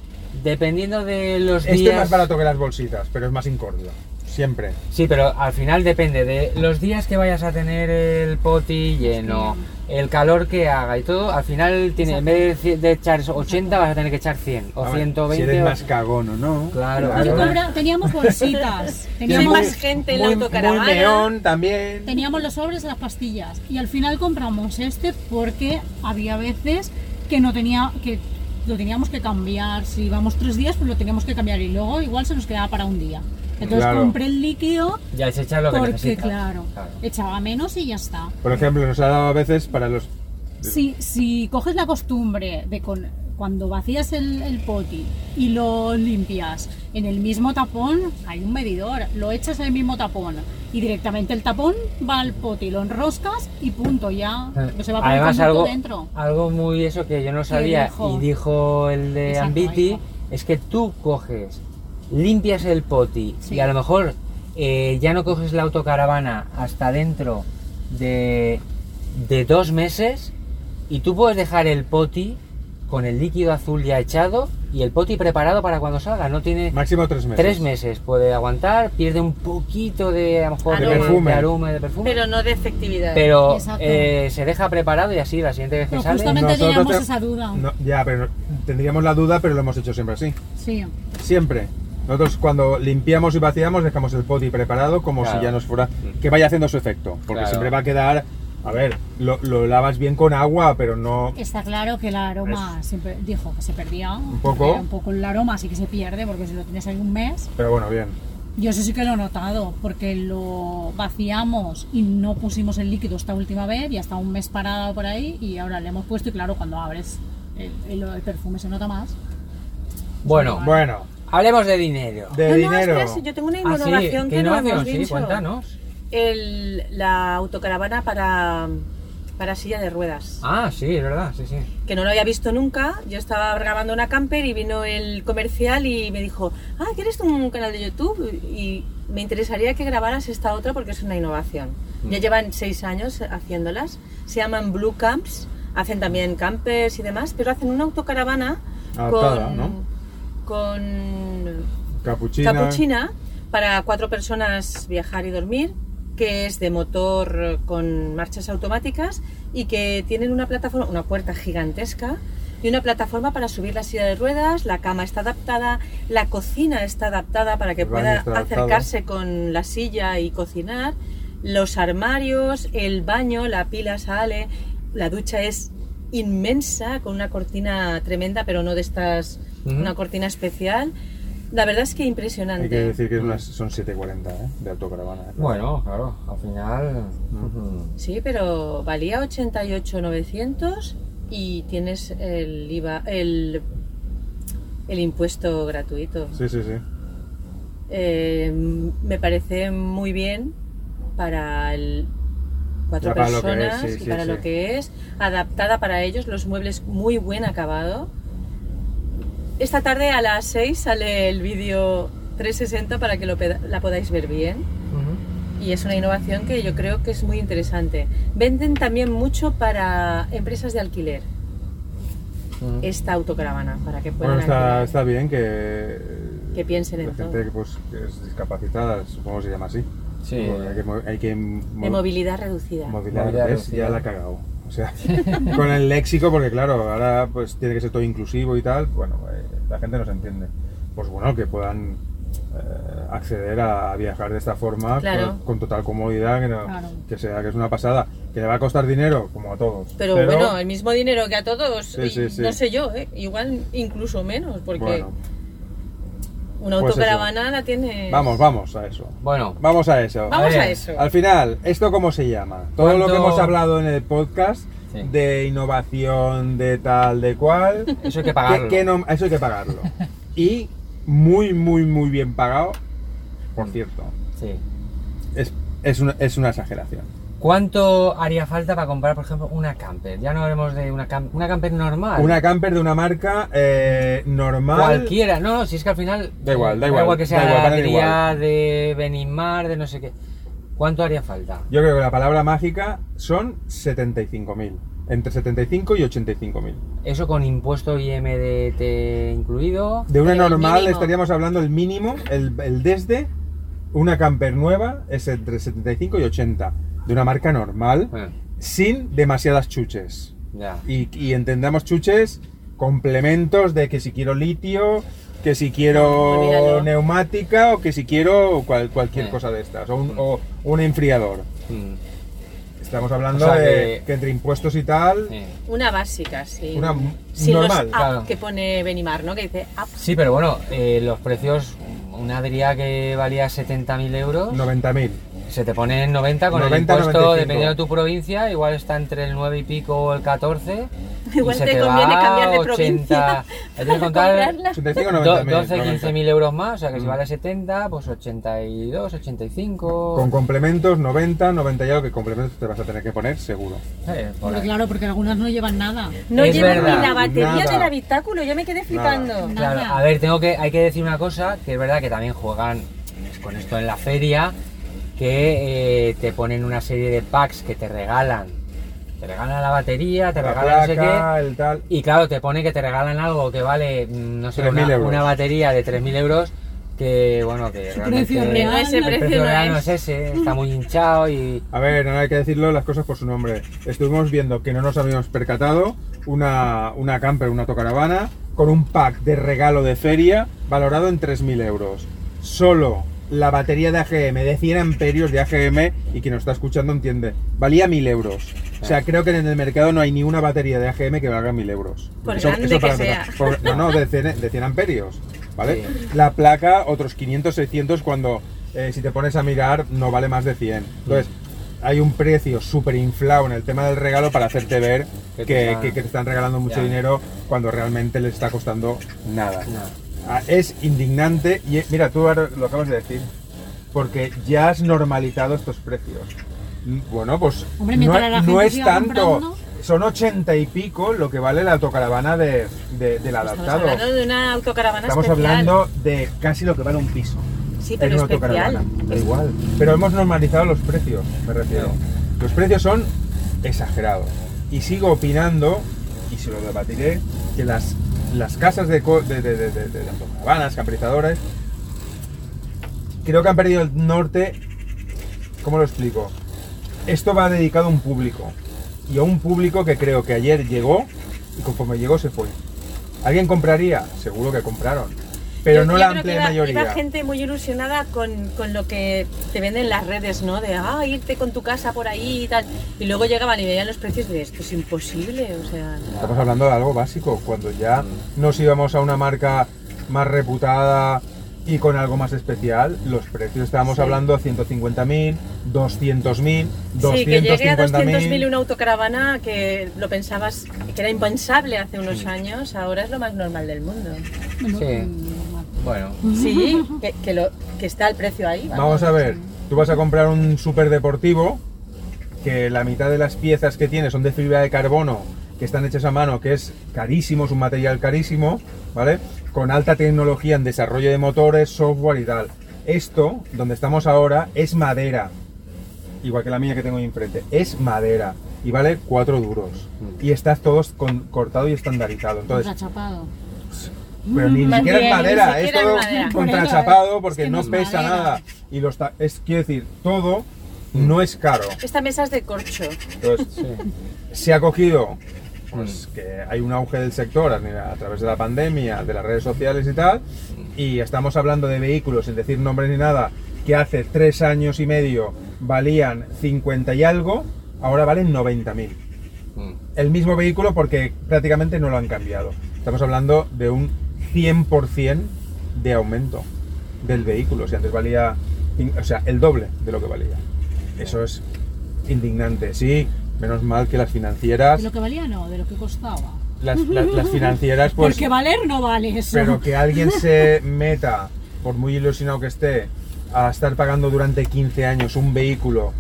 [SPEAKER 3] dependiendo de los
[SPEAKER 4] este
[SPEAKER 3] días.
[SPEAKER 4] es más barato que las bolsitas, pero es más incordio. Siempre.
[SPEAKER 3] Sí, pero al final depende de los días que vayas a tener el poti lleno, el calor que haga y todo. Al final, tiene, en vez de, de echar 80, vas a tener que echar 100 o
[SPEAKER 4] A ver,
[SPEAKER 3] 120.
[SPEAKER 4] Si eres
[SPEAKER 3] o-
[SPEAKER 4] más cagón o no.
[SPEAKER 3] Claro.
[SPEAKER 5] Yo
[SPEAKER 3] Claro.
[SPEAKER 5] compra- teníamos bolsitas.
[SPEAKER 6] Y hay
[SPEAKER 5] Teníamos,
[SPEAKER 6] más gente en la
[SPEAKER 4] muy,
[SPEAKER 6] autocaravana.
[SPEAKER 4] Muy neón también.
[SPEAKER 5] teníamos los sobres de las pastillas. Y al final compramos este porque había veces que no tenía que lo teníamos que cambiar. Si íbamos tres días, pues lo teníamos que cambiar y luego igual se nos quedaba para un día. Entonces
[SPEAKER 4] Claro.
[SPEAKER 5] compré el líquido
[SPEAKER 3] Ya es echar lo que
[SPEAKER 5] porque,
[SPEAKER 3] necesitas.
[SPEAKER 5] claro,
[SPEAKER 3] Claro.
[SPEAKER 5] echaba menos y ya está.
[SPEAKER 4] Por ejemplo, nos ha dado a veces para los.
[SPEAKER 5] Si, si coges la costumbre de con, cuando vacías el, el poti y lo limpias en el mismo tapón, hay un medidor, lo echas en el mismo tapón y directamente el tapón va al poti, lo enroscas y punto, ya no se va a
[SPEAKER 3] Además,
[SPEAKER 5] poner
[SPEAKER 3] algo,
[SPEAKER 5] dentro.
[SPEAKER 3] algo muy eso que yo no sabía
[SPEAKER 5] dijo?
[SPEAKER 3] y dijo el de
[SPEAKER 5] Exacto,
[SPEAKER 3] Ambiti
[SPEAKER 5] dijo.
[SPEAKER 3] es que tú coges, limpias el poti
[SPEAKER 5] Sí.
[SPEAKER 3] y a lo mejor eh, ya no coges la autocaravana hasta dentro de, de dos meses y tú puedes dejar el poti con el líquido azul ya echado y el poti preparado para cuando salga. No tiene
[SPEAKER 4] Máximo tres meses.
[SPEAKER 3] tres meses, puede aguantar, pierde un poquito de a lo mejor
[SPEAKER 6] De
[SPEAKER 4] perfume.
[SPEAKER 3] de aroma, de perfume
[SPEAKER 6] Pero no de efectividad.
[SPEAKER 3] pero
[SPEAKER 5] Exacto.
[SPEAKER 3] eh, se deja preparado y así la siguiente vez que
[SPEAKER 5] Pero
[SPEAKER 3] sale
[SPEAKER 5] justamente
[SPEAKER 4] Nosotros
[SPEAKER 5] teníamos
[SPEAKER 4] te-
[SPEAKER 5] esa duda.
[SPEAKER 4] No, ya, pero tendríamos la duda, pero lo hemos hecho siempre así.
[SPEAKER 5] Sí.
[SPEAKER 4] Siempre. Nosotros cuando limpiamos y vaciamos dejamos el poti preparado como
[SPEAKER 3] Claro. Mm.
[SPEAKER 4] si ya nos fuera... Que vaya haciendo su efecto. Porque
[SPEAKER 3] Claro.
[SPEAKER 4] siempre va a quedar... A ver, lo, lo lavas bien con agua, pero no...
[SPEAKER 5] Está claro que el aroma siempre dijo que se perdía un
[SPEAKER 4] poco.
[SPEAKER 5] Un poco el aroma, así que se pierde porque si lo tienes ahí un mes.
[SPEAKER 4] Pero bueno, bien.
[SPEAKER 5] Yo eso sí que lo he notado, porque lo vaciamos y no pusimos el líquido esta última vez, ya está un mes parado por ahí y ahora le hemos puesto y claro, cuando abres el, el- el perfume se nota más.
[SPEAKER 3] bueno
[SPEAKER 4] Bueno,
[SPEAKER 3] hablemos de dinero
[SPEAKER 4] de
[SPEAKER 6] No, no,
[SPEAKER 4] dinero...
[SPEAKER 6] espera, yo tengo una
[SPEAKER 3] Ah, sí,
[SPEAKER 6] innovación
[SPEAKER 3] ¿qué
[SPEAKER 6] que no
[SPEAKER 3] innovación?
[SPEAKER 6] hemos
[SPEAKER 3] sí,
[SPEAKER 6] dicho.
[SPEAKER 3] cuéntanos
[SPEAKER 6] El- la autocaravana para, para silla de ruedas.
[SPEAKER 3] ah sí es verdad sí sí
[SPEAKER 6] que no lo había visto nunca. Yo estaba grabando una camper y vino el comercial y me dijo, ah, ¿quieres un canal de YouTube? Y me interesaría que grabaras esta otra porque es una innovación.
[SPEAKER 4] Mm.
[SPEAKER 6] Ya llevan seis años haciéndolas. Se llaman Blue Camps, hacen también campers y demás, pero hacen una autocaravana
[SPEAKER 4] Adaptada,
[SPEAKER 6] con,
[SPEAKER 4] ¿no?
[SPEAKER 6] con
[SPEAKER 4] Capuchina.
[SPEAKER 6] capuchina para cuatro personas viajar y dormir, que es de motor eh, con marchas automáticas y que tienen una plataforma, una puerta gigantesca y una plataforma para subir la silla de ruedas, la cama está adaptada, la cocina está adaptada para que
[SPEAKER 4] El baño
[SPEAKER 6] pueda
[SPEAKER 4] está adaptado.
[SPEAKER 6] acercarse con la silla y cocinar, los armarios, el baño, la pila sale, la ducha es inmensa con una cortina tremenda, pero no de estas,
[SPEAKER 3] Ujú.
[SPEAKER 6] una cortina especial. La verdad es que
[SPEAKER 4] Hay que
[SPEAKER 6] impresionante.
[SPEAKER 4] decir que es unas- son 7.40 ¿eh? de autocaravana. ¿eh?
[SPEAKER 3] bueno claro al final ujú.
[SPEAKER 6] Sí, pero valía 88.900 y tienes el IVA, el, el impuesto gratuito.
[SPEAKER 4] Sí, sí, sí.
[SPEAKER 6] Eh, me parece muy bien para el- cuatro
[SPEAKER 4] Ya para lo que es,
[SPEAKER 6] personas
[SPEAKER 4] sí,
[SPEAKER 6] y
[SPEAKER 4] sí,
[SPEAKER 6] para
[SPEAKER 4] sí.
[SPEAKER 6] lo que es, adaptada para ellos, los muebles muy buen acabado. Esta tarde a las 6 sale el vídeo 360 para que lo peda- la podáis ver bien
[SPEAKER 3] Ujú.
[SPEAKER 6] y es una innovación que yo creo que es muy interesante. Venden también mucho para empresas de alquiler
[SPEAKER 3] Ujú.
[SPEAKER 6] esta autocaravana para que puedan
[SPEAKER 4] Bueno, está,
[SPEAKER 6] alquilar.
[SPEAKER 4] está bien que...
[SPEAKER 6] ¿eh? Que piensen en
[SPEAKER 4] la gente
[SPEAKER 6] todo.
[SPEAKER 4] que, pues, que es discapacitada, supongo que se llama así.
[SPEAKER 3] Sí.
[SPEAKER 4] Porque Hay que, mo- hay que mo-
[SPEAKER 6] de movilidad reducida.
[SPEAKER 4] Movilidad,
[SPEAKER 3] Movilidad
[SPEAKER 4] ¿ves?
[SPEAKER 3] reducida.
[SPEAKER 4] Ya la ha cagado. O sea, con el léxico, porque claro, ahora pues tiene que ser todo inclusivo y tal, bueno, eh, la gente no se entiende. Pues bueno, que puedan eh, acceder a, a viajar de esta forma pues,
[SPEAKER 6] Claro.
[SPEAKER 4] con, con total comodidad, que, no-
[SPEAKER 5] Claro.
[SPEAKER 4] que sea que es una pasada, que le va a costar dinero, como a todos.
[SPEAKER 6] Pero, bueno, el mismo dinero que a todos,
[SPEAKER 4] Sí,
[SPEAKER 6] y
[SPEAKER 4] sí, sí.
[SPEAKER 6] no sé yo, ¿eh? igual incluso menos, porque
[SPEAKER 4] bueno,
[SPEAKER 6] Una
[SPEAKER 4] Pues eso.
[SPEAKER 6] autocaravana la tiene.
[SPEAKER 4] Vamos, vamos a eso.
[SPEAKER 3] Bueno,
[SPEAKER 4] Vamos a eso.
[SPEAKER 6] Vamos
[SPEAKER 3] A
[SPEAKER 6] a,
[SPEAKER 3] ver,
[SPEAKER 6] eso.
[SPEAKER 4] Al final, ¿esto cómo se llama? Todo lo que
[SPEAKER 3] ¿Cuánto-
[SPEAKER 4] hemos hablado en el podcast
[SPEAKER 3] Sí.
[SPEAKER 4] de innovación, de tal, de cual.
[SPEAKER 3] eso hay que
[SPEAKER 4] que-
[SPEAKER 3] pagarlo.
[SPEAKER 4] que no- eso hay que pagarlo. Y muy, muy, muy bien pagado, por cierto.
[SPEAKER 3] Sí.
[SPEAKER 4] Es, es una, es una exageración.
[SPEAKER 3] ¿Cuánto haría falta para comprar, por ejemplo, una camper? Ya no hablemos de una, cam- una camper normal.
[SPEAKER 4] Una camper de una marca eh, normal.
[SPEAKER 3] Cualquiera, no, no, si es que al final.
[SPEAKER 4] Da igual, da
[SPEAKER 3] eh,
[SPEAKER 4] igual,
[SPEAKER 3] que
[SPEAKER 4] da
[SPEAKER 3] sea
[SPEAKER 4] igual, valen
[SPEAKER 3] Adria,
[SPEAKER 4] igual.
[SPEAKER 3] de Benimar, de no sé qué. ¿Cuánto haría falta?
[SPEAKER 4] Yo creo que la palabra mágica son 75.000. Entre 75 y 85.000.
[SPEAKER 3] Eso con impuesto IMDT incluido.
[SPEAKER 4] De una
[SPEAKER 6] El
[SPEAKER 4] normal
[SPEAKER 6] mínimo.
[SPEAKER 4] estaríamos hablando el mínimo, el, el desde una camper nueva es entre 75 y 80. De una marca normal,
[SPEAKER 3] Bueno,
[SPEAKER 4] sin demasiadas chuches.
[SPEAKER 3] Eh, ya.
[SPEAKER 4] Y, y entendamos chuches, complementos de que si quiero litio, que si quiero
[SPEAKER 6] Olvídalo.
[SPEAKER 4] neumática o que si quiero cual- cualquier
[SPEAKER 3] Eh.
[SPEAKER 4] cosa de estas. O un, o un enfriador.
[SPEAKER 3] Mm,
[SPEAKER 4] Estamos hablando
[SPEAKER 3] O sea
[SPEAKER 4] de
[SPEAKER 3] que-
[SPEAKER 4] que entre impuestos y tal,
[SPEAKER 3] eh.
[SPEAKER 6] Una básica, sí.
[SPEAKER 4] una
[SPEAKER 6] Sin
[SPEAKER 4] normal.
[SPEAKER 6] los app
[SPEAKER 3] claro.
[SPEAKER 6] que pone Benimar, ¿no? Que dice app.
[SPEAKER 3] Sí, pero bueno, eh, los precios. Una Adria que valía 70.000 euros.
[SPEAKER 4] 90.000.
[SPEAKER 3] Se te pone en 90 con
[SPEAKER 4] 90,
[SPEAKER 3] el impuesto,
[SPEAKER 4] 95.
[SPEAKER 3] dependiendo de tu provincia, igual está entre el 9 y pico o el 14.
[SPEAKER 6] Igual
[SPEAKER 3] y se
[SPEAKER 6] te
[SPEAKER 3] te,
[SPEAKER 6] conviene
[SPEAKER 3] va
[SPEAKER 6] cambiar de
[SPEAKER 3] 80,
[SPEAKER 6] provincia
[SPEAKER 3] Hay que contar
[SPEAKER 6] comprarla.
[SPEAKER 4] 85 o 90.000.
[SPEAKER 3] 12, 15 mil euros más, o sea que si
[SPEAKER 4] Mm.
[SPEAKER 3] vale 70, pues 82, 85.
[SPEAKER 4] Con complementos 90, 90 y algo que complementos te vas a tener que poner seguro.
[SPEAKER 3] eh, por
[SPEAKER 5] Porque
[SPEAKER 3] ahí.
[SPEAKER 5] claro, porque algunas no llevan nada.
[SPEAKER 6] No
[SPEAKER 3] Es
[SPEAKER 6] llevan
[SPEAKER 3] verdad,
[SPEAKER 6] ni la batería
[SPEAKER 4] nada.
[SPEAKER 6] del habitáculo, ya me quedé flipando.
[SPEAKER 5] Nada.
[SPEAKER 3] Claro, a ver, tengo que, hay que decir una cosa, que es verdad que también juegan con esto en la feria, que eh, te ponen una serie de packs que te regalan. Te regalan la batería, te
[SPEAKER 4] La
[SPEAKER 3] regalan no sé qué.
[SPEAKER 4] placa, el tal.
[SPEAKER 3] Y claro, te pone que te regalan algo que vale, mm, no sé,
[SPEAKER 4] 3.000
[SPEAKER 3] una,
[SPEAKER 4] euros.
[SPEAKER 3] una batería de 3.000 euros que, bueno, que realmente
[SPEAKER 5] precio
[SPEAKER 6] Que no,
[SPEAKER 5] real.
[SPEAKER 3] el
[SPEAKER 6] ese
[SPEAKER 5] El
[SPEAKER 6] precio, no
[SPEAKER 3] real no
[SPEAKER 6] es.
[SPEAKER 3] es ese, está muy hinchado y...
[SPEAKER 4] A ver, no hay que decirlo las cosas por su nombre. Estuvimos viendo que no nos habíamos percatado una, una camper, una autocaravana, con un pack de regalo de feria valorado en 3.000 euros. Solo la batería de AGM, de 100 amperios de AGM, y quien nos está escuchando entiende, valía 1.000 euros. O sea, creo que en el mercado no hay ni una batería de AGM que valga 1.000 euros.
[SPEAKER 6] Por grande que
[SPEAKER 4] empezar.
[SPEAKER 6] sea.
[SPEAKER 4] Por- no, no, de 100, de 100 amperios. ¿Vale? La placa, otros 500, 600, cuando eh, si te pones a mirar, no vale más de 100. Entonces, hay un precio súper inflado en el tema del regalo para hacerte ver que,
[SPEAKER 3] Que te está-
[SPEAKER 4] que- que te están regalando mucho
[SPEAKER 3] Ya.
[SPEAKER 4] dinero cuando realmente les está costando nada.
[SPEAKER 3] Nada.
[SPEAKER 4] Ah, Es indignante y eh, mira, tú ahora lo acabas de decir, porque ya has normalizado estos precios. Mm, Bueno, pues
[SPEAKER 5] Hombre,
[SPEAKER 4] no,
[SPEAKER 5] mientras la
[SPEAKER 4] no
[SPEAKER 5] gente
[SPEAKER 4] es
[SPEAKER 5] siga
[SPEAKER 4] tanto.
[SPEAKER 5] comprando.
[SPEAKER 4] Son ochenta y pico lo que vale la autocaravana de,
[SPEAKER 5] Pues
[SPEAKER 4] de- del
[SPEAKER 6] Estamos
[SPEAKER 4] adaptado.
[SPEAKER 6] hablando de una autocaravana
[SPEAKER 4] Estamos
[SPEAKER 6] especial.
[SPEAKER 4] hablando de casi lo que vale un piso.
[SPEAKER 6] Sí,
[SPEAKER 4] en
[SPEAKER 6] pero
[SPEAKER 4] una
[SPEAKER 6] especial.
[SPEAKER 4] autocaravana. Da igual. Pero hemos normalizado los precios, me refiero. Los precios son exagerados. Y sigo opinando, y se lo debatiré, que las, las casas de, co- de, de, de, de, de- de autocaravanas, camperizadores, creo que han perdido el norte. ¿Cómo lo explico? Esto va dedicado a un público. Y a un público que creo que ayer llegó y conforme llegó se fue. ¿Alguien compraría? Seguro que compraron. Pero
[SPEAKER 6] Yo-
[SPEAKER 4] no
[SPEAKER 6] yo
[SPEAKER 4] la
[SPEAKER 6] creo que
[SPEAKER 4] amplia
[SPEAKER 6] iba-
[SPEAKER 4] mayoría.
[SPEAKER 6] Iba gente muy ilusionada con, con lo que te venden las redes, ¿no? De, ah, irte con tu casa por ahí y tal. Y luego llegaban y veían los precios y de esto es imposible, o sea...
[SPEAKER 4] Estamos hablando de algo básico, cuando ya nos íbamos a una marca más reputada y con algo más especial, los precios estábamos
[SPEAKER 6] Sí.
[SPEAKER 4] hablando 150.000, 200.000,
[SPEAKER 6] Sí, que llegué a 200.000
[SPEAKER 4] 250.000.
[SPEAKER 6] una autocaravana que lo pensabas que era impensable hace unos años, ahora es lo más normal del mundo.
[SPEAKER 5] Bueno,
[SPEAKER 3] Sí.
[SPEAKER 5] mm,
[SPEAKER 3] Bueno,
[SPEAKER 6] Sí, que, que lo, que está el precio ahí.
[SPEAKER 4] Vamos a ver, tú vas a comprar un super deportivo que la mitad de las piezas que tiene son de fibra de carbono, que están hechas a mano, que es carísimo, es un material carísimo, ¿vale? Con alta tecnología en desarrollo de motores, software y tal. Esto, donde estamos ahora, es madera. Igual que la mía que tengo ahí enfrente. Es madera. Y vale 4 duros. Y está todo con- cortado y estandarizado. Entonces,
[SPEAKER 5] contrachapado.
[SPEAKER 4] pero ni,
[SPEAKER 6] Más
[SPEAKER 4] siquiera es
[SPEAKER 6] bien, ni
[SPEAKER 4] madera, es
[SPEAKER 6] siquiera es
[SPEAKER 4] todo
[SPEAKER 6] madera.
[SPEAKER 4] contrachapado porque
[SPEAKER 5] Es que no
[SPEAKER 4] no,
[SPEAKER 5] es
[SPEAKER 4] pesa
[SPEAKER 5] madera.
[SPEAKER 4] nada. Y los ta- es, quiero decir, todo no es caro.
[SPEAKER 6] Esta mesa es de corcho.
[SPEAKER 4] Entonces, se ha cogido pues, que hay un auge del sector a, a través de la pandemia, de las redes sociales y tal, y estamos hablando de vehículos, sin decir nombres ni nada, que hace tres años y medio valían 50 y algo, ahora valen 90.000
[SPEAKER 3] mm,
[SPEAKER 4] el mismo vehículo porque prácticamente no lo han cambiado. Estamos hablando de un 100% de aumento del vehículo. Si antes valía, cin- o sea, el doble de lo que valía. Eso es indignante. Sí, menos mal que las financieras,
[SPEAKER 5] De lo que valía no, de lo que costaba.
[SPEAKER 4] las, las- las financieras, pues.
[SPEAKER 5] Porque valer no vale eso.
[SPEAKER 4] Pero que alguien se meta, por muy ilusionado que esté, a estar pagando durante 15 años un vehículo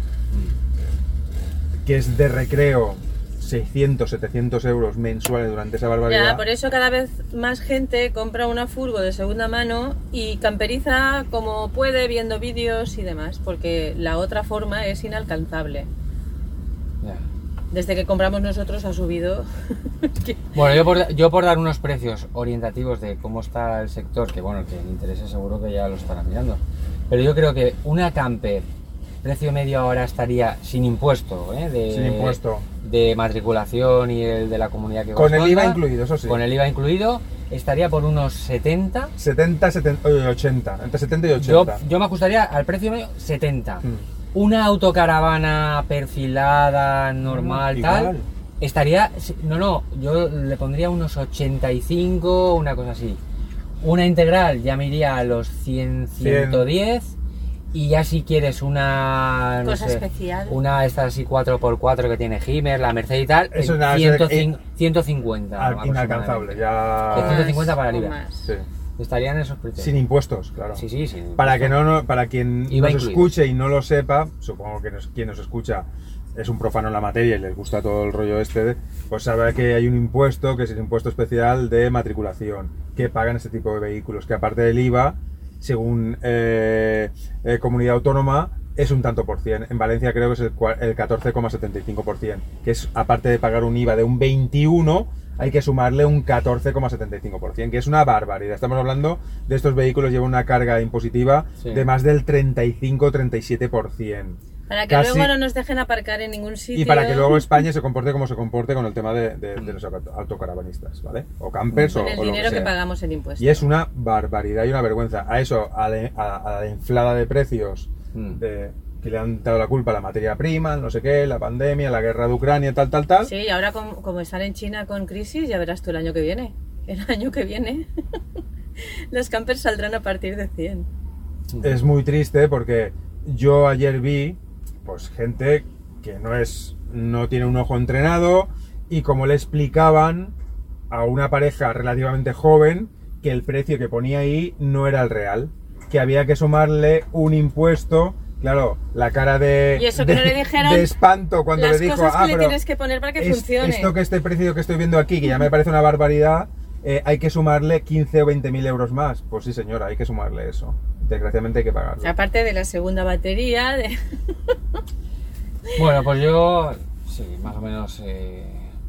[SPEAKER 4] que es de recreo 600, 700 euros mensuales durante esa barbaridad.
[SPEAKER 6] Ya, por eso cada vez más gente compra una furgo de segunda mano y camperiza como puede viendo vídeos y demás, porque la otra forma es inalcanzable.
[SPEAKER 3] Ya.
[SPEAKER 6] Desde que compramos nosotros ha subido. Es que-
[SPEAKER 3] Bueno, yo por, yo por dar unos precios orientativos de cómo está el sector, que bueno, el que le interese seguro que ya lo estará mirando. Pero yo creo que una camper, precio medio ahora estaría sin impuesto, ¿eh? De,
[SPEAKER 4] Sin impuesto.
[SPEAKER 3] De matriculación y el de la comunidad que
[SPEAKER 4] Con el
[SPEAKER 3] corresponda.
[SPEAKER 4] IVA incluido, eso sí.
[SPEAKER 3] Con el IVA incluido, estaría por unos 70.
[SPEAKER 4] 70, 70, oye, 80, entre 70 y 80.
[SPEAKER 3] Yo, yo me ajustaría al precio medio 70.
[SPEAKER 4] Mm.
[SPEAKER 3] Una autocaravana perfilada, normal,
[SPEAKER 4] Mm,
[SPEAKER 3] tal,
[SPEAKER 4] igual.
[SPEAKER 3] estaría... No, no, yo le pondría unos 85, una cosa así. Una integral ya me iría a los 100, 110. Y ya si quieres una... no
[SPEAKER 6] Cosa
[SPEAKER 3] sé,
[SPEAKER 6] especial.
[SPEAKER 3] Una de estas así 4x4 que tiene Himer, la Mercedes y tal,
[SPEAKER 4] Eso
[SPEAKER 3] en
[SPEAKER 4] nada, eso es
[SPEAKER 3] 105 150.
[SPEAKER 4] Al-
[SPEAKER 3] aproximadamente.
[SPEAKER 4] inalcanzable, ya.
[SPEAKER 3] Con 150
[SPEAKER 6] más
[SPEAKER 3] para
[SPEAKER 6] o
[SPEAKER 3] libra.
[SPEAKER 6] más.
[SPEAKER 4] sí.
[SPEAKER 3] Estarían esos precios.
[SPEAKER 4] Sin impuestos, claro.
[SPEAKER 3] Sí, sí, sí.
[SPEAKER 4] Para que no, no- para quien
[SPEAKER 3] IVA
[SPEAKER 4] nos
[SPEAKER 3] incluido.
[SPEAKER 4] escuche y no lo sepa, supongo que nos- quien nos escucha es un profano en la materia y les gusta todo el rollo este, de- pues sabrá que hay un impuesto, que es el impuesto especial de matriculación, que pagan este tipo de vehículos, que aparte del IVA, según eh, eh, comunidad autónoma, es un tanto por cien. En Valencia creo que es el, cua- el 14,75%, que es aparte de pagar un IVA de un 21, hay que sumarle un 14,75%, que es una barbaridad. Estamos hablando de estos vehículos llevan una carga impositiva
[SPEAKER 3] Sí.
[SPEAKER 4] de más del 35-37%.
[SPEAKER 6] Para que
[SPEAKER 4] Casi-
[SPEAKER 6] luego no nos dejen aparcar en ningún sitio.
[SPEAKER 4] Y para que luego España se comporte como se comporte con el tema de, de- de los auto- autocaravanistas, ¿vale? O campers o,
[SPEAKER 6] Con el
[SPEAKER 4] o lo que
[SPEAKER 6] dinero que,
[SPEAKER 4] sea.
[SPEAKER 6] pagamos en impuestos.
[SPEAKER 4] Y es una barbaridad y una vergüenza. A eso, a, la- a- a la inflada de precios
[SPEAKER 3] Mm.
[SPEAKER 4] de- que le han dado la culpa a la materia prima, no sé qué, la pandemia, la guerra de Ucrania, tal, tal, tal.
[SPEAKER 6] Sí, y ahora com- como, están en China con crisis, ya verás tú el año que viene. El año que viene los campers saldrán a partir de 100.
[SPEAKER 4] es muy triste porque yo ayer vi pues gente que no es no tiene un ojo entrenado y como le explicaban a una pareja relativamente joven que el precio que ponía ahí no era el real, que había que sumarle un impuesto, claro, la cara de
[SPEAKER 6] Y eso que
[SPEAKER 4] de-
[SPEAKER 6] no le dijeron
[SPEAKER 4] de espanto cuando
[SPEAKER 6] Las
[SPEAKER 4] le dijo,
[SPEAKER 6] cosas que
[SPEAKER 4] "Ah,
[SPEAKER 6] le
[SPEAKER 4] pero
[SPEAKER 6] tienes que poner para
[SPEAKER 4] es-
[SPEAKER 6] que funcione.
[SPEAKER 4] Esto que este precio que estoy viendo aquí, que ya me parece una barbaridad, eh, hay que sumarle 15 o 20 mil euros más. Pues sí, señora, hay que sumarle eso. Desgraciadamente hay que pagarlo.
[SPEAKER 6] Aparte de la segunda batería, de...
[SPEAKER 3] Bueno, pues yo, sí, más o menos eh,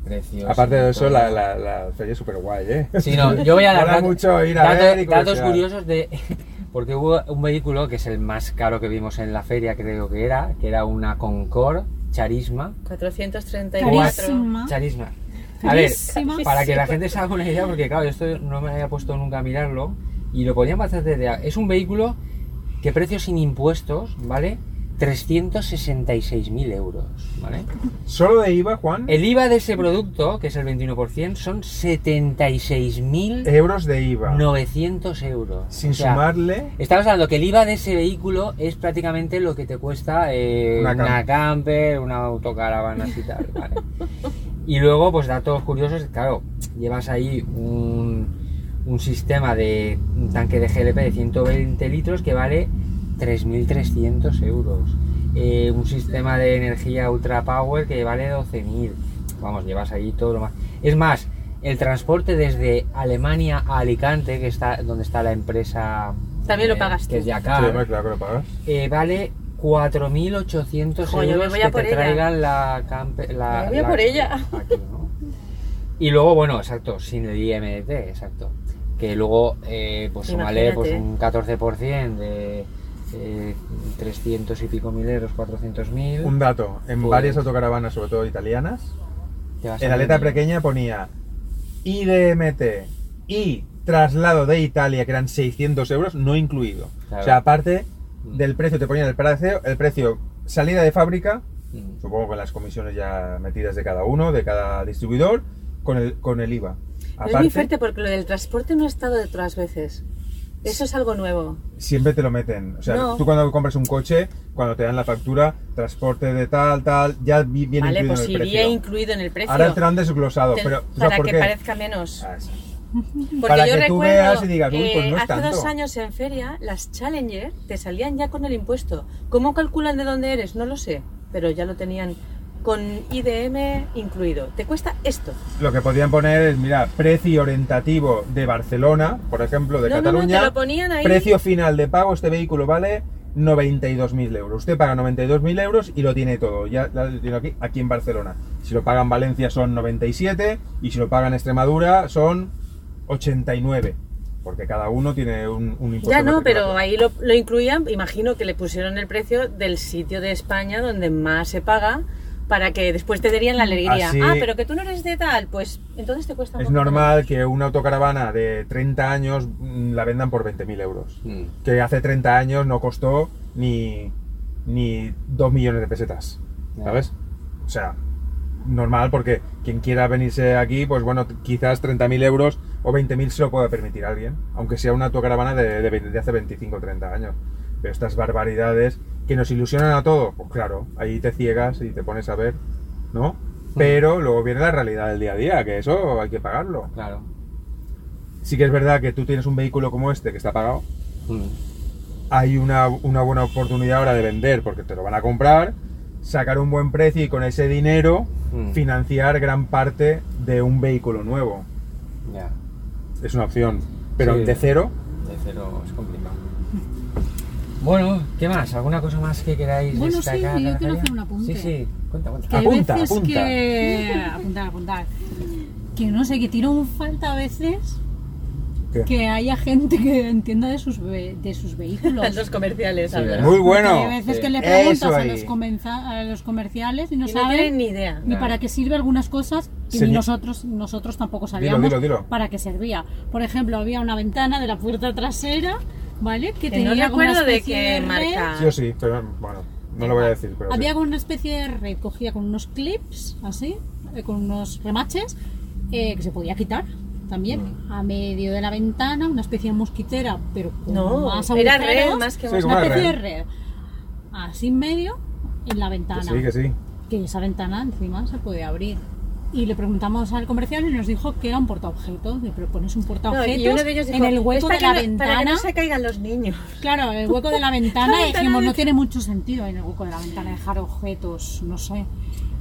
[SPEAKER 3] precios.
[SPEAKER 4] Aparte
[SPEAKER 3] y
[SPEAKER 4] de eso,
[SPEAKER 3] todo.
[SPEAKER 4] la, la, la feria es súper guay, ¿eh?
[SPEAKER 3] Sí, no, yo voy a dar
[SPEAKER 4] Mola
[SPEAKER 3] dato-
[SPEAKER 4] mucho ir a
[SPEAKER 3] dato-
[SPEAKER 4] ver y
[SPEAKER 3] datos
[SPEAKER 4] curiosear.
[SPEAKER 3] curiosos de. Porque hubo un vehículo que es el más caro que vimos en la feria, creo que era, que era una Concorde Charisma.
[SPEAKER 6] 434.
[SPEAKER 5] Carísima.
[SPEAKER 3] Charisma. A ver,
[SPEAKER 5] Carísima.
[SPEAKER 3] para que la gente se haga una idea, porque claro, yo esto no me había puesto nunca a mirarlo y lo ponían bastante de. Es un vehículo que precio sin impuestos, ¿vale? 366.000 euros, ¿vale?
[SPEAKER 4] Solo de IVA, Juan,
[SPEAKER 3] El IVA de ese producto, que es el 21%, son 76.900
[SPEAKER 4] euros de IVA.
[SPEAKER 3] euros.
[SPEAKER 4] Sin
[SPEAKER 3] O sea,
[SPEAKER 4] sumarle.
[SPEAKER 3] Estamos hablando que el IVA de ese vehículo es prácticamente lo que te cuesta eh,
[SPEAKER 4] Una
[SPEAKER 3] una,
[SPEAKER 4] camper.
[SPEAKER 3] camper, una autocaravana y tal, ¿vale? Y luego, pues datos curiosos, claro, llevas ahí un, un sistema de un tanque de GLP de 120 litros que vale 3.300 euros. Eh, un sistema de energía ultra power que vale 12.000. Vamos, llevas ahí todo lo más. Es más, el transporte desde Alemania a Alicante, que está donde está la empresa.
[SPEAKER 6] También lo
[SPEAKER 3] eh,
[SPEAKER 6] pagas
[SPEAKER 3] Que
[SPEAKER 6] tú.
[SPEAKER 3] es de acá.
[SPEAKER 4] Sí, hombre, claro que lo pagas.
[SPEAKER 3] eh, vale 4.800
[SPEAKER 6] Jo, yo me
[SPEAKER 3] euros
[SPEAKER 6] voy a
[SPEAKER 3] que
[SPEAKER 6] por
[SPEAKER 3] te
[SPEAKER 6] ella.
[SPEAKER 3] traigan la, campe- la-
[SPEAKER 6] Me voy a
[SPEAKER 3] la-
[SPEAKER 6] por ella.
[SPEAKER 3] aquí, ¿no? Y luego, bueno, exacto, sin el IMT, exacto. Que luego, eh, pues súmale pues,
[SPEAKER 6] Imagínate.
[SPEAKER 3] un 14% de eh, 300 y pico mil euros, 400 mil.
[SPEAKER 4] Un dato: en
[SPEAKER 3] Joder.
[SPEAKER 4] varias autocaravanas, sobre todo italianas, en la letra pequeña ponía IDMT y traslado de Italia, que eran 600 euros, no incluido.
[SPEAKER 3] Claro.
[SPEAKER 4] O sea, aparte
[SPEAKER 3] Mm.
[SPEAKER 4] del precio, te ponían el precio, el precio salida de fábrica, supongo con las comisiones ya metidas de cada uno, de cada distribuidor, con el, con el IVA.
[SPEAKER 6] Es muy fuerte porque lo del transporte no he estado de otras veces. Eso es algo nuevo.
[SPEAKER 4] siempre te lo meten. O sea,
[SPEAKER 6] No.
[SPEAKER 4] tú cuando compras un coche, cuando te dan la factura, transporte de tal, tal, ya vi- viene
[SPEAKER 6] vale,
[SPEAKER 4] incluido
[SPEAKER 6] pues
[SPEAKER 4] en el
[SPEAKER 6] iría
[SPEAKER 4] precio.
[SPEAKER 6] incluido en el precio.
[SPEAKER 4] Ahora te lo han desglosado,
[SPEAKER 6] Ten-
[SPEAKER 4] pero ¿tú sabes
[SPEAKER 6] para
[SPEAKER 4] por
[SPEAKER 6] que
[SPEAKER 4] qué?
[SPEAKER 6] parezca menos.
[SPEAKER 4] Ah, sí.
[SPEAKER 6] Porque
[SPEAKER 4] Para
[SPEAKER 6] yo
[SPEAKER 4] que tú
[SPEAKER 6] recuerdo,
[SPEAKER 4] veas y digas, "Uy, pues no es
[SPEAKER 6] hace
[SPEAKER 4] tanto".
[SPEAKER 6] dos años en feria, las Challenger te salían ya con el impuesto. ¿Cómo calculan de dónde eres? No lo sé, pero ya lo tenían con IDM incluido. Te cuesta esto.
[SPEAKER 4] Lo que podían poner es, mira, precio orientativo de Barcelona, por ejemplo, de
[SPEAKER 6] No, no, no,
[SPEAKER 4] Cataluña.
[SPEAKER 6] te lo ponían ahí.
[SPEAKER 4] Precio final de pago, este vehículo vale 92.000 euros. Usted paga 92.000 euros y lo tiene todo. Ya lo tiene aquí, aquí en Barcelona. Si lo paga en Valencia son 97 y si lo paga en Extremadura son 89. Porque cada uno tiene un, un impuesto.
[SPEAKER 6] Ya no, pero
[SPEAKER 4] matriculado.
[SPEAKER 6] ahí lo, lo incluían, imagino que le pusieron el precio del sitio de España donde más se paga para que después te darían la alegría.
[SPEAKER 4] Así-
[SPEAKER 6] Ah, pero que tú no eres de tal, pues entonces te cuesta un
[SPEAKER 4] Es
[SPEAKER 6] poquito
[SPEAKER 4] normal que una autocaravana de 30 años mm, la vendan por 20.000 euros.
[SPEAKER 3] Mm.
[SPEAKER 4] Que hace 30 años no costó ni, ni 2 millones de pesetas.
[SPEAKER 3] Ya.
[SPEAKER 4] ¿Sabes? O sea, normal porque quien quiera venirse aquí, pues bueno, t- quizás 30.000 euros o 20.000 se lo pueda permitir a alguien. Aunque sea una autocaravana de, de, 20 de hace 25 o 30 años. Pero estas barbaridades que nos ilusionan a todos, pues claro, ahí te ciegas y te pones a ver, ¿no? Pero luego viene la realidad del día a día, que eso hay que pagarlo.
[SPEAKER 3] Claro.
[SPEAKER 4] Sí que es verdad que tú tienes un vehículo como este que está pagado,
[SPEAKER 3] Mm.
[SPEAKER 4] hay una, una buena oportunidad ahora de vender porque te lo van a comprar, sacar un buen precio y con ese dinero
[SPEAKER 3] Mm.
[SPEAKER 4] financiar gran parte de un vehículo nuevo.
[SPEAKER 3] Ya.
[SPEAKER 4] Es una opción. Pero
[SPEAKER 3] Sí.
[SPEAKER 4] de cero,
[SPEAKER 3] De cero es complicado. Bueno, ¿qué más? ¿Alguna cosa más que queráis
[SPEAKER 5] Bueno, sí,
[SPEAKER 3] destacar? de
[SPEAKER 5] yo
[SPEAKER 3] la
[SPEAKER 5] quiero
[SPEAKER 3] feria?
[SPEAKER 5] hacer un apunte.
[SPEAKER 3] Sí, sí, cuenta, cuenta.
[SPEAKER 5] que hay
[SPEAKER 4] Apunta,
[SPEAKER 5] veces
[SPEAKER 4] apunta.
[SPEAKER 5] que apuntar, apuntar. Que no sé, que tiro un falta a veces
[SPEAKER 4] ¿Qué?
[SPEAKER 5] que haya gente que entienda de sus ve- de sus
[SPEAKER 6] más.
[SPEAKER 5] vehículos.
[SPEAKER 6] Los comerciales,
[SPEAKER 3] Sí,
[SPEAKER 6] a ver.
[SPEAKER 3] ¿verdad?
[SPEAKER 4] muy
[SPEAKER 5] Porque
[SPEAKER 4] bueno.
[SPEAKER 5] Hay veces
[SPEAKER 3] Sí.
[SPEAKER 5] que le
[SPEAKER 4] Eso
[SPEAKER 5] preguntas a
[SPEAKER 4] ahí.
[SPEAKER 5] los, comenza- a los comerciales y no
[SPEAKER 6] Y no tienen
[SPEAKER 5] saben
[SPEAKER 6] ni idea.
[SPEAKER 5] ni
[SPEAKER 3] Claro.
[SPEAKER 5] para qué sirve algunas cosas que ni
[SPEAKER 4] Señor-
[SPEAKER 5] nosotros, nosotros tampoco sabíamos
[SPEAKER 4] dilo, dilo.
[SPEAKER 5] para qué servía. Por ejemplo, había una ventana de la puerta trasera, ¿vale?
[SPEAKER 6] Que
[SPEAKER 5] Que, tenía
[SPEAKER 6] no
[SPEAKER 5] como una
[SPEAKER 6] recuerdo de
[SPEAKER 5] especie
[SPEAKER 6] qué
[SPEAKER 5] red.
[SPEAKER 6] marca.
[SPEAKER 4] Sí o sí, pero bueno, no lo voy a decir. Pero sí.
[SPEAKER 5] Había como una especie de red cogida con unos clips, así, eh, con unos remaches, eh, que se podía quitar también.
[SPEAKER 6] Mm.
[SPEAKER 5] A medio de la ventana, una especie de mosquitera, pero con
[SPEAKER 6] No,
[SPEAKER 5] más
[SPEAKER 6] era
[SPEAKER 5] agujeros.
[SPEAKER 6] red más que
[SPEAKER 4] Sí,
[SPEAKER 6] más.
[SPEAKER 4] como
[SPEAKER 5] una
[SPEAKER 4] una
[SPEAKER 5] especie de
[SPEAKER 4] red.
[SPEAKER 5] red. Así en medio, en la
[SPEAKER 4] Que
[SPEAKER 5] ventana.
[SPEAKER 4] sí, que sí.
[SPEAKER 5] que esa ventana encima se puede abrir. Y le preguntamos al comercial y nos dijo que era un portaobjetos. Dice, pero pones un
[SPEAKER 6] No,
[SPEAKER 5] portaobjetos
[SPEAKER 6] y uno de ellos dijo,
[SPEAKER 5] en el
[SPEAKER 6] "Es
[SPEAKER 5] hueco
[SPEAKER 6] para
[SPEAKER 5] de la
[SPEAKER 6] que no- Para que
[SPEAKER 5] ventana.
[SPEAKER 6] no se caigan los niños.
[SPEAKER 5] Claro, el hueco de la ventana
[SPEAKER 6] La
[SPEAKER 5] y dijimos,
[SPEAKER 6] ventana
[SPEAKER 5] no
[SPEAKER 6] de-
[SPEAKER 5] tiene mucho sentido en el hueco de la ventana dejar objetos, no sé.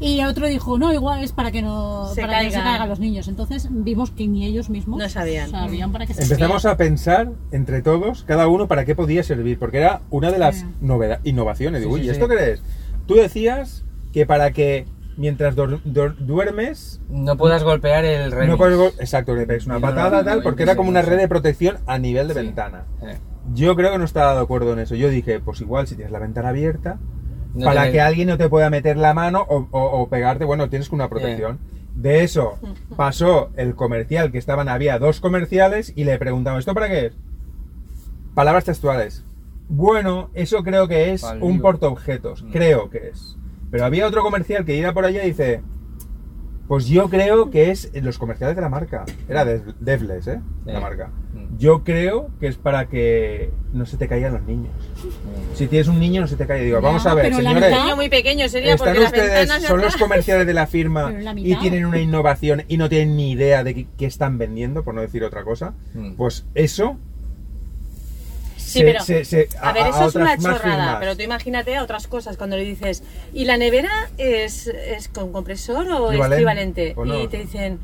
[SPEAKER 5] Y otro dijo, no, igual es para que no
[SPEAKER 6] Se
[SPEAKER 5] para que no se
[SPEAKER 6] caigan.
[SPEAKER 5] caigan los niños. Entonces vimos que ni ellos mismos
[SPEAKER 6] No sabían.
[SPEAKER 5] para qué servía.
[SPEAKER 4] Empezamos a pensar entre todos, cada uno para qué podía servir, porque era una de las
[SPEAKER 5] Sí.
[SPEAKER 4] novedad- innovaciones.
[SPEAKER 3] Sí,
[SPEAKER 4] Digo,
[SPEAKER 3] sí,
[SPEAKER 4] "Uy,
[SPEAKER 3] sí.
[SPEAKER 4] ¿esto qué es? Tú decías que para que mientras dor- dor- duermes
[SPEAKER 3] No puedas golpear el remix.
[SPEAKER 4] No puedes gol- exacto, le pegues una
[SPEAKER 3] Y no,
[SPEAKER 4] patada
[SPEAKER 3] no, no,
[SPEAKER 4] tal,
[SPEAKER 3] no,
[SPEAKER 4] porque
[SPEAKER 3] no,
[SPEAKER 4] era como
[SPEAKER 3] no,
[SPEAKER 4] una
[SPEAKER 3] no,
[SPEAKER 4] red
[SPEAKER 3] sí.
[SPEAKER 4] de protección a nivel de
[SPEAKER 3] Sí.
[SPEAKER 4] ventana.
[SPEAKER 3] Eh,
[SPEAKER 4] Yo creo que no estaba de acuerdo en eso. Yo dije, pues igual si tienes la ventana abierta,
[SPEAKER 3] no
[SPEAKER 4] para
[SPEAKER 3] tener-
[SPEAKER 4] que alguien no te pueda meter la mano o, o- o pegarte, bueno, tienes una protección. De eso pasó el comercial que estaban, había dos comerciales y le preguntamos, ¿esto para qué es? Palabras textuales. Bueno, eso creo que es
[SPEAKER 3] Pa'l
[SPEAKER 4] un
[SPEAKER 3] lío.
[SPEAKER 4] portaobjetos,
[SPEAKER 3] Mm.
[SPEAKER 4] creo que es. Pero había otro comercial que iba por allá y dice, pues yo creo que es los comerciales de la marca. Era Dev- Devles, ¿eh? La
[SPEAKER 3] Sí.
[SPEAKER 4] marca.
[SPEAKER 3] Mm.
[SPEAKER 4] Yo creo que es para que no se te caigan los niños.
[SPEAKER 3] Eh,
[SPEAKER 4] Si tienes un niño no se te cae. Digo, vamos
[SPEAKER 5] Ya,
[SPEAKER 4] a ver,
[SPEAKER 5] pero la
[SPEAKER 4] señores.
[SPEAKER 5] mitad-
[SPEAKER 6] Niño muy pequeño sería
[SPEAKER 4] Están
[SPEAKER 6] porque las
[SPEAKER 4] ustedes,
[SPEAKER 6] ventanas...
[SPEAKER 4] son los comerciales de la firma
[SPEAKER 5] Pero la
[SPEAKER 4] y
[SPEAKER 5] mitad.
[SPEAKER 4] tienen una innovación y no tienen ni idea de qué, qué están vendiendo, por no decir otra cosa.
[SPEAKER 3] Mm.
[SPEAKER 4] Pues eso.
[SPEAKER 6] Sí,
[SPEAKER 4] se-
[SPEAKER 6] pero-
[SPEAKER 4] se- se-
[SPEAKER 6] A ver, eso es
[SPEAKER 4] otras
[SPEAKER 6] una
[SPEAKER 4] más
[SPEAKER 6] chorrada,
[SPEAKER 4] firmas.
[SPEAKER 6] pero tú imagínate a otras cosas cuando le dices, ¿y la nevera es, es con compresor o es
[SPEAKER 4] Equivalente,
[SPEAKER 6] equivalente?
[SPEAKER 4] o no.
[SPEAKER 6] Y te dicen,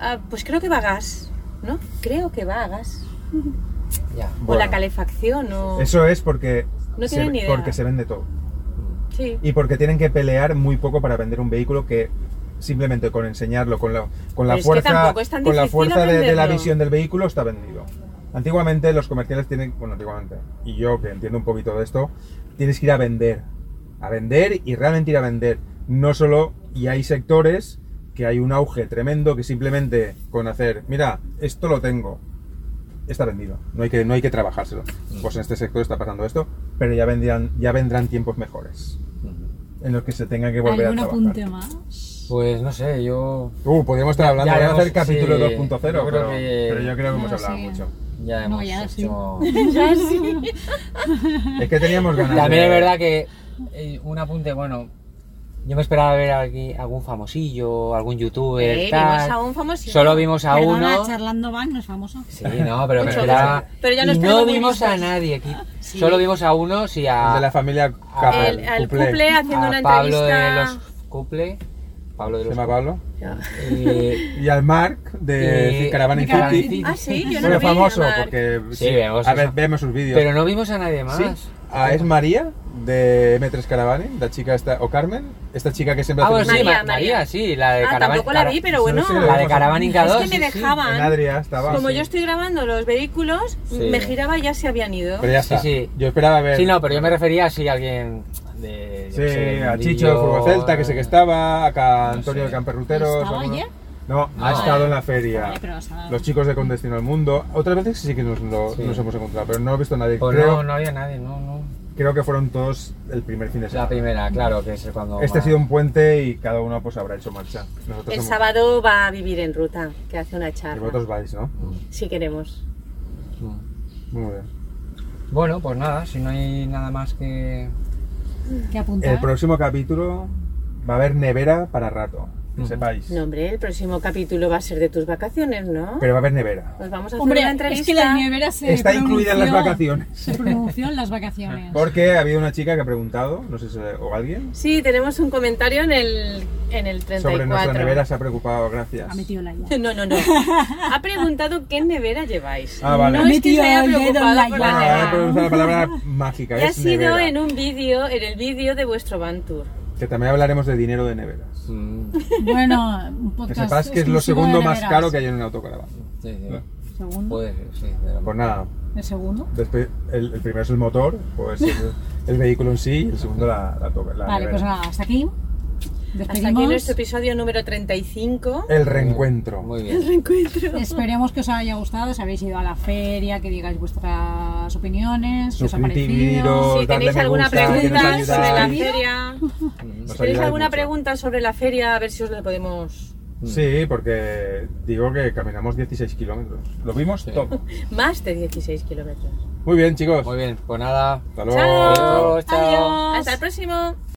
[SPEAKER 6] "Ah, pues creo que va a gas, ¿no? Creo que va a gas.
[SPEAKER 3] Ya.
[SPEAKER 6] O la
[SPEAKER 4] Bueno,
[SPEAKER 6] calefacción o...
[SPEAKER 4] Eso es porque,
[SPEAKER 6] No
[SPEAKER 4] se,
[SPEAKER 6] tienen ni idea.
[SPEAKER 4] porque se vende todo.
[SPEAKER 6] Sí.
[SPEAKER 4] Y porque tienen que pelear muy poco para vender un vehículo que simplemente con enseñarlo, con la, con la
[SPEAKER 6] Pero es que
[SPEAKER 4] fuerza,
[SPEAKER 6] tampoco es tan
[SPEAKER 4] con la
[SPEAKER 6] difícil
[SPEAKER 4] fuerza de, de la
[SPEAKER 6] venderlo.
[SPEAKER 4] visión del vehículo está vendido. Antiguamente los comerciales tienen, bueno, antiguamente, y yo que entiendo un poquito de esto, tienes que ir a vender, a vender y realmente ir a vender. No solo, y hay sectores que hay un auge tremendo que simplemente con hacer, mira, esto lo tengo, está vendido, no hay que, no hay que trabajárselo. Pues en este sector está pasando esto, pero ya, vendrán, ya vendrán tiempos mejores
[SPEAKER 3] Mm.
[SPEAKER 4] en los que se tengan que volver
[SPEAKER 5] ¿Algún
[SPEAKER 4] a trabajar.
[SPEAKER 5] apunte más?
[SPEAKER 3] Pues no sé, yo
[SPEAKER 4] Uh, podríamos estar hablando,
[SPEAKER 3] Ya
[SPEAKER 4] podríamos
[SPEAKER 3] hemos-
[SPEAKER 4] hacer capítulo
[SPEAKER 3] sí,
[SPEAKER 4] 2.0,
[SPEAKER 3] yo creo
[SPEAKER 4] pero,
[SPEAKER 3] que-
[SPEAKER 4] pero yo creo que hemos
[SPEAKER 5] No,
[SPEAKER 4] hablado
[SPEAKER 5] sí.
[SPEAKER 4] mucho.
[SPEAKER 3] Ya
[SPEAKER 5] No,
[SPEAKER 3] hemos
[SPEAKER 5] ya sí.
[SPEAKER 3] hecho...
[SPEAKER 5] Ya sí.
[SPEAKER 4] Es que teníamos ganas.
[SPEAKER 3] También
[SPEAKER 4] de-
[SPEAKER 3] es verdad que eh, un apunte, bueno, yo me esperaba ver aquí algún famosillo, algún youtuber,
[SPEAKER 6] Eh,
[SPEAKER 3] tal.
[SPEAKER 6] vimos a un famoso.
[SPEAKER 3] pues Solo vimos a
[SPEAKER 5] Perdona,
[SPEAKER 3] uno.
[SPEAKER 5] Charlando Van no es famoso.
[SPEAKER 3] Sí, no, pero me
[SPEAKER 6] Mucho,
[SPEAKER 3] esperaba.
[SPEAKER 6] mucho. Pero ya no
[SPEAKER 3] y
[SPEAKER 6] estamos
[SPEAKER 3] no
[SPEAKER 6] muy
[SPEAKER 3] vimos a
[SPEAKER 6] listos.
[SPEAKER 3] nadie aquí.
[SPEAKER 6] Sí.
[SPEAKER 3] Solo vimos a uno, sí, a,
[SPEAKER 4] De la familia Capa,
[SPEAKER 6] El, al
[SPEAKER 4] Cuplé.
[SPEAKER 6] cuple haciendo
[SPEAKER 3] a
[SPEAKER 6] una
[SPEAKER 3] Pablo de
[SPEAKER 6] entrevista.
[SPEAKER 3] los Cuple. Pablo de
[SPEAKER 4] Se
[SPEAKER 3] los
[SPEAKER 4] llama Pablo.
[SPEAKER 3] Y-
[SPEAKER 4] Y al Marc de
[SPEAKER 3] eh, Y-
[SPEAKER 4] Caravana
[SPEAKER 3] de
[SPEAKER 4] Infinity.
[SPEAKER 3] Caravana Infinity.
[SPEAKER 6] Ah, sí, yo no
[SPEAKER 4] Bueno,
[SPEAKER 6] lo vi,
[SPEAKER 4] famoso,
[SPEAKER 6] Omar.
[SPEAKER 4] porque
[SPEAKER 3] Sí, vemos
[SPEAKER 4] a
[SPEAKER 3] eso.
[SPEAKER 4] ver, vemos sus vídeos.
[SPEAKER 3] Pero no vimos a nadie más.
[SPEAKER 4] Sí, ah, es María de M3 Caravane, la chica esta, o Carmen, esta chica que siempre
[SPEAKER 3] Ah, bueno, sí,
[SPEAKER 4] hace
[SPEAKER 3] Ma-
[SPEAKER 6] María,
[SPEAKER 3] María,
[SPEAKER 6] María.
[SPEAKER 3] sí, la de
[SPEAKER 6] Ah,
[SPEAKER 3] Caravan-
[SPEAKER 6] tampoco la vi,
[SPEAKER 3] Cara-
[SPEAKER 6] pero bueno.
[SPEAKER 4] Sí, sí,
[SPEAKER 3] La de Caravanica 2.
[SPEAKER 6] es que me
[SPEAKER 3] sí, sí.
[SPEAKER 4] En
[SPEAKER 6] dejaban.
[SPEAKER 4] Adria estaba.
[SPEAKER 6] Como
[SPEAKER 4] sí.
[SPEAKER 6] yo estoy grabando los vehículos,
[SPEAKER 3] Sí.
[SPEAKER 6] me giraba y ya se habían ido.
[SPEAKER 4] Pero ya
[SPEAKER 3] Sí,
[SPEAKER 4] está.
[SPEAKER 3] sí.
[SPEAKER 4] Yo esperaba ver.
[SPEAKER 3] Sí, no, pero yo me refería a si alguien de. yo
[SPEAKER 4] Sí,
[SPEAKER 3] qué sé, del
[SPEAKER 4] a
[SPEAKER 3] mundillo,
[SPEAKER 4] Chicho de Furgo Celta, que sé que estaba, acá
[SPEAKER 3] No
[SPEAKER 4] Antonio
[SPEAKER 3] sé.
[SPEAKER 4] de Camperrutero.
[SPEAKER 5] ¿Estaba
[SPEAKER 4] alguno-
[SPEAKER 5] ayer? Ah,
[SPEAKER 4] No, ha
[SPEAKER 3] No.
[SPEAKER 4] estado en la feria.
[SPEAKER 5] Vale, pero, o sea,
[SPEAKER 4] Los chicos de Con Destino al Mundo. Otras veces sí que nos, lo-
[SPEAKER 3] Sí.
[SPEAKER 4] nos hemos encontrado, pero no he visto a nadie.
[SPEAKER 3] Pues
[SPEAKER 4] creo,
[SPEAKER 3] no, no había nadie, no, no.
[SPEAKER 4] creo que fueron todos el primer fin de
[SPEAKER 3] La
[SPEAKER 4] semana.
[SPEAKER 3] primera, claro, que es cuando.
[SPEAKER 4] Este ha
[SPEAKER 3] más-
[SPEAKER 4] sido un puente y cada uno pues habrá hecho marcha. Nosotros
[SPEAKER 6] El
[SPEAKER 4] hemos-
[SPEAKER 6] sábado va a vivir en ruta, que hace una
[SPEAKER 4] Pues y
[SPEAKER 6] charla.
[SPEAKER 4] vosotros vais, ¿no?
[SPEAKER 6] Si queremos.
[SPEAKER 3] Mm.
[SPEAKER 4] Muy bien.
[SPEAKER 3] Bueno, pues nada, si no hay nada más que.
[SPEAKER 4] El
[SPEAKER 5] ¿Qué apuntar?
[SPEAKER 4] próximo capítulo va a haber nevera para rato, que
[SPEAKER 3] Ujú.
[SPEAKER 4] sepáis.
[SPEAKER 6] No, hombre, el próximo capítulo va a ser de tus vacaciones, ¿no?
[SPEAKER 4] Pero va a haber nevera.
[SPEAKER 6] Nos vamos a hacer una
[SPEAKER 5] Hombre,
[SPEAKER 6] entrevista.
[SPEAKER 5] es que la nevera se
[SPEAKER 4] Está incluida en las
[SPEAKER 5] pronunció-
[SPEAKER 4] vacaciones.
[SPEAKER 5] Se pronunció en las vacaciones.
[SPEAKER 4] Porque ha habido una chica que ha preguntado, no sé si o alguien,
[SPEAKER 6] Sí, tenemos un comentario en el, en el 34.
[SPEAKER 4] sobre nuestra nevera, se ha preocupado, gracias.
[SPEAKER 5] Ha metido la idea.
[SPEAKER 6] No, no, no. Ha preguntado qué nevera lleváis.
[SPEAKER 4] Ah, vale. Ah,
[SPEAKER 6] No es que se
[SPEAKER 5] Metido
[SPEAKER 6] haya
[SPEAKER 5] el dedo en
[SPEAKER 6] preocupado
[SPEAKER 5] la
[SPEAKER 6] por
[SPEAKER 4] Bueno,
[SPEAKER 5] llaga.
[SPEAKER 4] ahora
[SPEAKER 6] la
[SPEAKER 4] he
[SPEAKER 6] nevera.
[SPEAKER 4] pronunciado la palabra mágica,
[SPEAKER 6] Y ha
[SPEAKER 4] es
[SPEAKER 6] sido
[SPEAKER 4] nevera.
[SPEAKER 6] en un vídeo, en el vídeo de vuestro Van Tour.
[SPEAKER 4] Que también hablaremos de dinero de neveras.
[SPEAKER 3] Mm,
[SPEAKER 5] Bueno, un
[SPEAKER 4] Que
[SPEAKER 5] podcast.
[SPEAKER 4] sepas que es lo
[SPEAKER 5] exclusivo
[SPEAKER 4] segundo
[SPEAKER 5] de
[SPEAKER 4] más
[SPEAKER 5] neveras.
[SPEAKER 4] caro que hay en una autocaravana.
[SPEAKER 3] sí, sí.
[SPEAKER 5] ¿Segundo?
[SPEAKER 3] Puede ser, sí. pero-
[SPEAKER 4] Pues nada,
[SPEAKER 5] ¿El segundo?
[SPEAKER 4] después- el, el primero es el motor, pues el, el vehículo en sí, y el segundo la, la, to- la
[SPEAKER 5] Vale,
[SPEAKER 4] nevera.
[SPEAKER 5] pues nada, hasta aquí.
[SPEAKER 6] Hasta aquí
[SPEAKER 5] Despedimos.
[SPEAKER 6] nuestro episodio número 35.
[SPEAKER 4] El reencuentro.
[SPEAKER 3] Muy bien.
[SPEAKER 5] Esperemos que os haya gustado, si habéis ido a la feria, que digáis vuestras opiniones, que os ha parecido.
[SPEAKER 4] Suscribiros,
[SPEAKER 6] Si
[SPEAKER 4] darle
[SPEAKER 6] tenéis
[SPEAKER 4] me
[SPEAKER 6] alguna
[SPEAKER 4] gusta, que nos
[SPEAKER 6] pregunta
[SPEAKER 4] ayudáis.
[SPEAKER 6] sobre la
[SPEAKER 5] ayudáis.
[SPEAKER 6] feria,
[SPEAKER 4] Nos
[SPEAKER 6] si tenéis
[SPEAKER 4] ayudáis
[SPEAKER 6] alguna
[SPEAKER 4] mucho.
[SPEAKER 6] pregunta sobre la feria, a ver si os la podemos.
[SPEAKER 3] Mm.
[SPEAKER 4] Sí, porque digo que caminamos 16 kilómetros. Lo vimos
[SPEAKER 3] Sí.
[SPEAKER 4] todo.
[SPEAKER 6] Más de 16 kilómetros.
[SPEAKER 4] Muy bien, chicos.
[SPEAKER 3] Muy bien, pues nada.
[SPEAKER 4] Hasta luego.
[SPEAKER 6] Chao.
[SPEAKER 3] Adiós, chao.
[SPEAKER 6] Hasta el próximo.